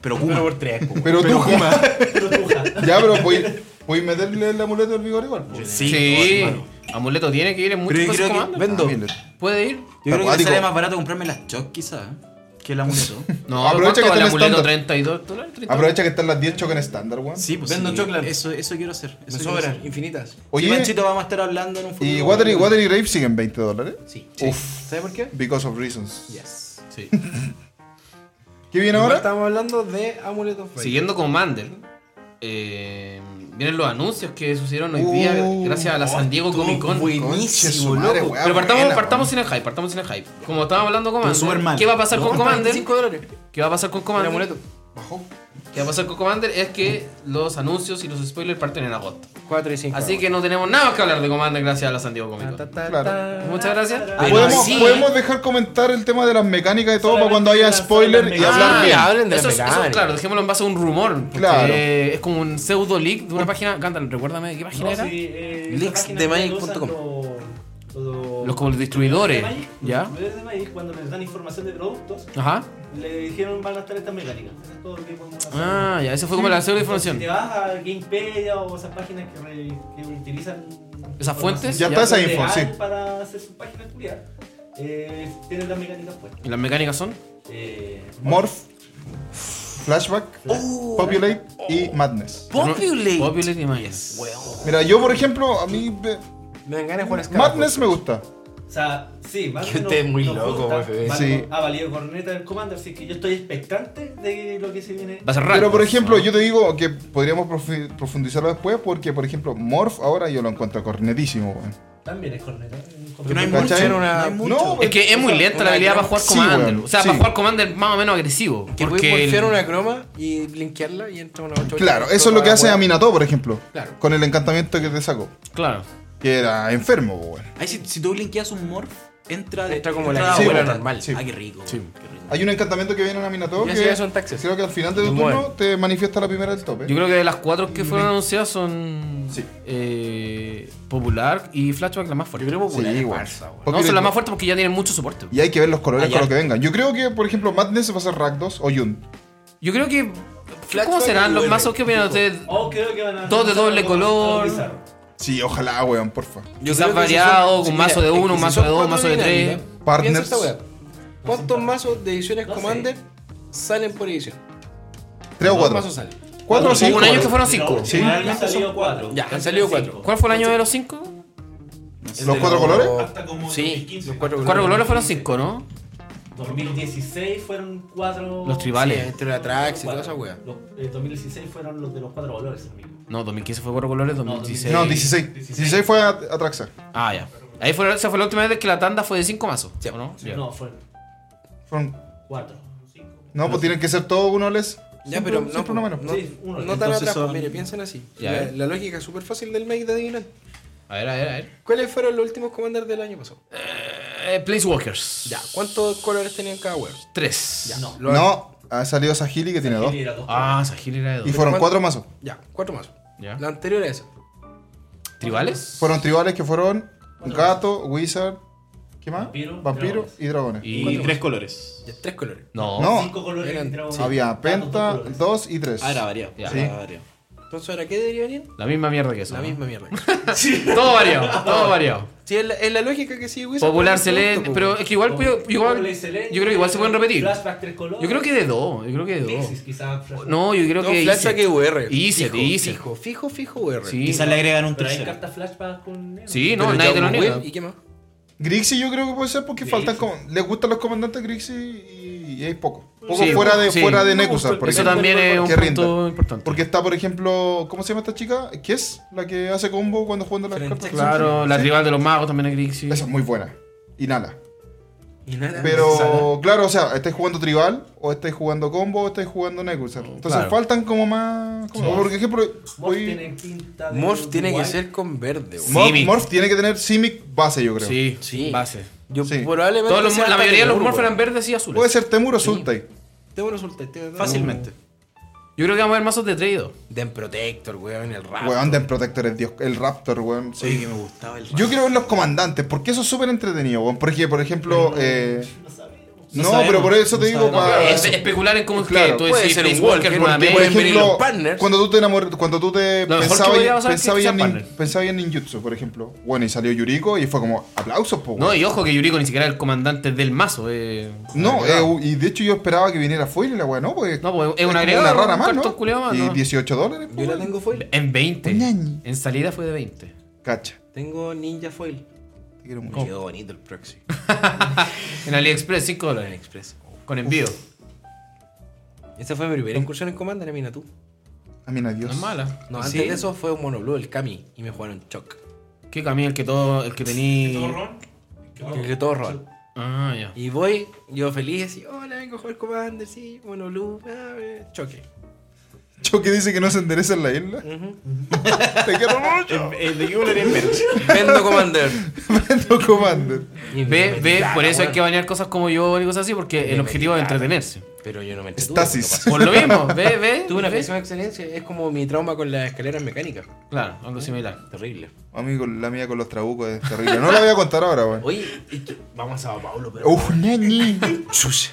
Speaker 6: Pero Kuma.
Speaker 1: por tres,
Speaker 4: pues,
Speaker 1: po.
Speaker 3: Pero tú,
Speaker 6: Pero Kuma.
Speaker 7: Oh, Brutuja.
Speaker 3: (laughs) ya, pero voy, voy a meterle el amuleto del vigor igual. pues.
Speaker 1: Sí,
Speaker 6: hermano.
Speaker 1: amuleto tiene que ir en muchas
Speaker 6: Pero yo
Speaker 1: cosas
Speaker 6: creo que-
Speaker 1: como anda.
Speaker 6: Vendo.
Speaker 3: Ah, mire.
Speaker 1: ¿Puede ir?
Speaker 6: Yo creo que me
Speaker 3: Acuático.
Speaker 6: sale más barato comprarme las chocs, quizás, ¿eh? que el amuleto.
Speaker 1: No, ¿cuánto
Speaker 3: Aprovecha
Speaker 1: vale
Speaker 3: que está en
Speaker 1: amuleto?
Speaker 3: estándar.
Speaker 1: 32 dólares. 30
Speaker 3: Aprovecha que están las 10 choques en estándar, weón.
Speaker 6: Sí, pues
Speaker 9: Vendo
Speaker 6: sí,
Speaker 9: choclas.
Speaker 6: Eso, eso quiero hacer. Eso
Speaker 9: Me
Speaker 6: quiero
Speaker 9: sobran,
Speaker 6: hacer.
Speaker 9: infinitas.
Speaker 6: Sí,
Speaker 3: Oye,
Speaker 6: Panchito vamos a estar hablando en un futuro.
Speaker 3: y Water y Water y Grave siguen 20 dólares.
Speaker 9: Sí.
Speaker 3: Uf,
Speaker 9: ¿Sabes por qué?
Speaker 3: because of reasons.
Speaker 9: Yes.
Speaker 1: Sí.
Speaker 3: ¿Qué viene ahora?
Speaker 4: Estamos hablando de Amulet of Fate.
Speaker 1: Siguiendo con Mandel, eh, vienen los anuncios que sucedieron hoy
Speaker 3: Uh,
Speaker 1: día gracias a la San Diego
Speaker 6: estuvo
Speaker 1: Comic Con.
Speaker 6: buenísimo,
Speaker 3: Conche su madre,
Speaker 6: loco.
Speaker 3: weá,
Speaker 1: Pero partamos,
Speaker 3: Ah, buena,
Speaker 1: partamos
Speaker 3: weón.
Speaker 1: sin el hype, partamos sin el hype. Como estábamos hablando con
Speaker 6: Pero
Speaker 1: Commander,
Speaker 6: Superman.
Speaker 1: ¿qué va a pasar con
Speaker 6: No,
Speaker 1: Commander?
Speaker 9: 5 dólares.
Speaker 1: ¿Qué va a pasar con Commander?
Speaker 9: El amuleto.
Speaker 1: ¿Qué va a pasar con Commander? Es que los anuncios y los spoilers parten en agosto.
Speaker 4: 4 y 5.
Speaker 1: Así que no tenemos nada más que hablar de Commander gracias a la San Diego Comic Con.
Speaker 3: Claro.
Speaker 1: Muchas gracias.
Speaker 6: Ay,
Speaker 1: Pero
Speaker 3: Ah, ¿Podemos,
Speaker 1: Ah, sí-
Speaker 3: podemos dejar comentar el tema de las mecánicas y todo para
Speaker 7: Solamente
Speaker 3: cuando haya
Speaker 7: las-
Speaker 3: spoiler
Speaker 7: las
Speaker 3: y hablar
Speaker 1: Ah,
Speaker 3: bien.
Speaker 4: ya, hablen de
Speaker 1: eso,
Speaker 4: la
Speaker 1: es- eso,
Speaker 4: mecánica.
Speaker 1: claro, dejémoslo en base a un rumor. porque
Speaker 3: Claro.
Speaker 1: Es como un pseudo leak de una página. Cántale, recuérdame, ¿qué página
Speaker 7: No,
Speaker 1: era?
Speaker 7: sí, eh,
Speaker 9: Leaks
Speaker 7: esa página
Speaker 9: de
Speaker 7: que
Speaker 9: Magic
Speaker 7: usan
Speaker 9: punto com.
Speaker 7: los- los-
Speaker 1: Los como los distribuidores.
Speaker 7: de Magic, los
Speaker 1: ¿Ya?
Speaker 7: distribuidores de Magic, cuando les dan información de productos,
Speaker 1: Ajá.
Speaker 7: le dijeron van a estar estas mecánicas. Eso es todo lo que podemos hacer.
Speaker 1: Ah, ya, esa fue como la pseudo
Speaker 7: Entonces,
Speaker 1: información.
Speaker 7: Si te vas a Gamepedia o esas páginas que, re- que utilizan.
Speaker 1: Esas fuentes,
Speaker 3: Ya
Speaker 7: información
Speaker 3: está esa info,
Speaker 7: legal
Speaker 3: sí.
Speaker 7: Para hacer sus páginas culiadas, eh, tienen las mecánicas puestas.
Speaker 1: ¿Y las mecánicas son?
Speaker 7: Eh,
Speaker 3: Morph, Flashback, Populate y Madness.
Speaker 9: Populate.
Speaker 1: Populate y Magic.
Speaker 3: Mira, yo por ejemplo, a mí eh,
Speaker 4: Me dan ganas de jugar a Skyrim.
Speaker 3: Madness me gusta.
Speaker 7: o sea, sí, más
Speaker 9: Que usted es muy loco, FB.
Speaker 3: Sí.
Speaker 7: Ha valido corneta del Commander, así que yo estoy expectante de lo que se viene.
Speaker 1: Va a ser raro. pues.
Speaker 3: Pero por ejemplo, yo te digo que podríamos profi- profundizarlo después porque por ejemplo, Morph ahora yo lo encuentro cornetísimo, weón.
Speaker 7: También es corneta.
Speaker 6: Que no hay
Speaker 3: ¿Cachai?
Speaker 6: mucho. No hay
Speaker 4: Una-
Speaker 6: mucho.
Speaker 3: No,
Speaker 1: Es que es muy lenta la habilidad para jugar
Speaker 3: Sí,
Speaker 1: Commander.
Speaker 3: weón,
Speaker 1: o sea,
Speaker 3: sí.
Speaker 1: para jugar Commander más o menos agresivo.
Speaker 4: Que voy
Speaker 1: porque
Speaker 4: a
Speaker 1: el-
Speaker 4: morfear una croma y linkearla y entra una 8
Speaker 3: Claro, eso es lo que hace Aminato, por ejemplo.
Speaker 4: Claro.
Speaker 3: Con el encantamiento que te sacó.
Speaker 1: Claro.
Speaker 3: Que era enfermo, weón.
Speaker 6: Ahí si, si tú linkeas un morph, entra,
Speaker 4: Entra como la
Speaker 6: a
Speaker 4: que
Speaker 6: vuelta.
Speaker 4: vuela normal.
Speaker 3: Sí.
Speaker 6: Ah, qué rico. qué rico.
Speaker 3: Hay un encantamiento que viene en Aminato
Speaker 4: Yo
Speaker 3: que
Speaker 4: hacía eso en taxes.
Speaker 3: creo que al final de tu
Speaker 4: Bueno.
Speaker 3: turno te manifiesta la primera del tope.
Speaker 1: Yo creo que de las cuatro que fueron anunciadas son.
Speaker 3: Sí.
Speaker 1: eh, popular y Flashback la más fuerte. Yo creo
Speaker 3: Popular Sí, es weón. falsa,
Speaker 1: falsa,
Speaker 3: weón.
Speaker 1: No, son
Speaker 3: Popular-
Speaker 1: las más fuertes porque ya tienen mucho soporte.
Speaker 3: Y hay que ver los colores
Speaker 4: Ah,
Speaker 6: Allá.
Speaker 3: con lo que vengan. Yo creo que, por ejemplo, Madness va a ser Rakdos o Yun.
Speaker 1: Yo creo que. ¿Cómo
Speaker 9: Flashback
Speaker 1: serán
Speaker 9: y
Speaker 1: los
Speaker 9: vuelve.
Speaker 1: mazos? ¿Qué opinan ustedes?
Speaker 7: Oh, creo que van a.
Speaker 1: Todo de doble color.
Speaker 3: Sí, ojalá, weón, porfa.
Speaker 1: Yo Quizás variado, con mazo de uno, un mazo de dos, un mazo de tres.
Speaker 3: Partners.
Speaker 4: ¿Cuántos mazos de ediciones
Speaker 7: No sé.
Speaker 4: Commander salen por edición?
Speaker 3: Tres o
Speaker 4: ¿Cuántos
Speaker 3: cuatro.
Speaker 4: mazos salen?
Speaker 3: Cuatro o
Speaker 1: Hubo
Speaker 3: cinco.
Speaker 1: un año que
Speaker 3: weón.
Speaker 1: fueron cinco.
Speaker 7: Sí. Han salido cuatro.
Speaker 4: Ya, han salido
Speaker 7: cinco.
Speaker 4: cuatro.
Speaker 1: ¿Cuál fue el año de los cinco?
Speaker 3: ¿Los cuatro colores?
Speaker 5: Hasta como
Speaker 4: Ah, Sí,
Speaker 5: 2015.
Speaker 4: los cuatro
Speaker 1: Cuatro colores fueron cinco, ¿no?
Speaker 7: 2016 fueron cuatro.
Speaker 1: Los tribales.
Speaker 4: Sí, entre la Trax y toda esa
Speaker 7: Cuatro. Los- eh, 2016 fueron los de los cuatro colores, amigo.
Speaker 1: No, 2015 fue cuatro colores, 2016.
Speaker 3: No, 16. 16 fue a, a Traxa.
Speaker 1: Ah, ya. Ahí fue, esa fue la última vez que la tanda fue de 5 mazos. ¿o no? Ya.
Speaker 7: No, fueron
Speaker 3: Fueron-
Speaker 7: cuatro.
Speaker 3: No, pues tienen que ser todos uno les.
Speaker 4: Ya, pero no, pues,
Speaker 3: siempre uno menos.
Speaker 4: no,
Speaker 7: Sí, uno.
Speaker 4: no tan
Speaker 6: Entonces
Speaker 4: atrás,
Speaker 6: son-
Speaker 4: mire, piensen así.
Speaker 1: Ya,
Speaker 4: la,
Speaker 1: eh.
Speaker 4: la lógica es súper fácil del make de adivinar.
Speaker 1: A ver, a ver, a ver.
Speaker 4: ¿Cuáles fueron los últimos Commander del año pasado?
Speaker 1: Eh, Placewalkers.
Speaker 4: Ya, ¿cuántos colores tenían cada web?
Speaker 1: 3.
Speaker 7: No.
Speaker 3: No, ha salido Sahili que tiene dos.
Speaker 7: Era dos.
Speaker 1: Ah, Sahil era de
Speaker 3: Y
Speaker 1: 2.
Speaker 3: fueron cuatro mazos.
Speaker 4: Ya, cuatro mazos.
Speaker 1: Ya.
Speaker 4: La anterior era esa.
Speaker 1: ¿Tribales?
Speaker 3: Fueron tribales que fueron gato, wizard, ¿qué más?
Speaker 7: Vampiro,
Speaker 3: Vampiro
Speaker 7: dragones.
Speaker 3: y dragones.
Speaker 6: Y
Speaker 1: Y...
Speaker 6: tres colores.
Speaker 4: Ya, tres colores.
Speaker 1: No.
Speaker 3: No,
Speaker 7: Cinco colores.
Speaker 4: eran-
Speaker 7: entraron-
Speaker 3: había penta,
Speaker 7: Tantos colores.
Speaker 3: dos y tres.
Speaker 6: Ah, era variado.
Speaker 1: Ya.
Speaker 6: Era variado.
Speaker 4: Entonces, ¿ahora qué derivarían?
Speaker 1: La misma mierda que eso.
Speaker 4: La
Speaker 1: ¿no? (laughs)
Speaker 4: misma mierda.
Speaker 1: Todo variado, todo variado.
Speaker 3: (laughs)
Speaker 4: sí, es la, es la lógica que sigue Wizard.
Speaker 1: Popular,
Speaker 4: con el producto,
Speaker 1: Select,
Speaker 4: po,
Speaker 1: pero
Speaker 3: pues.
Speaker 4: weón.
Speaker 1: es que igual, yo, igual,
Speaker 7: Doble
Speaker 1: yo
Speaker 7: excelente,
Speaker 1: creo que igual se pueden repetir.
Speaker 7: Flashback tres colores.
Speaker 1: Yo creo que de dos, yo creo que de dos.
Speaker 7: Nexus, quizás, flashback.
Speaker 1: No, yo creo
Speaker 4: No,
Speaker 1: que
Speaker 4: Flash saque UR.
Speaker 1: Easy, easy.
Speaker 4: Fijo, fijo, fijo UR.
Speaker 1: Sí,
Speaker 6: Quizás le agregan un
Speaker 7: Pero hay
Speaker 6: tercero.
Speaker 7: cartas flashback con. negro.
Speaker 1: sí no,
Speaker 4: Pero
Speaker 1: nadie te lo
Speaker 4: Jaume
Speaker 1: niega.
Speaker 4: Web, ¿Y qué más?
Speaker 3: Grixie yo creo que puede ser porque
Speaker 7: Grixie.
Speaker 3: faltan como, les gustan los comandantes Grixie y, y hay poco. Poco
Speaker 1: Sí,
Speaker 3: fuera de
Speaker 1: sí.
Speaker 3: fuera de Nekusar, por
Speaker 1: Eso
Speaker 3: ejemplo.
Speaker 1: también es un
Speaker 3: que
Speaker 1: punto
Speaker 3: rinda.
Speaker 1: importante.
Speaker 3: Porque está, por ejemplo, ¿cómo se llama esta chica? ¿Qué es? La que hace combo cuando juegan las cartas.
Speaker 1: Claro, la
Speaker 3: Sí.
Speaker 1: rival de los magos también es Grixie.
Speaker 3: Esa es muy buena. Y nada.
Speaker 4: Y nada.
Speaker 3: Pero, claro, o sea, estáis jugando tribal, o estáis jugando combo, o estáis jugando Nekusar. Entonces
Speaker 1: Claro.
Speaker 3: faltan como más. como- Por ejemplo,
Speaker 7: Morph
Speaker 3: hoy-
Speaker 7: tiene pinta de.
Speaker 4: Morph tiene que
Speaker 7: Uruguay.
Speaker 4: ser con verde, weón.
Speaker 1: Sí.
Speaker 3: Morph,
Speaker 1: Simic.
Speaker 3: Morph tiene que tener Simic base, yo creo.
Speaker 1: Sí,
Speaker 4: Sí.
Speaker 1: base.
Speaker 4: Yo
Speaker 3: Sí.
Speaker 4: probablemente.
Speaker 1: Todos los-
Speaker 4: sea
Speaker 1: la
Speaker 4: hasta
Speaker 1: mayoría de los
Speaker 4: Temur,
Speaker 1: morfos eran
Speaker 4: weón.
Speaker 1: verdes y azules.
Speaker 3: Puede ser Temur o Sultai.
Speaker 4: Temur o Sultai, Temur o Sultai.
Speaker 6: Fácilmente.
Speaker 1: Yo creo que vamos a ver mazos de 3 y 2.
Speaker 4: Den Protector, weón, el rap.
Speaker 3: Weón, Den Protector, el, dios, el Raptor, weón.
Speaker 2: Sí, que me gustaba el
Speaker 3: Yo quiero ver los comandantes, porque eso es súper entretenido, weón. Porque, por
Speaker 1: Mm.
Speaker 3: ejemplo, eh,
Speaker 7: No sabemos.
Speaker 3: no,
Speaker 6: No sabemos,
Speaker 3: pero por Ah, eso te
Speaker 6: no
Speaker 3: digo,
Speaker 6: sabemos.
Speaker 3: para.
Speaker 1: Espe- especular en cómo es
Speaker 3: Claro,
Speaker 1: que tú
Speaker 4: puede
Speaker 1: decís
Speaker 4: ser un
Speaker 1: Place
Speaker 4: Walker,
Speaker 1: Walker
Speaker 4: porque
Speaker 3: Por
Speaker 1: nuevamente.
Speaker 4: pueden venir los
Speaker 3: ejemplo,
Speaker 4: partners.
Speaker 3: cuando tú te enamor- cuando tú te
Speaker 1: Lo mejor
Speaker 3: pensabas
Speaker 1: que podría pasar es que
Speaker 3: pensabas
Speaker 1: sean
Speaker 3: en, nin-
Speaker 1: partners.
Speaker 3: pensabas en ninjutsu, por ejemplo. Bueno, y salió Yuriko y fue como aplausos, po.
Speaker 1: No,
Speaker 3: weón.
Speaker 1: y ojo que Yuriko ni siquiera era el comandante del mazo. eh.
Speaker 3: No,
Speaker 1: Agregado.
Speaker 3: eh, y de hecho yo esperaba que viniera foil y la weá, no, pues.
Speaker 1: No, pues, es un
Speaker 3: como
Speaker 1: agregado,
Speaker 3: Una
Speaker 1: un
Speaker 3: rara más,
Speaker 1: cartón
Speaker 3: ¿no?
Speaker 1: culiao más,
Speaker 3: y
Speaker 1: ¿no?
Speaker 3: 18 dólares, po,
Speaker 4: Yo la
Speaker 3: weón.
Speaker 4: tengo foil.
Speaker 1: En 20.
Speaker 3: Ñañi.
Speaker 1: En salida fue de 20.
Speaker 3: Cacha.
Speaker 4: Tengo Ninja Foil.
Speaker 3: Te quiero
Speaker 4: Me
Speaker 1: Oh.
Speaker 3: mucho.
Speaker 4: quedó bonito el proxy.
Speaker 1: En AliExpress, 5 dólares en Express. Con envío.
Speaker 4: Esa fue mi primera incursión en Commander, mira tú.
Speaker 3: Amén,
Speaker 1: No
Speaker 3: adiós.
Speaker 1: es
Speaker 3: (laughs)
Speaker 1: mala.
Speaker 4: No, antes de eso fue un monoblue, el Kami, y me jugaron Choc.
Speaker 1: ¿Qué camino el que todo, el que tení?
Speaker 5: Torrón.
Speaker 4: Que que todo rol.
Speaker 1: Ah, ya.
Speaker 4: Y voy, yo feliz, así, hola, vengo a jugar Commander, sí, monoblue, ah, eh, choque.
Speaker 3: Choque dice que no se endereza en la isla. Te quiero mucho.
Speaker 6: ¿De qué volvería en menos?
Speaker 4: Vendo Commander.
Speaker 3: Vendo Commander.
Speaker 4: Y me-
Speaker 1: Ve,
Speaker 4: me
Speaker 1: ve,
Speaker 4: tiraron,
Speaker 1: por eso hay
Speaker 4: weón.
Speaker 1: que bañar cosas como yo y cosas así, porque el
Speaker 4: Me
Speaker 1: objetivo es
Speaker 4: metí plata.
Speaker 1: entretenerse.
Speaker 4: Pero yo no me entretuve,
Speaker 3: Estasis.
Speaker 1: Por lo mismo, ve, (laughs) ve.
Speaker 4: Tuve una
Speaker 1: ve.
Speaker 4: pésima experiencia, es como mi trauma con las escaleras mecánicas.
Speaker 1: Claro, algo similar.
Speaker 4: Terrible.
Speaker 3: Amigo, la mía con los trabucos es terrible. No la voy a contar ahora, weón.
Speaker 4: Oye, y tú- vamos a Sao Paulo, pero.
Speaker 1: (laughs)
Speaker 3: Uf, nani.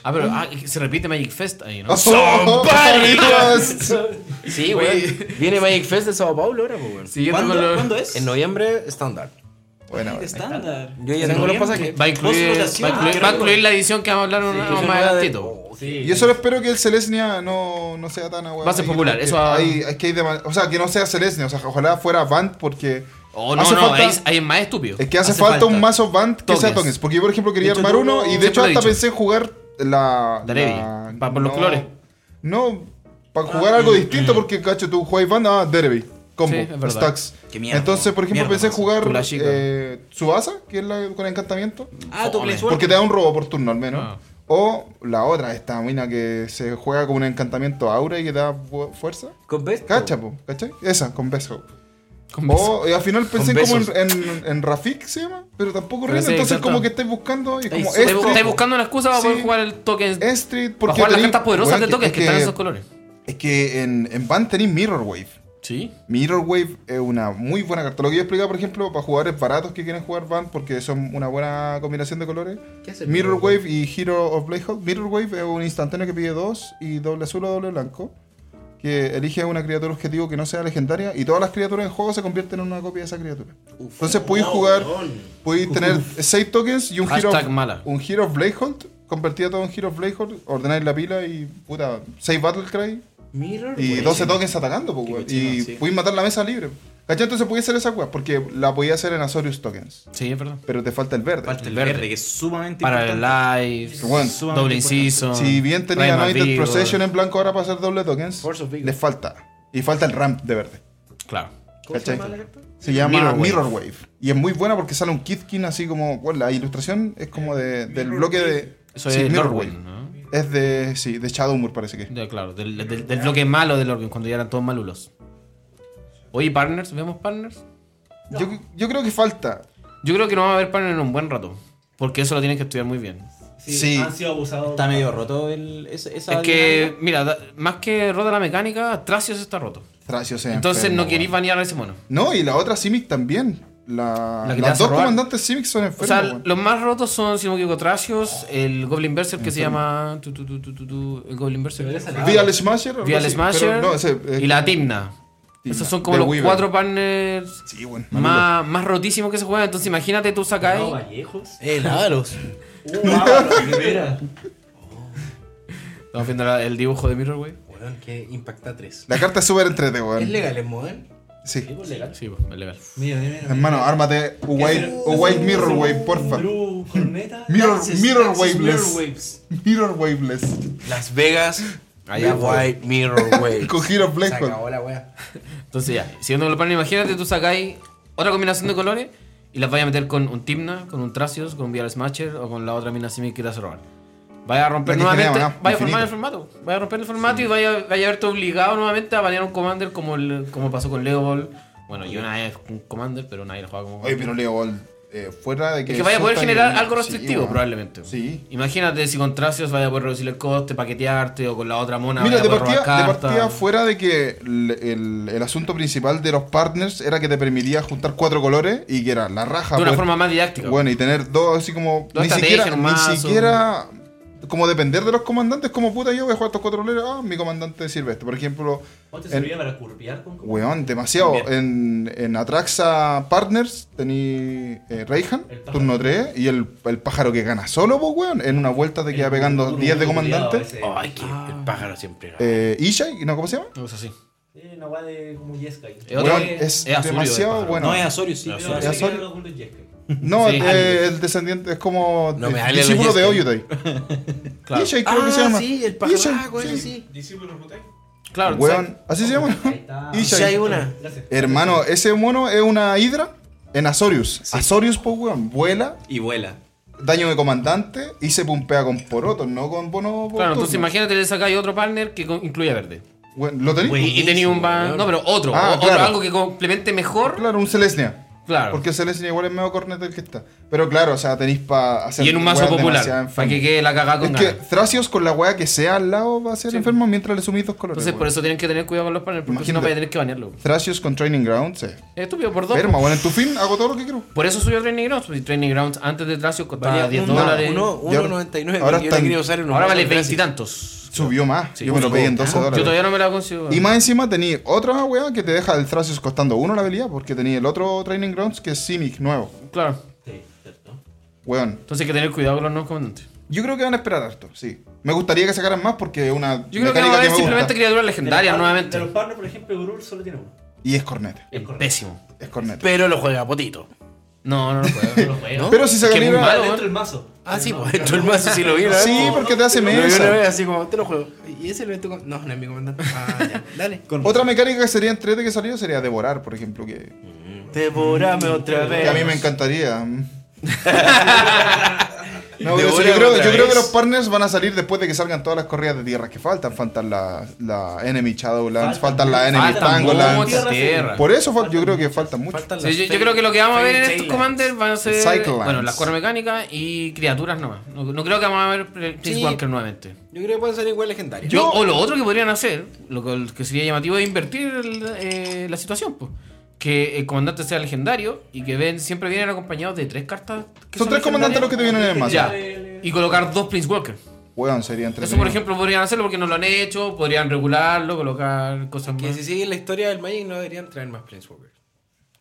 Speaker 1: Ah, pero ah, se repite Magic Fest ahí,
Speaker 3: Ah,
Speaker 1: ¿no?
Speaker 3: Oh, Somebody was-
Speaker 4: Sí, güey. Viene Magic Fest de Sao Paulo ahora, pues, weón.
Speaker 1: Siguiendo
Speaker 6: ¿Cuándo,
Speaker 1: con lo-
Speaker 6: ¿Cuándo es?
Speaker 4: En noviembre, estándar.
Speaker 3: Buena, buena.
Speaker 6: Estándar.
Speaker 4: Yo ya tengo los pasajes.
Speaker 1: Va a incluir, va a
Speaker 6: Postulación.
Speaker 1: incluir- va a incluir la edición que vamos a hablar un-
Speaker 4: Inclusión
Speaker 1: más
Speaker 4: nueva de-
Speaker 1: adelantito.
Speaker 4: Oh, sí.
Speaker 7: Sí.
Speaker 3: Y eso espero que el Celestia no, no sea tan agua.
Speaker 1: Va a ser popular, eso va-
Speaker 3: Hay, es que hay dema- o sea, que no sea Celestia, o sea, ojalá fuera Band porque.
Speaker 1: Oh, no,
Speaker 3: hace
Speaker 1: no,
Speaker 3: falta-
Speaker 1: ahí, ahí es más estúpido.
Speaker 3: Es Eh, que hace,
Speaker 6: Hace
Speaker 3: falta,
Speaker 6: falta.
Speaker 3: un mazo Band que sea
Speaker 1: Tokens.
Speaker 3: Tokens. Porque yo, por ejemplo, quería
Speaker 6: De hecho,
Speaker 3: armar
Speaker 6: yo
Speaker 3: uno
Speaker 6: lo-
Speaker 3: y de
Speaker 1: siempre
Speaker 3: hecho
Speaker 1: lo he
Speaker 3: hasta
Speaker 1: dicho.
Speaker 3: pensé en jugar la.
Speaker 1: Darevi,
Speaker 3: la-
Speaker 1: pa- por los colores. Ah, mm.
Speaker 3: No, para jugar algo distinto porque, cacho, tú juegas Band, ah, Derby. Combo,
Speaker 1: Sí, es verdad.
Speaker 3: stacks.
Speaker 2: Qué mierda.
Speaker 3: Entonces, por ejemplo,
Speaker 2: Mierda,
Speaker 3: pensé en
Speaker 2: mazo.
Speaker 3: jugar
Speaker 1: Pula chica.
Speaker 3: eh, Subasa, que es la con encantamiento.
Speaker 6: Ah, tu
Speaker 1: Fome.
Speaker 6: Planeswalker.
Speaker 3: Porque te da un robo por turno al menos.
Speaker 1: Ah.
Speaker 3: O la otra, esta mina que se juega con un encantamiento aura y que da bu- fuerza.
Speaker 4: Con Best.
Speaker 3: Cacha, po, ¿cachai? Esa, con beso.
Speaker 1: Con beso.
Speaker 3: O eh, al final pensé
Speaker 4: Con
Speaker 3: como en,
Speaker 4: besos.
Speaker 3: en, en Rafik, se llama, pero tampoco
Speaker 1: Pero
Speaker 3: rinde.
Speaker 1: ese,
Speaker 3: Entonces,
Speaker 1: exacto.
Speaker 3: como que estáis buscando. Y es como
Speaker 1: Estáis
Speaker 3: Street,
Speaker 1: bu- estáis buscando una excusa para
Speaker 3: Sí.
Speaker 1: poder jugar el token. Para
Speaker 3: Street, porque
Speaker 1: jugar las
Speaker 3: tenéis-
Speaker 1: cartas poderosas
Speaker 3: weón,
Speaker 1: de tokens que,
Speaker 3: es
Speaker 1: están en esos colores.
Speaker 3: Es que en, en Ban tenéis Mirror Wave.
Speaker 1: Sí.
Speaker 3: Mirror Wave es una muy buena carta. Lo que yo explicaba, por ejemplo, para jugadores baratos que quieren jugar Van porque son una buena combinación de colores.
Speaker 4: ¿Qué hace el
Speaker 3: Mirror
Speaker 4: Mirror
Speaker 3: Wave y Hero of Bladehawk. Mirror Wave es un instantáneo que pide dos y doble azul o doble blanco. Que elige una criatura objetivo que no sea legendaria y todas las criaturas en juego se convierten en una copia de esa criatura. Entonces
Speaker 4: oh,
Speaker 3: podéis jugar, podéis tener 6 tokens y un Hero,
Speaker 1: Hashtag mala.
Speaker 3: un Hero of Bladehold. Convertida todo en Hero of Bladehold, ordenáis la pila y puta, 6 Battlecry
Speaker 4: Mirror.
Speaker 3: y
Speaker 4: Wave.
Speaker 3: 12 tokens atacando, po, weón. Y podéis matar la mesa libre. ¿Cachai? Entonces podéis hacer esa weá, porque la podía hacer en Azorius Tokens.
Speaker 1: Sí, es verdad.
Speaker 3: Pero te falta el verde.
Speaker 6: Falta el
Speaker 1: Verde.
Speaker 6: verde, que es sumamente
Speaker 1: Para
Speaker 6: importante.
Speaker 1: el
Speaker 3: Sí,
Speaker 1: live,
Speaker 3: bueno.
Speaker 6: Sumamente
Speaker 1: doble
Speaker 6: importante.
Speaker 1: inciso.
Speaker 3: Si bien tenía
Speaker 1: Rayman
Speaker 3: Anointed
Speaker 1: Vigor.
Speaker 3: Procession en blanco ahora para hacer doble tokens,
Speaker 4: Force of Vigor.
Speaker 3: les falta. Y falta el ramp de verde.
Speaker 1: Claro.
Speaker 4: ¿Cómo se
Speaker 3: ¿Cachai?
Speaker 4: llama la carta?
Speaker 3: Se llama
Speaker 1: Mirror
Speaker 3: Mirror
Speaker 1: Wave.
Speaker 3: Wave. Y es muy buena porque sale un Kitkin así como. Bueno, la ilustración es como de- del bloque de.
Speaker 1: Eso
Speaker 3: sí,
Speaker 1: es
Speaker 3: Mirror
Speaker 1: Lorwyn,
Speaker 3: Wave.
Speaker 1: ¿no?
Speaker 3: Es de. Sí, de Shadowmoor parece que. es.
Speaker 1: Ya, claro, del, del- del bloque malo de Lorwyn, cuando ya eran todos malulos. Oye, partners, ¿vemos partners?
Speaker 3: Yo, yo creo que falta.
Speaker 1: Yo creo que no va a haber partners en un buen rato. Porque eso lo tienen que estudiar muy bien.
Speaker 7: Sí,
Speaker 3: Sí.
Speaker 7: Han sido abusados.
Speaker 6: Está medio roto el, esa, esa
Speaker 1: Es que,
Speaker 6: dinámica.
Speaker 1: mira, da- más que rota la mecánica, Tracios está roto.
Speaker 3: Tracio se
Speaker 1: Entonces
Speaker 3: enferma,
Speaker 1: no queréis
Speaker 3: weón.
Speaker 1: banear a ese mono.
Speaker 3: No, y la otra Simic también. La,
Speaker 1: La que te
Speaker 3: las
Speaker 1: hace
Speaker 3: dos
Speaker 1: robar.
Speaker 3: comandantes Simic son
Speaker 1: O
Speaker 3: enfermos.
Speaker 1: sea,
Speaker 3: weón.
Speaker 1: los más rotos son, si no me equivoco, Tracios, el Goblin Berserk que se llama. tu, tu, tu, tu, tu, tu, el Goblin Berserk.
Speaker 3: Vía el Smasher. algo
Speaker 1: Via
Speaker 3: así,
Speaker 1: Smasher
Speaker 3: pero no, ese, eh,
Speaker 1: y la Timna.
Speaker 3: Timna,
Speaker 1: Esos son como
Speaker 3: del
Speaker 1: los
Speaker 3: Weaver.
Speaker 1: cuatro partners
Speaker 3: Sí, bueno.
Speaker 1: más, más rotísimos que se juegan. Entonces imagínate tú sacáis.
Speaker 7: No, Vallejos.
Speaker 4: Eh, Lágalos.
Speaker 7: Uh, wow, la primera.
Speaker 1: Estamos viendo la- el dibujo de Mirror Wave.
Speaker 4: Weón, que impacta 3.
Speaker 3: La carta es súper entrete,
Speaker 4: ¿Es
Speaker 3: weón.
Speaker 4: legal, es modern?
Speaker 7: Sí,
Speaker 3: Sí.
Speaker 7: pues, legal.
Speaker 1: Sí, pues, es legal.
Speaker 4: Mira, mira, mira.
Speaker 3: Hermano, ármate un White, un white Mirror Wave, porfa.
Speaker 7: Blue, corneta.
Speaker 3: Mirror,
Speaker 7: Lances,
Speaker 3: mirror
Speaker 7: lances,
Speaker 3: waveless.
Speaker 7: Mirror waves.
Speaker 3: Mirror waveless.
Speaker 4: Las Vegas. Allá White Mirror
Speaker 3: (laughs)
Speaker 4: Wave.
Speaker 3: Con Hero of
Speaker 4: Se
Speaker 3: Black Hole.
Speaker 4: acabó la wea.
Speaker 1: Entonces ya, siguiendo con los partners, imagínate tú sacáis otra combinación de colores y las vais a meter con un Timna, con un Tracios, con un Vial Smasher o con la otra mina Simic que te hace robar. Vaya a romper
Speaker 3: La que
Speaker 1: nuevamente,
Speaker 3: genera, ¿no?
Speaker 1: vaya a
Speaker 3: Infinito.
Speaker 1: formar el formato, vaya a romper el formato y vaya, vaya a verte obligado nuevamente a banear un Commander como, el- como pasó con Leopold. Bueno, yo una vez un Commander, pero nadie lo jugaba como
Speaker 3: Oye, pero Leo Ball, eh, fuera de que.
Speaker 1: Es que vaya a poder
Speaker 3: son tan-
Speaker 1: generar algo
Speaker 3: sí,
Speaker 1: restrictivo,
Speaker 3: weón.
Speaker 1: probablemente.
Speaker 3: Sí.
Speaker 1: Imagínate si con Tracios vaya a poder reducir el coste, paquetearte o con la otra mona.
Speaker 3: Mira,
Speaker 1: vaya a
Speaker 3: de
Speaker 1: poder robar
Speaker 3: partida, de
Speaker 1: cartas.
Speaker 3: partida fuera de que el, el- el asunto principal de los partners era que te permitía juntar cuatro colores y que era la raja.
Speaker 1: De una
Speaker 3: poder-
Speaker 1: forma más didáctica.
Speaker 3: Bueno, y tener dos así como.
Speaker 1: Dos
Speaker 3: ni
Speaker 1: estrategias
Speaker 3: siquiera.
Speaker 1: nomás,
Speaker 3: ni
Speaker 1: o-
Speaker 3: siquiera. Como depender de los comandantes, como puta, yo voy a jugar estos cuatro colores. Ah, mi comandante sirve esto. Por ejemplo,
Speaker 7: ¿Vos te
Speaker 3: En-
Speaker 7: servía para curpear con
Speaker 3: Weón, demasiado. En, en Atraxa Partners tení eh, Raihan,
Speaker 7: El pájaro.
Speaker 3: turno 3, y el, el pájaro que gana solo, pues, weón. En una vuelta te queda pegando 10 de comandante.
Speaker 7: Ay,
Speaker 5: que
Speaker 4: Ah.
Speaker 5: el pájaro siempre gana.
Speaker 3: Eh, Ishai, ¿no? ¿Cómo se llama?
Speaker 1: No es así.
Speaker 7: Una weá de como Yeskai.
Speaker 1: Es otro-
Speaker 3: Weón, eh,
Speaker 1: eh,
Speaker 3: es,
Speaker 1: es Azurio,
Speaker 3: demasiado
Speaker 1: el pájaro.
Speaker 3: bueno.
Speaker 6: No,
Speaker 3: No,
Speaker 6: es Azorio, sí.
Speaker 1: No,
Speaker 6: es
Speaker 1: Azorio.
Speaker 6: Azorio.
Speaker 3: Azor-
Speaker 1: Sí,
Speaker 3: eh,
Speaker 1: Alien.
Speaker 3: el descendiente es como
Speaker 1: No me
Speaker 3: el
Speaker 1: hable de Ah,
Speaker 3: discípulo de
Speaker 1: Yeskai.
Speaker 3: Oyutai.
Speaker 1: (laughs) Claro.
Speaker 3: Ishai creo que se llama.
Speaker 4: Ah, sí, el pájaro.
Speaker 3: Ishai,
Speaker 4: Ah, güey,
Speaker 3: sí.
Speaker 4: sí.
Speaker 5: Discípulo Rutai.
Speaker 1: Claro,
Speaker 3: Weón, así se llama.
Speaker 4: Sí, hay una.
Speaker 3: Hermano, ese mono es una hidra en Azorius. Azorius, pues, weón, vuela
Speaker 6: Y vuela.
Speaker 3: daño de comandante y se pumpea con porotos, no con bono por
Speaker 1: Claro, entonces
Speaker 3: turno.
Speaker 1: imagínate le sacáis otro partner que con- incluya verde.
Speaker 3: Bueno, ¿Lo tenéis?
Speaker 1: Y, y tenía un ban. No, pero otro.
Speaker 3: Ah,
Speaker 1: o- otro,
Speaker 3: claro.
Speaker 1: algo que complemente mejor.
Speaker 3: Claro, un Celestia.
Speaker 1: Claro.
Speaker 3: Porque Celestia igual es medio corneta el que está. Pero claro, o sea, tenéis para hacer.
Speaker 1: y en un mazo
Speaker 3: weas demasiado
Speaker 1: popular.
Speaker 3: enfermas.
Speaker 1: Para que quede la cagada con
Speaker 3: Es que
Speaker 1: ganas.
Speaker 3: Thracios con la wea que sea al lado va a ser
Speaker 1: Sí.
Speaker 3: enfermo mientras le sumís dos colores.
Speaker 1: Entonces por eso tienen que tener cuidado con los partners. Porque si no
Speaker 3: Imagínate.
Speaker 1: vaya a tener que banearlo.
Speaker 3: Thracios con Training Grounds, sí.
Speaker 1: Estúpido, por dos.
Speaker 3: Enferma, bueno, en tu fin hago todo lo que quiero.
Speaker 1: Por eso subió Training Grounds. pues, Training Grounds antes de Tracio costaba
Speaker 4: Valía
Speaker 1: 10
Speaker 4: uno-
Speaker 1: dólares.
Speaker 4: uno-
Speaker 3: Y ahora-
Speaker 4: 1.99.
Speaker 3: ahora
Speaker 4: Ahora yo la
Speaker 3: están-
Speaker 4: quería usar en un
Speaker 1: Ahora
Speaker 4: brazo,
Speaker 1: vale
Speaker 4: gracias.
Speaker 1: veintitantos.
Speaker 3: Subió más.
Speaker 1: Sí.
Speaker 3: Yo me lo pegué en
Speaker 4: Ah,
Speaker 3: 12
Speaker 1: Yo
Speaker 3: dólares.
Speaker 1: todavía no me la consigo.
Speaker 3: Y más encima tenía otra wea que te deja el Thracios costando uno la habilidad porque tenía el otro Training Grounds que es Simic nuevo.
Speaker 1: Claro.
Speaker 3: Weón,
Speaker 1: Entonces hay que tener cuidado con los nuevos comandantes.
Speaker 3: Yo creo que van a esperar harto, sí. Me gustaría que sacaran más porque es una
Speaker 1: Yo creo que
Speaker 3: mecánica
Speaker 1: no va a haber
Speaker 3: me
Speaker 1: simplemente
Speaker 3: gusta.
Speaker 1: criaturas legendarias nuevamente.
Speaker 7: De los partners, por ejemplo, Grul solo tiene uno.
Speaker 3: Y es cornete,
Speaker 7: Es correcto.
Speaker 1: Pésimo.
Speaker 3: es cornete.
Speaker 5: Pero lo juega Potito.
Speaker 1: No, no lo puedo.
Speaker 7: No lo juega.
Speaker 3: Pero,
Speaker 7: Pero
Speaker 3: si
Speaker 1: es que es muy
Speaker 3: sacaran...
Speaker 1: malo.
Speaker 7: dentro del mazo.
Speaker 4: Ah, sí, pues
Speaker 5: Dentro el mazo sí lo vi, ¿no?
Speaker 3: Sí, porque te hace
Speaker 4: Pero yo una vez
Speaker 3: mesa.
Speaker 4: así como, te lo juego. Y ese lo es tu com- No, no es mi comandante. (laughs) Ah, ya. Dale.
Speaker 6: Con-
Speaker 3: Otra mecánica que sería entrete que salió sería devorar, por ejemplo, que,
Speaker 4: Devorame otra vez.
Speaker 3: que a mí me encantaría. no, pero sí,
Speaker 5: Devórame
Speaker 3: yo, creo,
Speaker 5: otra
Speaker 3: yo creo que
Speaker 5: vez.
Speaker 3: los partners van a salir después de que salgan todas las corridas de tierras que faltan. Faltan la, la Enemy Shadowlands, faltan, la Enemy
Speaker 1: Faltan
Speaker 3: Tangolands.
Speaker 1: muchas tierras.
Speaker 3: Por eso fal- yo creo que faltan mucho.
Speaker 4: Faltan
Speaker 1: Sí,
Speaker 4: las
Speaker 1: yo, yo
Speaker 4: fake-
Speaker 1: creo que lo que vamos a ver en
Speaker 4: fake
Speaker 1: estos
Speaker 4: tailors.
Speaker 1: commanders van a ser
Speaker 3: Cyclones.
Speaker 1: bueno, las cuatro mecánicas y criaturas nomás. No, no creo que vamos a ver Prince
Speaker 4: Sí.
Speaker 1: Walker nuevamente.
Speaker 4: Yo creo que pueden ser igual legendarias.
Speaker 1: Yo, o lo otro que podrían hacer, lo que, lo que sería llamativo, es invertir el, eh, la situación. pues. Que el comandante sea legendario y que ven, siempre vienen acompañados de tres cartas. que
Speaker 3: Son tres comandantes los que te vienen en el mazo.
Speaker 1: Ya. Y colocar dos Prince Walker.
Speaker 3: Weón, sería entretenido.
Speaker 1: Eso, por ejemplo, podrían hacerlo porque no lo han hecho, podrían regularlo, colocar cosas
Speaker 4: Que
Speaker 1: más.
Speaker 4: si siguen la historia del Magic no deberían traer más Planeswalkers.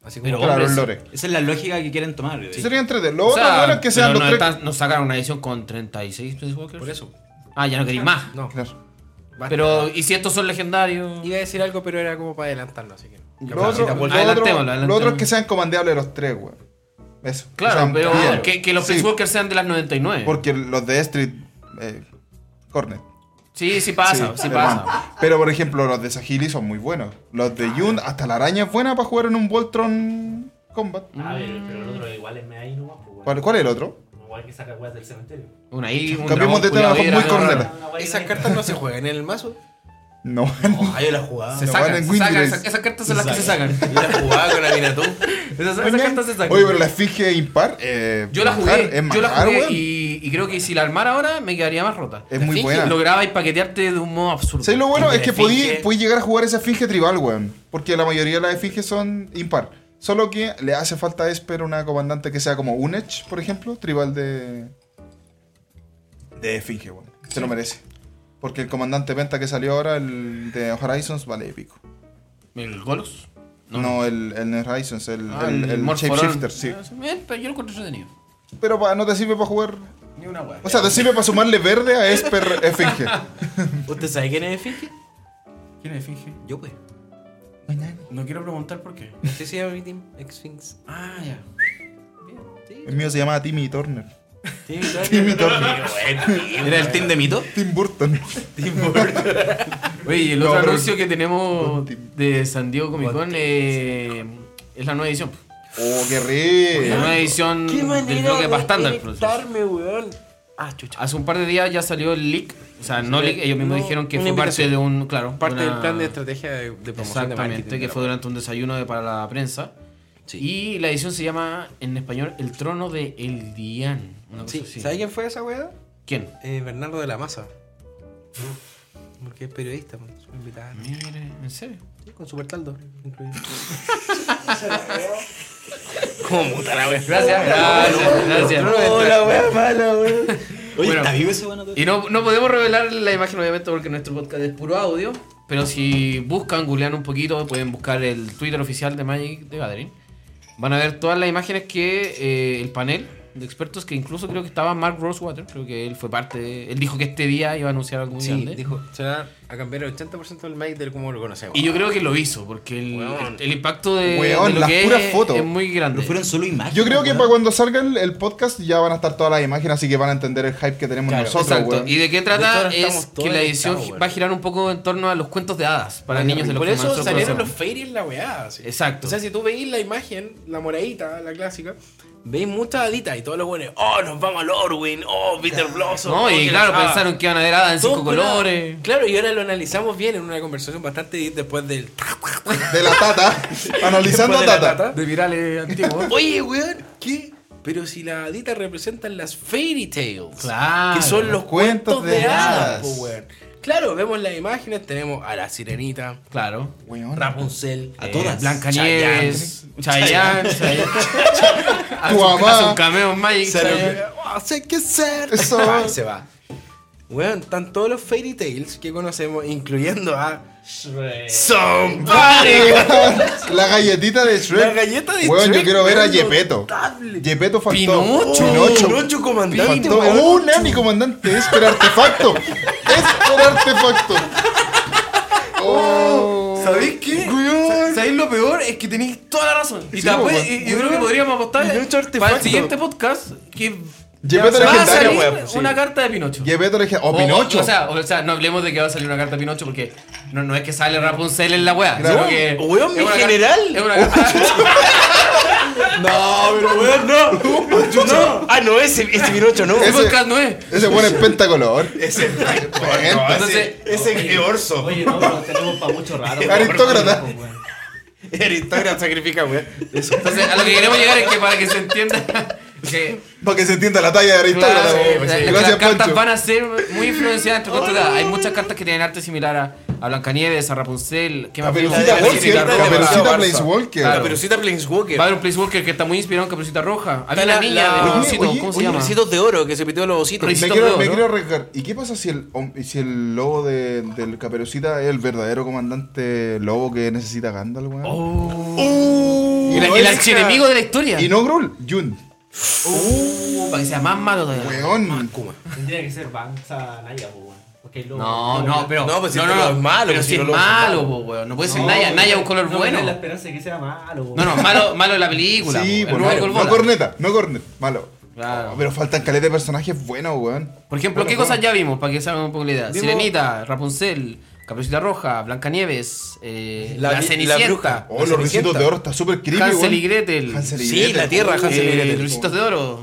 Speaker 4: Así como
Speaker 1: Pero,
Speaker 3: Claro,
Speaker 1: hombre,
Speaker 3: el
Speaker 1: sí.
Speaker 3: lore.
Speaker 6: Esa es la lógica que quieren tomar. eh.
Speaker 3: Sí, Sería entrete. Lo
Speaker 1: O
Speaker 3: otro
Speaker 1: sea,
Speaker 3: bueno es que sean
Speaker 1: pero
Speaker 3: los
Speaker 1: no
Speaker 3: tres.
Speaker 1: están- nos sacaron una edición con 36 Prince Walkers.
Speaker 4: por eso.
Speaker 1: Ah, ya no queréis más.
Speaker 4: No.
Speaker 3: Claro.
Speaker 4: basta.
Speaker 1: Pero, ¿y si estos son legendarios?
Speaker 4: iba a decir algo, pero era como para adelantarlo, así que.
Speaker 3: Lo
Speaker 1: Claro,
Speaker 3: otro,
Speaker 1: sí,
Speaker 3: lo
Speaker 1: tampoco-
Speaker 3: otro-
Speaker 1: adelantémoslo,
Speaker 3: lo otro es
Speaker 1: adelantémoslo.
Speaker 3: que sean comandeables los tres, weón. Eso. que
Speaker 1: Claro,
Speaker 3: sean
Speaker 1: pero
Speaker 3: bien.
Speaker 1: que, que los
Speaker 3: Sí,
Speaker 1: Prince Walkers sean de las 99.
Speaker 3: Porque los de Street. Eh, Cornet.
Speaker 1: Sí, sí pasa, sí,
Speaker 3: pero
Speaker 1: pasa.
Speaker 3: bueno. Pero por ejemplo, los de Sahili son muy buenos. Los de Yun, hasta la araña es buena para jugar en un Voltron Combat.
Speaker 7: A ver, pero el otro igual es me ahí nomás. pues, weón.
Speaker 3: ¿Cuál, cuál es el otro?
Speaker 7: Igual que saca weas del cementerio.
Speaker 1: Una ahí, un
Speaker 3: Cambiemos
Speaker 1: dragón
Speaker 3: de tema,
Speaker 1: culiao
Speaker 3: fue
Speaker 1: era,
Speaker 3: muy
Speaker 1: ¿no?
Speaker 3: corneta.
Speaker 7: Una wea
Speaker 4: Esas
Speaker 7: que-
Speaker 4: cartas no se juegan en el mazo.
Speaker 3: No.
Speaker 4: Ah, yo las jugaba.
Speaker 1: Se
Speaker 3: No,
Speaker 1: sacan,
Speaker 3: van en
Speaker 1: se sacan,
Speaker 3: Windrace.
Speaker 1: esas, esas cartas son las que se sacan.
Speaker 4: Yo las jugaba con la Minatú.
Speaker 1: Esas, esas cartas se sacan.
Speaker 3: Oye, pero la esfinge impar. eh,
Speaker 1: yo la
Speaker 3: manjar,
Speaker 1: jugué,
Speaker 3: Es
Speaker 1: yo la
Speaker 3: manjar,
Speaker 1: jugué
Speaker 3: weón.
Speaker 1: y, y creo que si la armara ahora me quedaría más rota.
Speaker 3: Es muy
Speaker 1: Sí,
Speaker 3: buena.
Speaker 1: Lograba y paquetearte de un modo absurdo.
Speaker 3: ¿Sabes lo bueno? Es que podí,
Speaker 4: esfinge.
Speaker 3: podí llegar a jugar esa esfinge tribal, weón. Porque la mayoría de las esfinges son impar. Solo que le hace falta a Esper una comandante que sea como Unech, por ejemplo, tribal de. de esfinge, weón. Se lo merece. Porque el comandante Penta que salió ahora, el de Horizons, vale épico.
Speaker 1: ¿El Golos?
Speaker 3: No, el, el de Horizons, el,
Speaker 1: Ah,
Speaker 3: el, el
Speaker 1: Morpholon.
Speaker 3: shapeshifter, sí.
Speaker 1: Ah, eh, Pero yo lo encuentro entretenido.
Speaker 3: Pero pa- no te sirve para jugar.
Speaker 1: Ni una hueá.
Speaker 3: O sea, te sirve para sumarle verde a
Speaker 1: (laughs)
Speaker 3: Esper esfinge.
Speaker 4: ¿Usted sabe quién es Finge?
Speaker 1: ¿Quién es Finge?
Speaker 4: Yo, pues.
Speaker 1: No quiero preguntar por qué.
Speaker 4: Sí, sí, Everything Ex Finx.
Speaker 1: Ah, ya.
Speaker 3: El mío se llama Timmy Turner. (laughs)
Speaker 4: Timmy
Speaker 3: Turner.
Speaker 4: ¿Era el team de mito?
Speaker 3: Tim Burton.
Speaker 1: Oye, y el
Speaker 3: No,
Speaker 1: otro
Speaker 3: pero-
Speaker 1: anuncio que tenemos
Speaker 3: Contim-
Speaker 1: de San Diego Comic Con eh, es la nueva edición.
Speaker 3: Oh, qué
Speaker 1: La nueva
Speaker 3: rico.
Speaker 4: Mm,
Speaker 1: edición del bloque para estándar. proceso.
Speaker 4: weón. Ah, chucha.
Speaker 1: Hace un par de días ya salió el leak. O sea, no leak, ellos mismos
Speaker 4: no,
Speaker 1: dijeron que
Speaker 4: una
Speaker 1: fue parte
Speaker 4: invitación.
Speaker 1: de un. Claro,
Speaker 4: Parte
Speaker 1: una-
Speaker 4: del plan de estrategia de, de promoción de marketing.
Speaker 1: Exactamente, que fue durante un desayuno de- para la prensa. Y la edición se llama en español El trono de Eldian. Una cosa
Speaker 4: Sí.
Speaker 1: así.
Speaker 4: ¿Sabes quién fue esa weá?
Speaker 1: ¿Quién?
Speaker 4: Eh, Bernardo de la Maza. Porque es periodista, pues, su invitado.
Speaker 1: Mire, ¿en serio?
Speaker 4: Sí, Con super taldo incluido. (laughs) ¿Cómo puta la weá?
Speaker 1: Gracias, gracias, gracias.
Speaker 4: la weá mala, weón.
Speaker 6: Oye,
Speaker 1: Bueno.
Speaker 6: ¿está vivo ese bueno?
Speaker 1: Y no, no podemos revelar la imagen, obviamente, porque nuestro podcast es puro audio. Pero si buscan, googlean un poquito, pueden buscar el Twitter oficial de Magic de Gathering. Van a ver todas las imágenes que eh, el panel de expertos, que incluso creo que estaba Mark Rosewater, creo que él fue parte de- Él dijo que este día iba a anunciar algo muy
Speaker 4: Sí,
Speaker 1: grande.
Speaker 4: dijo, se va a cambiar el 80% del Magic del como lo conocemos.
Speaker 1: Y yo creo que lo hizo, porque el,
Speaker 4: Weón.
Speaker 1: el impacto de,
Speaker 3: Weón,
Speaker 1: de lo
Speaker 3: las
Speaker 1: que
Speaker 3: puras
Speaker 1: es,
Speaker 3: fotos.
Speaker 1: es muy grande.
Speaker 6: Pero fueron solo imágenes.
Speaker 3: Yo creo que
Speaker 6: weón.
Speaker 3: para cuando salga el, el podcast ya van a estar todas las imágenes, así que van a entender el hype que tenemos
Speaker 4: Claro,
Speaker 3: nosotros,
Speaker 1: Exacto.
Speaker 3: weón.
Speaker 1: ¿Y de qué
Speaker 4: De hecho,
Speaker 1: trata?
Speaker 4: ahora
Speaker 1: es
Speaker 4: estamos todos
Speaker 1: que la edición
Speaker 4: enlutados, weón.
Speaker 1: va a girar un poco en torno a los cuentos de hadas para
Speaker 4: Ay,
Speaker 1: niños de los
Speaker 4: Por
Speaker 1: que
Speaker 4: eso
Speaker 1: nosotros
Speaker 4: salieron los
Speaker 1: conocemos.
Speaker 4: fairies la weá. así.
Speaker 1: Exacto.
Speaker 4: O sea, si tú veis la imagen, la moradita, la clásica, veis muchas haditas y todos los buenos, oh, nos vamos al Orwin, oh, Peter Blossom.
Speaker 1: No,
Speaker 4: oh,
Speaker 1: y
Speaker 4: que
Speaker 1: claro,
Speaker 4: la- ah".
Speaker 1: pensaron que iban a ver hadas en
Speaker 4: Todos
Speaker 1: cinco
Speaker 4: curados.
Speaker 1: colores.
Speaker 4: Claro, y ahora lo analizamos bien en una conversación bastante deep después del. (laughs)
Speaker 3: De la tata, analizando a
Speaker 4: después de la
Speaker 3: tata.
Speaker 4: tata.
Speaker 1: De virales antiguos.
Speaker 4: (laughs) Oye, weón, ¿qué? Pero si las haditas representan las fairy tales.
Speaker 1: claro.
Speaker 4: que son los cuentos, de, hadas,
Speaker 3: hadas.
Speaker 4: po, weón. Claro, vemos las imágenes, tenemos a la sirenita,
Speaker 1: Claro.
Speaker 3: Weón.
Speaker 4: Rapunzel, eh,
Speaker 6: A todas.
Speaker 1: Blanca Nieves, Chayanne, Chayanne. Hace
Speaker 4: (laughs)
Speaker 3: Tu
Speaker 1: un-
Speaker 3: mamá.
Speaker 1: hace un cameo en Magic. Chayanne.
Speaker 4: Hace Oh, que ser.
Speaker 3: Eso.
Speaker 4: Se va, se va. Weón, están todos los fairy tales que conocemos, incluyendo a
Speaker 1: Eh,
Speaker 7: Shrek.
Speaker 4: Somebody.
Speaker 3: (laughs) La galletita de Shrek.
Speaker 4: La galleta de
Speaker 3: Weón, yo
Speaker 4: Shrek,
Speaker 3: quiero ver a
Speaker 4: weón,
Speaker 3: Yepeto.
Speaker 4: notable.
Speaker 3: Yepeto faltó.
Speaker 1: Pinocho.
Speaker 3: Pinocho.
Speaker 4: Pinocho comandante,
Speaker 3: Faltó.
Speaker 4: weón.
Speaker 3: ¡Oh, Nani, comandante! ¡Es el artefacto! ¡Es el artefacto! Oh.
Speaker 1: ¿Sabéis qué? Sa- ¿Sabéis lo peor? Es que tenéis toda la razón. Y
Speaker 3: Sí,
Speaker 1: tal
Speaker 3: pues,
Speaker 1: vez- y- y yo creo que podríamos apostar
Speaker 4: Pinocho
Speaker 1: para
Speaker 4: artefacto.
Speaker 1: el siguiente podcast que
Speaker 3: Yepeto
Speaker 1: va a
Speaker 3: legendario,
Speaker 1: salir
Speaker 3: weón.
Speaker 1: una carta de Pinocho.
Speaker 3: Yepeto legendario. ah, ¡Oh,
Speaker 1: O-
Speaker 3: Pinocho!
Speaker 1: O, o sea, o sea, no hablemos de que va a salir una carta de Pinocho porque no, no es que sale Rapunzel en la wea.
Speaker 3: Claro.
Speaker 1: sino que
Speaker 4: No, weón,
Speaker 1: es
Speaker 4: mi
Speaker 1: una car-
Speaker 4: general.
Speaker 1: Es una
Speaker 3: (laughs)
Speaker 1: carta.
Speaker 4: No, pero weón, no. no. Ah, no, ese, ese Pinocho no.
Speaker 1: Ese
Speaker 3: Ese-
Speaker 1: Este podcast no es.
Speaker 3: Ese (laughs) weón es pentacolor.
Speaker 2: Ese
Speaker 3: Penta.
Speaker 1: Entonces,
Speaker 2: Ese es orso.
Speaker 4: (laughs)
Speaker 7: Oye, no, pero tenemos para
Speaker 3: (laughs)
Speaker 7: mucho raro.
Speaker 3: Aristócrata.
Speaker 7: po, weón.
Speaker 4: Aristócrata sacrifica, weón. Eso.
Speaker 1: entonces, a lo que queremos llegar es que para que se entienda (laughs) que.
Speaker 3: Para que se entienda la talla de
Speaker 1: Claro,
Speaker 3: Aristócrata.
Speaker 1: sí,
Speaker 3: weón.
Speaker 1: la- las
Speaker 3: Gracias,
Speaker 1: cartas
Speaker 3: pues Pancho.
Speaker 1: van a ser muy influenciadas entre cuentos de hadas. Hay muchas cartas que tienen arte similar a, a Blancanieves, a Rapunzel. ¿Qué más?
Speaker 3: Caperucita
Speaker 1: La
Speaker 4: Wolf,
Speaker 1: Sirenita
Speaker 4: ¿cierto?
Speaker 3: Walker.
Speaker 1: Roja.
Speaker 3: Caperucita
Speaker 4: Barça.
Speaker 3: Placewalker.
Speaker 1: Claro.
Speaker 4: Pero si Planeswalker.
Speaker 1: Va a haber un Place Walker que está muy inspirado en Caperucita Roja. Había
Speaker 4: Está
Speaker 1: una
Speaker 4: la-
Speaker 1: niña
Speaker 4: la-
Speaker 1: de
Speaker 4: Oye,
Speaker 1: Rosito,
Speaker 3: oye,
Speaker 1: ¿cómo se
Speaker 3: oye,
Speaker 1: llama?
Speaker 4: Ricitos de oro que se pitió los ositos.
Speaker 1: Ricitos
Speaker 3: Me
Speaker 1: de
Speaker 3: quiero,
Speaker 1: oro,
Speaker 3: me
Speaker 1: ¿no?
Speaker 3: quiero arriesgar. ¿Y qué pasa si el, hom- si el lobo de- del Caperucita es el verdadero comandante lobo que necesita Gandalf, weón?
Speaker 1: Oh. Y la-
Speaker 3: no
Speaker 1: el
Speaker 3: elija-
Speaker 1: archienemigo de la historia.
Speaker 3: Y no Grul, Jun.
Speaker 1: Para que sea más malo todavía.
Speaker 3: Weón.
Speaker 7: Tendría que ser Banza Naya, po, weón. Porque luego-
Speaker 1: No, no, pero.
Speaker 4: No, pues si
Speaker 1: no,
Speaker 4: el lobo es malo,
Speaker 1: Pero
Speaker 4: pues
Speaker 1: si
Speaker 4: si
Speaker 1: es
Speaker 4: el lobo es
Speaker 1: malo,
Speaker 4: malo.
Speaker 1: po, weón. No puede ser
Speaker 7: No,
Speaker 1: Naya.
Speaker 7: no,
Speaker 1: Naya es un color
Speaker 7: no,
Speaker 1: bueno.
Speaker 7: No, la esperanza de que sea malo, po,
Speaker 1: No,
Speaker 7: (laughs)
Speaker 1: no, malo, malo la película.
Speaker 3: Sí,
Speaker 1: po,
Speaker 3: por
Speaker 1: el
Speaker 3: malo.
Speaker 1: único
Speaker 3: No
Speaker 1: bola.
Speaker 3: corneta, no corneta. Malo.
Speaker 1: Claro.
Speaker 3: Oh, pero faltan caleta de personajes buenos, weón.
Speaker 1: Por ejemplo,
Speaker 3: Bueno,
Speaker 1: ¿qué
Speaker 3: bueno.
Speaker 1: cosas ya vimos? Para que se hagan un poco la idea.
Speaker 4: Vimos-
Speaker 1: Sirenita, Rapunzel, Caperucita Roja, Blancanieves, eh,
Speaker 4: La
Speaker 1: la,
Speaker 4: vi- la bruja.
Speaker 1: Cenicienta,
Speaker 3: Oh, los ricitos de oro está súper creepy,
Speaker 1: Hansel y
Speaker 3: weón.
Speaker 1: Gretel,
Speaker 3: Hansel y
Speaker 4: Sí,
Speaker 3: Gretel.
Speaker 4: la tierra, Hansel y
Speaker 1: eh,
Speaker 4: Gretel.
Speaker 1: los Ricitos de Oro.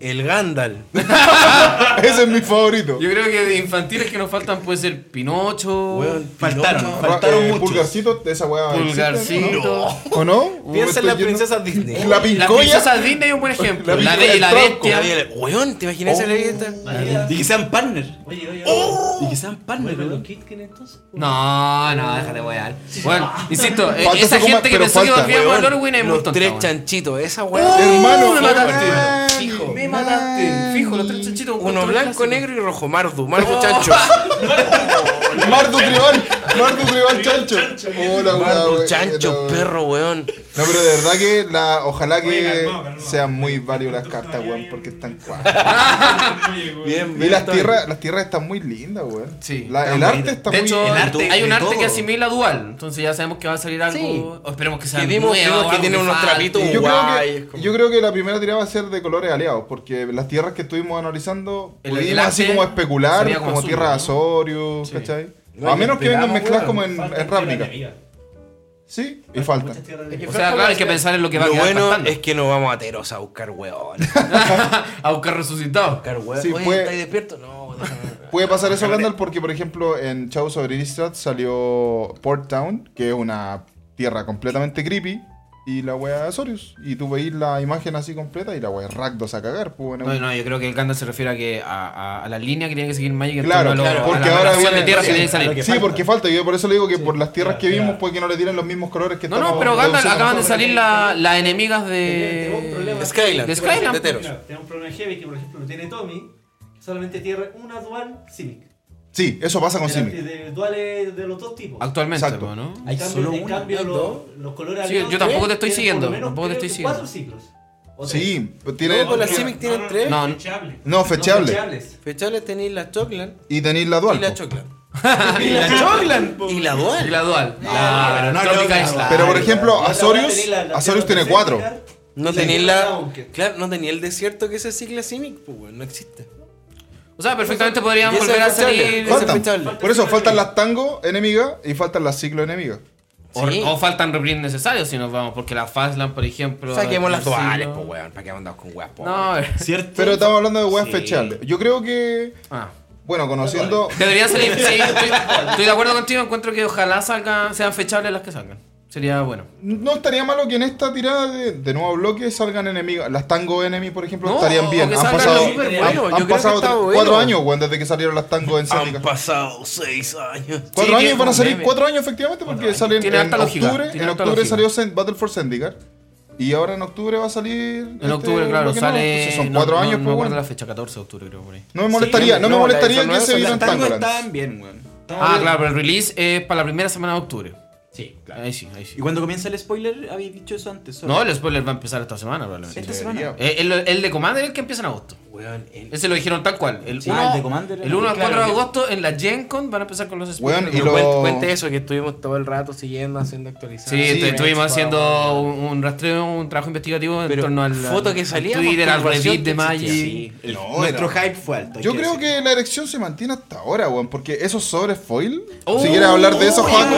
Speaker 4: El Gandalf.
Speaker 3: (laughs) Ese es mi favorito.
Speaker 1: Yo creo que de infantiles que nos faltan puede ser Pinocho,
Speaker 4: Weón,
Speaker 6: Faltaron,
Speaker 4: Pinocho.
Speaker 6: faltaron
Speaker 3: Eh,
Speaker 6: muchos.
Speaker 3: Pulgarcito de esa weá. existe,
Speaker 1: Pulgarcito.
Speaker 3: ¿no? ¿O no?
Speaker 4: Piensa en
Speaker 3: Me
Speaker 4: la
Speaker 3: estoy yendo-
Speaker 4: princesa Disney.
Speaker 3: La
Speaker 1: La
Speaker 3: pincoya.
Speaker 1: princesa Disney es un buen ejemplo.
Speaker 3: La
Speaker 1: La,
Speaker 3: pincoya
Speaker 1: Bella y la
Speaker 3: del
Speaker 1: bestia.
Speaker 4: Weón, Oh. ¿te imaginas el
Speaker 7: weón. Naya.
Speaker 6: Y que sean partner.
Speaker 7: Oye, oye, oye.
Speaker 1: Oh.
Speaker 6: Y que sean partner,
Speaker 7: Vuelve los
Speaker 6: weón.
Speaker 7: Kitken entonces. po.
Speaker 1: No, no, déjate wear. Bueno, insisto, eh,
Speaker 3: Falta
Speaker 1: esa
Speaker 3: su coma,
Speaker 1: gente que
Speaker 3: pero
Speaker 1: pensó que
Speaker 3: falta,
Speaker 1: volvíamos al Orwin es muy
Speaker 4: Los
Speaker 1: tonta.
Speaker 4: tres
Speaker 1: weón.
Speaker 4: chanchitos, esa weón.
Speaker 3: Hermano,
Speaker 1: ¡Oh! me mataste.
Speaker 3: Fernan-
Speaker 1: Hijo, me mataste. Fijo, los tres chanchitos. un
Speaker 4: Uno
Speaker 1: cuento
Speaker 4: blanco,
Speaker 1: clásico.
Speaker 4: negro y rojo. Mardu,
Speaker 3: Oh, (laughs)
Speaker 4: Mardu Chancho.
Speaker 3: Mardo Tribal, Mardo Tribal Chancho. Hola,
Speaker 4: Mardu
Speaker 3: weón.
Speaker 4: Chancho, perro, weón.
Speaker 3: No, pero de verdad que la, ojalá que
Speaker 5: Oye, calmado, calmado.
Speaker 3: sean muy válidas las cartas, weón, porque están
Speaker 1: (laughs)
Speaker 3: cuatro.
Speaker 5: (laughs) Oye, weón.
Speaker 3: Y las tierras, las tierras están muy lindas, weón.
Speaker 1: Sí,
Speaker 3: La-
Speaker 6: están
Speaker 3: el arte
Speaker 6: bonitas.
Speaker 3: está
Speaker 1: De
Speaker 3: muy
Speaker 1: hecho,
Speaker 6: El arte,
Speaker 1: hay un
Speaker 6: de
Speaker 1: arte
Speaker 6: todo.
Speaker 1: que asimila dual. Entonces ya sabemos que va a salir algo.
Speaker 4: Sí.
Speaker 1: O esperemos que sea
Speaker 4: Que vimos-
Speaker 1: nuevo,
Speaker 4: vimos que
Speaker 1: algo
Speaker 4: tiene unos
Speaker 1: falte.
Speaker 4: trapitos.
Speaker 3: yo,
Speaker 4: guay,
Speaker 3: creo
Speaker 4: es
Speaker 3: que,
Speaker 4: como-
Speaker 3: yo creo que la primera tirada va a ser de colores aliados, porque las tierras que estuvimos analizando
Speaker 1: El- el
Speaker 3: pudimos
Speaker 1: arte
Speaker 3: así como especular,
Speaker 1: sería
Speaker 3: como,
Speaker 1: como azul,
Speaker 3: tierras
Speaker 1: ¿no?
Speaker 3: Azorius,
Speaker 1: Sí.
Speaker 3: ¿cachai?
Speaker 4: No,
Speaker 3: a
Speaker 4: y
Speaker 3: menos que vengan
Speaker 4: esperamos,
Speaker 3: mezcladas como en,
Speaker 7: Faltan
Speaker 3: en
Speaker 7: tierras
Speaker 3: Ravnica.
Speaker 7: de amiga.
Speaker 3: Sí, y faltan.
Speaker 7: Muchas tierras de
Speaker 1: O
Speaker 7: amiga.
Speaker 1: sea, claro, hay que pensar en lo que va
Speaker 4: Lo
Speaker 1: a quedar
Speaker 4: bueno
Speaker 1: faltando.
Speaker 4: es que nos vamos a Teros a buscar weón.
Speaker 1: (laughs) A buscar resucitado.
Speaker 4: Buscar weón.
Speaker 3: Sí,
Speaker 4: Oye,
Speaker 3: fue-
Speaker 4: ¿estáis despierto? No, déjame.
Speaker 3: Puede pasar eso, Gandalf, porque por ejemplo en Chaos of Innistrad salió Port Town, que es una tierra completamente creepy. y la wea de Azorius. Y tú veis la imagen así completa y la wea es Rakdos a cagar, pues,
Speaker 1: No, no, yo creo que el Gandalf se refiere a que a, a- a la línea que tiene que seguir Magic en
Speaker 3: Claro,
Speaker 1: torno a lo-
Speaker 3: claro,
Speaker 1: a
Speaker 3: porque
Speaker 1: la
Speaker 3: ahora
Speaker 1: relación
Speaker 3: viene-
Speaker 1: de tierra
Speaker 3: sí,
Speaker 1: que tiene que
Speaker 6: a lo
Speaker 1: salir.
Speaker 6: que
Speaker 3: Sí,
Speaker 6: falta.
Speaker 3: porque falta. Yo por eso le digo que por las tierras que
Speaker 7: ya,
Speaker 3: vimos,
Speaker 7: ya.
Speaker 3: pues que no le tienen los mismos colores que
Speaker 1: No,
Speaker 3: estamos
Speaker 1: no, pero Gandalf
Speaker 3: deduciendo
Speaker 1: acaban de
Speaker 3: nosotros.
Speaker 1: salir la- las enemiglas
Speaker 7: Tenemos un
Speaker 1: de
Speaker 7: problema.
Speaker 4: Skyland.
Speaker 1: Eh, de Skyland.
Speaker 4: Veteros.
Speaker 7: Claro, tenemos un problema heavy que, por ejemplo, lo tiene Tommy, que solamente tiene una dual Civic.
Speaker 3: Sí, eso pasa con
Speaker 7: De la-
Speaker 3: Simic.
Speaker 7: De, de duales de los dos tipos.
Speaker 1: actualmente,
Speaker 3: Exacto.
Speaker 1: po, ¿no?
Speaker 7: En cambio,
Speaker 6: solo
Speaker 7: en
Speaker 6: una,
Speaker 7: cambio,
Speaker 4: ¿hay
Speaker 7: los,
Speaker 4: dos?
Speaker 7: los colores
Speaker 1: Sí, yo
Speaker 7: aliados
Speaker 1: tampoco te
Speaker 7: tienen
Speaker 1: estoy
Speaker 7: por lo
Speaker 1: siguiendo,
Speaker 7: menos
Speaker 1: tampoco te
Speaker 7: creo
Speaker 1: estoy
Speaker 7: que
Speaker 1: siguiendo.
Speaker 7: Cuatro ciclos. O tres.
Speaker 3: Sí, pues tiene.
Speaker 4: No, pues
Speaker 3: No,
Speaker 4: las Simic tienen tres.
Speaker 1: No, no.
Speaker 5: No, no. Fechable.
Speaker 3: fechable.
Speaker 7: No, fechables.
Speaker 4: Fechables tenéis la Choclan
Speaker 3: Y tenéis la dual.
Speaker 4: y la
Speaker 3: po.
Speaker 4: Choclan.
Speaker 6: Y la Choclan.
Speaker 4: Y la Dual.
Speaker 1: Y la dual.
Speaker 6: Ah, pero no,
Speaker 1: Tropical
Speaker 6: no, no,
Speaker 1: Island.
Speaker 3: pero por
Speaker 7: Ah,
Speaker 3: ejemplo,
Speaker 7: la- la-
Speaker 3: Azorius,
Speaker 7: la- la- la-
Speaker 3: Azorius
Speaker 7: la-
Speaker 3: tiene
Speaker 7: la-
Speaker 3: cuatro.
Speaker 4: No
Speaker 7: Sí.
Speaker 4: tenéis la.
Speaker 7: Aunque-
Speaker 4: Claro, no tenéis el desierto que se sigla Simic, pues, weón, no existe.
Speaker 1: O sea, perfectamente
Speaker 4: Y
Speaker 1: podríamos
Speaker 4: ese
Speaker 1: volver a
Speaker 4: es fechable,
Speaker 1: salir.
Speaker 4: ese es
Speaker 3: Faltan.
Speaker 4: fechable.
Speaker 3: Por eso faltan las tango enemigas y faltan las ciclo enemigas.
Speaker 1: O,
Speaker 4: Sí.
Speaker 1: o faltan reprints necesarios si nos vamos, porque la Fastland, por ejemplo.
Speaker 4: Saquemos las
Speaker 1: sí,
Speaker 4: duales,
Speaker 1: no.
Speaker 4: pues, weón. ¿Para qué andamos con weas, po?
Speaker 1: No, (laughs) a ver.
Speaker 6: ¿Cierto?
Speaker 3: Pero estamos hablando de weas fechables. Yo creo que.
Speaker 1: Ah.
Speaker 3: Bueno, conociendo.
Speaker 1: Debería salir, sí, estoy, estoy de acuerdo contigo, encuentro que ojalá salgan, sean fechables las que salgan. Sería bueno.
Speaker 3: No estaría malo que en esta tirada de, de nuevo bloque salgan enemigas. Las tango enemy, por ejemplo,
Speaker 1: No,
Speaker 3: estarían bien.
Speaker 1: que
Speaker 3: Han
Speaker 1: salgan
Speaker 3: pasado,
Speaker 1: los
Speaker 3: han-
Speaker 1: superbuenos.
Speaker 4: Yo
Speaker 3: han
Speaker 4: creo que
Speaker 3: pasado
Speaker 4: está
Speaker 3: tres-
Speaker 4: bueno.
Speaker 3: cuatro años, weón, desde que salieron las tango en
Speaker 8: Han
Speaker 3: Sática.
Speaker 8: pasado seis años.
Speaker 3: Cuatro
Speaker 1: Sí,
Speaker 3: años van a salir
Speaker 1: meme.
Speaker 3: cuatro años efectivamente porque salen
Speaker 1: Tiene
Speaker 3: en
Speaker 1: harta lógica,
Speaker 3: octubre.
Speaker 1: tiene
Speaker 3: En
Speaker 1: harta
Speaker 3: octubre
Speaker 1: lógica.
Speaker 3: salió Sen- Battle for Zendikar. Y ahora en octubre va a salir. este,
Speaker 1: En octubre, claro, sale.
Speaker 3: son
Speaker 1: no-
Speaker 3: cuatro
Speaker 1: no-
Speaker 3: años,
Speaker 1: No,
Speaker 3: pues,
Speaker 1: me acuerdo
Speaker 3: bueno.
Speaker 1: la fecha, 14 de octubre, creo, por ahí.
Speaker 3: No me molestaría,
Speaker 6: Sí,
Speaker 3: no, me
Speaker 6: no, la
Speaker 3: molestaría
Speaker 6: Inferno
Speaker 3: que se
Speaker 6: Son
Speaker 3: vieran
Speaker 6: Las tango
Speaker 3: tangolands.
Speaker 6: estaban bien, weón.
Speaker 1: Ah, claro, pero el release es para la primera semana de octubre.
Speaker 6: Sí, claro.
Speaker 1: Ahí sí, ahí sí.
Speaker 6: Y cuando comienza el spoiler, habéis dicho eso antes. solo.
Speaker 1: No, el spoiler va a empezar esta semana, probablemente.
Speaker 6: Esta semana.
Speaker 1: Eh, El, el de Commander es el que empieza en agosto. Ese lo dijeron tal cual. El
Speaker 6: Sí,
Speaker 1: 1
Speaker 6: Ah, el de Commander
Speaker 1: el
Speaker 6: era-
Speaker 1: 1 al
Speaker 6: claro,
Speaker 1: 4 de
Speaker 6: yo-
Speaker 1: agosto en la Gen Con van a empezar con los spoilers.
Speaker 3: Weón, y
Speaker 4: Pero cuen-
Speaker 3: lo-
Speaker 4: Cuente eso, que estuvimos todo el rato siguiendo, haciendo actualizaciones.
Speaker 1: Sí,
Speaker 3: sí,
Speaker 1: te- estuvimos
Speaker 4: Expo,
Speaker 1: haciendo un, un rastreo, un trabajo investigativo en
Speaker 4: Pero
Speaker 1: torno al
Speaker 4: foto que
Speaker 1: al
Speaker 4: salía,
Speaker 1: Twitter, al
Speaker 4: masturbación
Speaker 1: Reddit de
Speaker 4: que
Speaker 1: Magic.
Speaker 4: existía.
Speaker 6: Sí, el-
Speaker 2: No,
Speaker 6: nuestro
Speaker 2: era-
Speaker 6: hype fue alto. hay
Speaker 3: Yo creo
Speaker 6: decir.
Speaker 3: que la erección se mantiene hasta ahora, weón, porque esos sobres foil,
Speaker 1: Oh,
Speaker 3: si quieres hablar de esos
Speaker 1: oh,
Speaker 3: Juaco,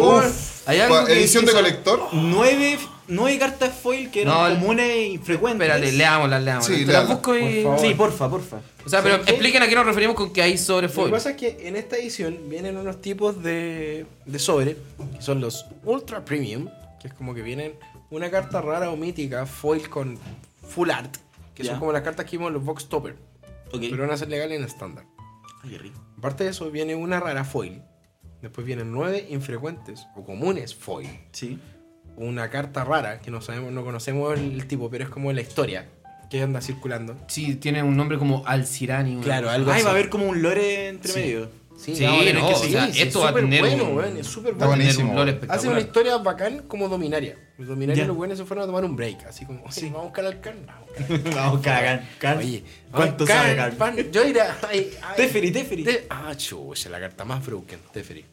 Speaker 1: oh,
Speaker 3: uf,
Speaker 1: Hay algo que-
Speaker 3: edición
Speaker 1: que
Speaker 3: de
Speaker 1: son-
Speaker 3: colector,
Speaker 6: Nueve, nueve cartas foil que eran
Speaker 1: No, el-
Speaker 6: comunes y frecuentes.
Speaker 1: Espérate, leámoslas, leámoslas.
Speaker 3: Sí,
Speaker 1: Te las
Speaker 3: léalas,
Speaker 1: busco y.
Speaker 6: Sí, porfa, porfa.
Speaker 1: O sea, pero
Speaker 4: ¿Sabes qué?
Speaker 1: expliquen a qué nos referimos con que hay sobre
Speaker 4: Lo que
Speaker 1: foil.
Speaker 4: pasa es que en esta edición vienen unos tipos de, de sobre, que son los Ultra Premium, que es como que vienen una carta rara o mítica, foil con full art, que
Speaker 6: Ya.
Speaker 4: son como las cartas que vimos en los box topper,
Speaker 6: Ok.
Speaker 4: pero van a ser legales en estándar.
Speaker 6: Ay, qué rico.
Speaker 4: Aparte de eso, viene una rara foil. Después vienen nueve infrecuentes o comunes foil.
Speaker 6: Sí.
Speaker 4: Una carta rara que no sabemos, no conocemos el tipo, pero es como la historia que anda circulando.
Speaker 1: Sí, tiene un nombre como Alcirani. una
Speaker 4: Claro,
Speaker 1: cosa.
Speaker 4: algo
Speaker 6: Ay,
Speaker 4: así.
Speaker 6: va a haber como un lore entre
Speaker 4: Sí.
Speaker 6: medio.
Speaker 4: Sí,
Speaker 1: Sí,
Speaker 4: vamos a tener
Speaker 1: no,
Speaker 4: que
Speaker 1: o
Speaker 4: seguir,
Speaker 1: sea,
Speaker 4: sí, es
Speaker 1: esto va a
Speaker 4: súper
Speaker 1: tener
Speaker 4: bueno,
Speaker 1: un,
Speaker 4: weón, es súper
Speaker 1: va a tener
Speaker 3: buenísimo,
Speaker 1: un lore
Speaker 3: weón.
Speaker 4: Hace una
Speaker 1: espectacular.
Speaker 4: historia bacán como Dominaria. Los Dominaria
Speaker 6: Ya.
Speaker 4: los buenos se fueron a tomar un break, así como, sí,
Speaker 6: Sí.
Speaker 4: vamos a buscar al can. vamos a buscar
Speaker 6: (laughs) Vamos, cagan.
Speaker 4: al
Speaker 6: Can.
Speaker 4: can". Oye,
Speaker 6: ¿Cuánto
Speaker 4: ay, can,
Speaker 6: sabe Can?
Speaker 4: pan, yo irá. ay, ay,
Speaker 6: Teferi, Teferi.
Speaker 4: te- ah, chucha, la carta más broken, Teferi.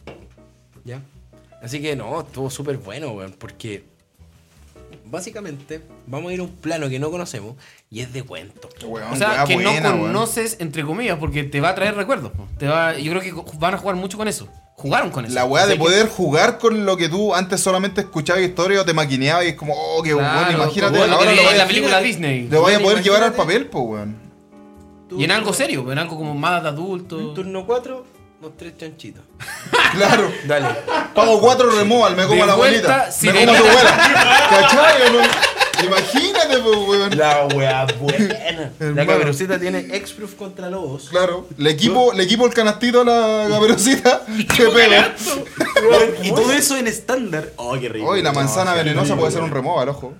Speaker 4: ¿Ya? Así que no, estuvo súper bueno, weón, porque básicamente vamos a ir a un plano que no conocemos y es de cuentos.
Speaker 3: weón,
Speaker 1: O sea,
Speaker 3: weá
Speaker 1: que
Speaker 3: buena,
Speaker 1: no
Speaker 3: weón.
Speaker 1: conoces, entre comillas, porque te va a traer recuerdos. po. Te va, yo creo que ju- van a jugar mucho con eso. Jugaron con eso.
Speaker 3: La weá
Speaker 1: O sea
Speaker 3: de
Speaker 1: que-
Speaker 3: poder jugar con lo que tú antes solamente escuchabas historia o te maquineabas y es como, oh, qué
Speaker 1: Claro,
Speaker 3: bueno, imagínate,
Speaker 1: como lo que
Speaker 3: ahora
Speaker 1: veía
Speaker 3: lo
Speaker 1: en
Speaker 3: vas
Speaker 1: la
Speaker 3: a-
Speaker 1: película Disney.
Speaker 3: lo vas a poder llevar al
Speaker 6: Imagínate.
Speaker 3: papel,
Speaker 1: (laughs)
Speaker 3: po, weón.
Speaker 1: Y en algo serio, en algo como más de adulto.
Speaker 4: Turno 4, los tres chanchitos.
Speaker 3: Claro.
Speaker 4: Dale.
Speaker 3: Pago cuatro removal, me como
Speaker 1: De
Speaker 3: a la
Speaker 1: vuelta,
Speaker 3: abuelita. Me
Speaker 1: sirena.
Speaker 3: como a tu abuela. ¿Cachai o no? Imagínate, pues, weón.
Speaker 6: La wea buena.
Speaker 4: (laughs) La
Speaker 3: Hermano.
Speaker 4: caperucita tiene Exproof contra lobos.
Speaker 6: (laughs)
Speaker 3: Claro. Le equipo, le equipo el canastito a la
Speaker 1: (laughs)
Speaker 3: gaberosita. Qué pega.
Speaker 6: y todo eso en estándar. Oh, qué rico.
Speaker 3: Hoy la manzana
Speaker 6: No, qué
Speaker 3: venenosa
Speaker 6: rico,
Speaker 3: puede ser un
Speaker 6: weón.
Speaker 3: removal, ojo.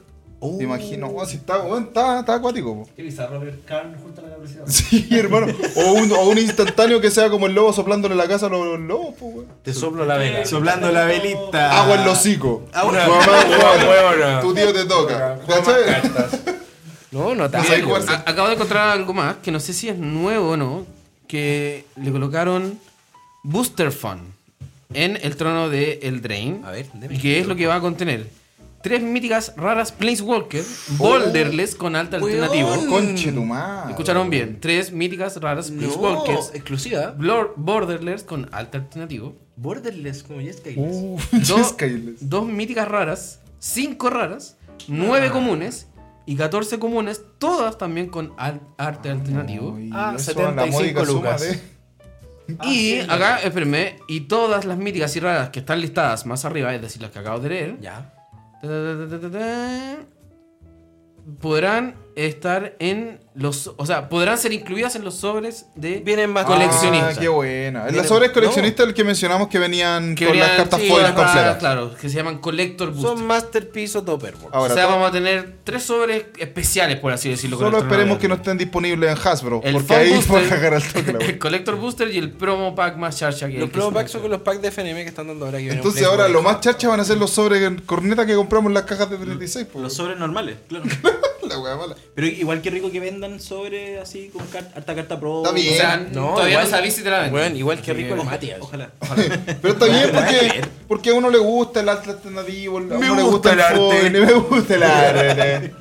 Speaker 3: Imagino, oh, si está, weón, está, está acuático. po.
Speaker 7: Qué bizarro ver Khan junto a la capacidad.
Speaker 3: (laughs) Sí, hermano. O un, o un instantáneo que sea como el lobo soplándole en la casa a los, los lobos, pues, weón.
Speaker 4: Te soplo la vela.
Speaker 6: Soplando la velita.
Speaker 3: Agua en los hocico.
Speaker 6: Eh,
Speaker 1: Ah,
Speaker 6: Agua en
Speaker 3: Tu mamá, weón,
Speaker 4: huevona.
Speaker 3: Tu tío te toca. ¿Cachai?
Speaker 4: No, no
Speaker 3: No
Speaker 4: está.
Speaker 3: sabéis
Speaker 4: bien,
Speaker 3: jugar
Speaker 1: A- acabo de encontrar algo más que no sé si es nuevo o no. Que le colocaron Booster Fun en el trono de Eldraine.
Speaker 4: A ver, deme.
Speaker 1: Y que es lo que va a contener. Tres míticas raras Planeswalker, Boulderless con alta
Speaker 4: Oh, Weón.
Speaker 1: alternativa.
Speaker 3: (laughs) Conche tu madre.
Speaker 1: Escucharon bien, tres míticas raras
Speaker 4: No,
Speaker 1: Planeswalkers,
Speaker 4: exclusiva.
Speaker 1: Blor- Borderless con alta alternativo,
Speaker 4: Borderless como ya Skyless.
Speaker 3: Uf, (laughs)
Speaker 1: dos,
Speaker 3: Skyless.
Speaker 1: dos míticas raras, cinco raras, nueve
Speaker 4: Ah.
Speaker 1: comunes y 14 comunes, todas también con al- arte alternativo.
Speaker 3: Ay,
Speaker 4: Ah,
Speaker 3: eso a la
Speaker 4: 75
Speaker 3: módica suma
Speaker 4: lucas.
Speaker 3: de- Ah,
Speaker 1: Y acá, espérenme, y todas las míticas y raras que están listadas más arriba, es decir, las que acabo de leer,
Speaker 4: Ya.
Speaker 1: Ta, ta, ta, ta, ta, ta. Podrán estar en los. O sea, podrán ser incluidas en los sobres de
Speaker 4: Vienen más
Speaker 1: coleccionistas.
Speaker 3: Ah, qué buena. El
Speaker 4: Miren,
Speaker 3: sobre es coleccionista el que mencionamos que venían
Speaker 1: Que
Speaker 3: con las
Speaker 1: venían-
Speaker 3: cartas
Speaker 1: sí,
Speaker 3: foil
Speaker 1: las
Speaker 3: completas.
Speaker 1: Claro, que se llaman Collector Booster.
Speaker 4: Son Masterpiece o Topperboard.
Speaker 3: Ahora,
Speaker 1: o sea,
Speaker 3: todo-
Speaker 1: vamos a tener tres sobres especiales, por así decirlo. con
Speaker 3: solo
Speaker 1: el
Speaker 3: esperemos que no
Speaker 1: Tornado
Speaker 3: estén disponibles en Hasbro,
Speaker 1: El
Speaker 3: porque
Speaker 1: Fan
Speaker 3: ahí
Speaker 1: Booster.
Speaker 3: va a cagar al toque la
Speaker 1: (laughs) Verde.
Speaker 3: wea.
Speaker 1: El Collector Booster y el Promo Pack más charcha que
Speaker 4: Los
Speaker 1: que
Speaker 4: promo
Speaker 1: se
Speaker 4: packs son
Speaker 1: puede
Speaker 4: con los packs de FNM que están dando ahora. que viene
Speaker 3: Entonces
Speaker 4: Black
Speaker 3: ahora lo
Speaker 4: Friday.
Speaker 3: más charcha van a ser los sobres en corneta que compramos en las cajas de 36, po,
Speaker 6: Los sobres normales, claro.
Speaker 3: la wea mala.
Speaker 6: Pero igual que rico que vendan sobre así con car- harta carta pro.
Speaker 3: Está bien.
Speaker 1: hacer. O sea,
Speaker 4: No,
Speaker 1: todavía
Speaker 4: igual-
Speaker 1: no salís y te la venden.
Speaker 4: Weón, igual que rico el
Speaker 6: Ojalá,
Speaker 4: Matías.
Speaker 6: Ojalá. (laughs)
Speaker 3: Pero está bien porque, porque a uno le gusta el arte alternativo, a uno
Speaker 6: Me
Speaker 3: le
Speaker 6: gusta
Speaker 3: gusta el
Speaker 6: el arte.
Speaker 3: foil, me gusta el arte.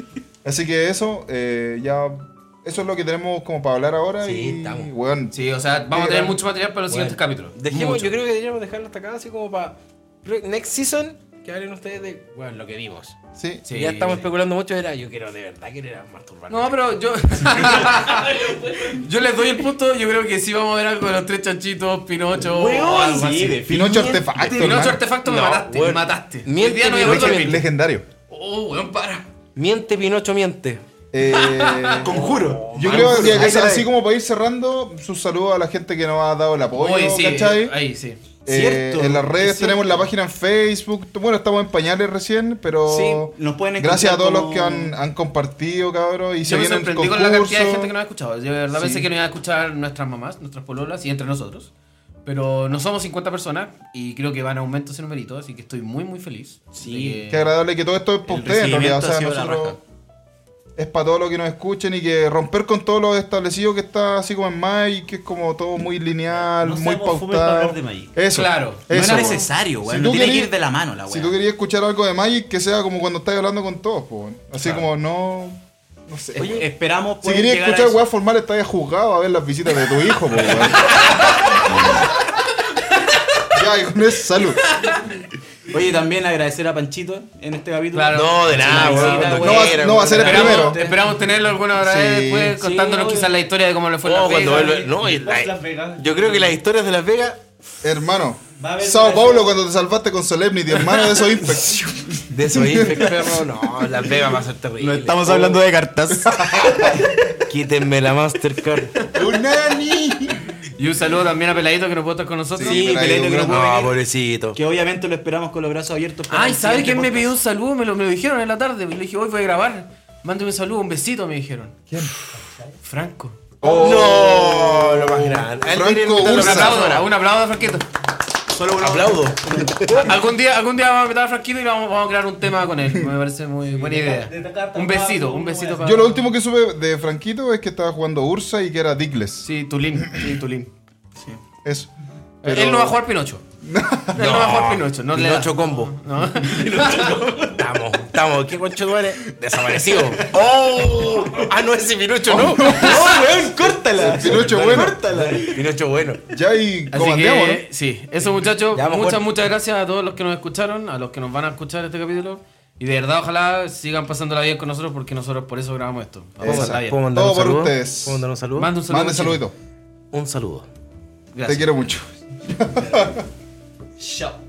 Speaker 3: Así que eso, eh, ya, eso es lo que tenemos como para hablar ahora
Speaker 4: Sí,
Speaker 3: y,
Speaker 4: estamos.
Speaker 3: weón,
Speaker 1: Sí, o sea, vamos a tener mucho material para los siguientes capítulos.
Speaker 4: Dejemos,
Speaker 1: Mucho.
Speaker 4: yo creo que deberíamos dejarlo hasta acá, así como para next season, que hablen ustedes de bueno, lo que vimos.
Speaker 3: sí.
Speaker 1: Sí.
Speaker 4: Ya estamos especulando mucho, era yo quiero de verdad querer masturbar.
Speaker 1: No, pero yo. (laughs) yo les doy el punto. Yo creo que sí vamos a ver algo de los tres chanchitos, Pinocho. o algo así.
Speaker 3: Pinocho Artefacto,
Speaker 1: Ah, Pinocho
Speaker 3: hermano.
Speaker 1: Artefacto me
Speaker 4: No,
Speaker 1: mataste, me
Speaker 4: weón.
Speaker 1: mataste.
Speaker 4: Miente,
Speaker 1: Hoy día no voy a
Speaker 4: Pinocho,
Speaker 1: dormir.
Speaker 3: Lege- Legendario.
Speaker 1: Oh, weón, para.
Speaker 4: Miente Pinocho, miente.
Speaker 3: Eh,
Speaker 6: (laughs) Conjuro.
Speaker 3: yo creo que así como para ir cerrando, un saludo a la gente que nos ha dado el apoyo,
Speaker 1: Hoy sí.
Speaker 3: ¿cachai?
Speaker 1: Ahí sí.
Speaker 3: Eh,
Speaker 6: Cierto,
Speaker 3: en las redes
Speaker 6: es
Speaker 3: tenemos
Speaker 6: cierto.
Speaker 3: la página en Facebook. Bueno, estamos en pañales recién, pero
Speaker 6: Sí, nos pueden encontrar
Speaker 3: gracias a todos los
Speaker 6: como-
Speaker 3: que han, han compartido, cabrón. Y se
Speaker 1: Yo me
Speaker 3: vienen
Speaker 1: sorprendí con la cantidad de gente que
Speaker 3: concursos.
Speaker 1: nos ha escuchado. Yo de verdad
Speaker 6: Sí.
Speaker 1: pensé que nos iban a escuchar nuestras mamás, nuestras pololas y entre nosotros. Pero no somos 50 personas y creo que van a aumento ese numerito, así que estoy muy, muy feliz.
Speaker 6: Sí.
Speaker 1: de que-
Speaker 3: Qué agradable que todo esto es para
Speaker 6: El
Speaker 3: ustedes, en realidad. O sea,
Speaker 6: recibimiento ha sido la
Speaker 3: nosotros es para todos los que nos escuchen y que romper con todo lo establecido que está así como en Mai, que es como todo muy lineal,
Speaker 6: No
Speaker 3: muy
Speaker 6: seamos fome para
Speaker 3: pautado.
Speaker 6: hablar de Magic.
Speaker 3: Eso,
Speaker 1: Claro.
Speaker 6: No
Speaker 3: eso.
Speaker 6: es necesario,
Speaker 3: Si
Speaker 6: weón.
Speaker 3: tú
Speaker 6: no tiene que
Speaker 3: querís-
Speaker 6: ir de la mano la
Speaker 3: Si
Speaker 6: weón.
Speaker 3: tú querías escuchar algo de Magic, que sea como cuando estás hablando con todos, po. weón. Así como no. No sé. weón.
Speaker 1: eh,
Speaker 6: Esperamos
Speaker 3: Si
Speaker 6: poder
Speaker 3: querías
Speaker 6: llegar a
Speaker 3: escuchar
Speaker 6: eso.
Speaker 3: weas formales, estás juzgado a ver las visitas de tu hijo, po, weón.
Speaker 1: (laughs)
Speaker 3: Ya, y con eso, salud.
Speaker 6: Oye, también agradecer a Panchito en este capítulo.
Speaker 1: Claro.
Speaker 8: No, de nada,
Speaker 6: Una
Speaker 8: weón.
Speaker 6: visita,
Speaker 8: cuando
Speaker 3: No va,
Speaker 8: quiera,
Speaker 3: no va a
Speaker 8: weón.
Speaker 3: ser el primero.
Speaker 1: Esperamos, esperamos tenerlo alguna hora
Speaker 3: Sí.
Speaker 1: después,
Speaker 6: Sí,
Speaker 1: contándonos
Speaker 6: obvio.
Speaker 1: quizás la historia de cómo le fue en
Speaker 8: Oh,
Speaker 1: Las
Speaker 8: cuando
Speaker 1: Vegas.
Speaker 8: vuelve. No, y la-
Speaker 7: Las Vegas.
Speaker 8: (laughs) yo creo que las historias de Las Vegas.
Speaker 3: Hermano.
Speaker 7: Va a haber
Speaker 3: Sao
Speaker 7: traición.
Speaker 3: Paulo cuando te salvaste con Solemnity, hermano de esos
Speaker 1: (laughs)
Speaker 3: Impact.
Speaker 8: De eso,
Speaker 3: (laughs)
Speaker 8: perro. No, Las Vegas va a ser terrible. Oh,
Speaker 6: de cartas.
Speaker 8: Quítenme la Mastercard.
Speaker 3: ¡Unani!
Speaker 1: (laughs) Y un saludo también a Peladito que no puede estar con nosotros.
Speaker 6: Sí,
Speaker 3: pero hay
Speaker 6: Pelé,
Speaker 3: un
Speaker 6: que no
Speaker 3: gran-
Speaker 6: puede
Speaker 8: No,
Speaker 6: venir.
Speaker 8: pobrecito.
Speaker 6: Que obviamente lo esperamos con los brazos abiertos. para
Speaker 1: Ay,
Speaker 6: el
Speaker 1: ¿sabes
Speaker 6: siguiente
Speaker 1: quién me
Speaker 6: podcast.
Speaker 1: pidió un saludo? Me lo, me lo dijeron en la tarde. Le dije, hoy voy a grabar. Mándeme un saludo, un besito, me dijeron. ¿Quién? Franco.
Speaker 3: ¡Oh!
Speaker 4: lo más grande.
Speaker 3: Franco
Speaker 1: Un
Speaker 3: Ursa.
Speaker 1: aplauso, un aplauso a Franquito.
Speaker 8: Solo un aplaudo.
Speaker 1: Algún día, algún día vamos a invitar a Franquito y vamos, vamos a crear un tema con él. Me parece muy buena idea.
Speaker 7: de tocar
Speaker 1: Un
Speaker 7: tapado,
Speaker 1: besito, un
Speaker 7: como
Speaker 1: besito
Speaker 7: es.
Speaker 1: para.
Speaker 3: Yo lo último que supe de Franquito es que estaba jugando Ursa y que era Dickles.
Speaker 1: Sí, Tulín. Sí, Tulín.
Speaker 3: Eso. Pero-
Speaker 1: Él no va a jugar
Speaker 3: (laughs)
Speaker 1: Pinocho. Él no va a jugar Pinocho. No le da.
Speaker 8: Pinocho combo. (laughs)
Speaker 1: No.
Speaker 8: Estamos, estamos. ¿Qué concho tú eres?
Speaker 3: (laughs)
Speaker 8: Desaparecido. ¡Oh! Ah, no, ese Pinocho no.
Speaker 6: ¡No, weón! ¡Córtala!
Speaker 3: Pinocho bueno.
Speaker 6: ¡Córtala!
Speaker 8: Pinocho bueno.
Speaker 3: Ya y
Speaker 1: Así
Speaker 3: comandemos,
Speaker 1: que, sí, eso muchachos,
Speaker 4: Ya, vamos,
Speaker 1: muchas,
Speaker 4: Juan.
Speaker 1: muchas gracias a todos los que nos escucharon, a los que nos van a escuchar este capítulo. Y de verdad, ojalá sigan pasándola bien con nosotros porque nosotros por eso grabamos esto. para
Speaker 3: Exacto.
Speaker 1: pasarla bien.
Speaker 4: ¿Puedo mandar
Speaker 3: Todo
Speaker 4: un
Speaker 3: por
Speaker 4: saludo?
Speaker 3: ustedes.
Speaker 4: ¿Puedo mandar un saludo?
Speaker 1: Manda un
Speaker 3: ¿no?
Speaker 1: saludo.
Speaker 3: Mande saludito.
Speaker 4: un saludo.
Speaker 3: Te
Speaker 1: Gracias.
Speaker 3: quiero mucho.
Speaker 7: Chao.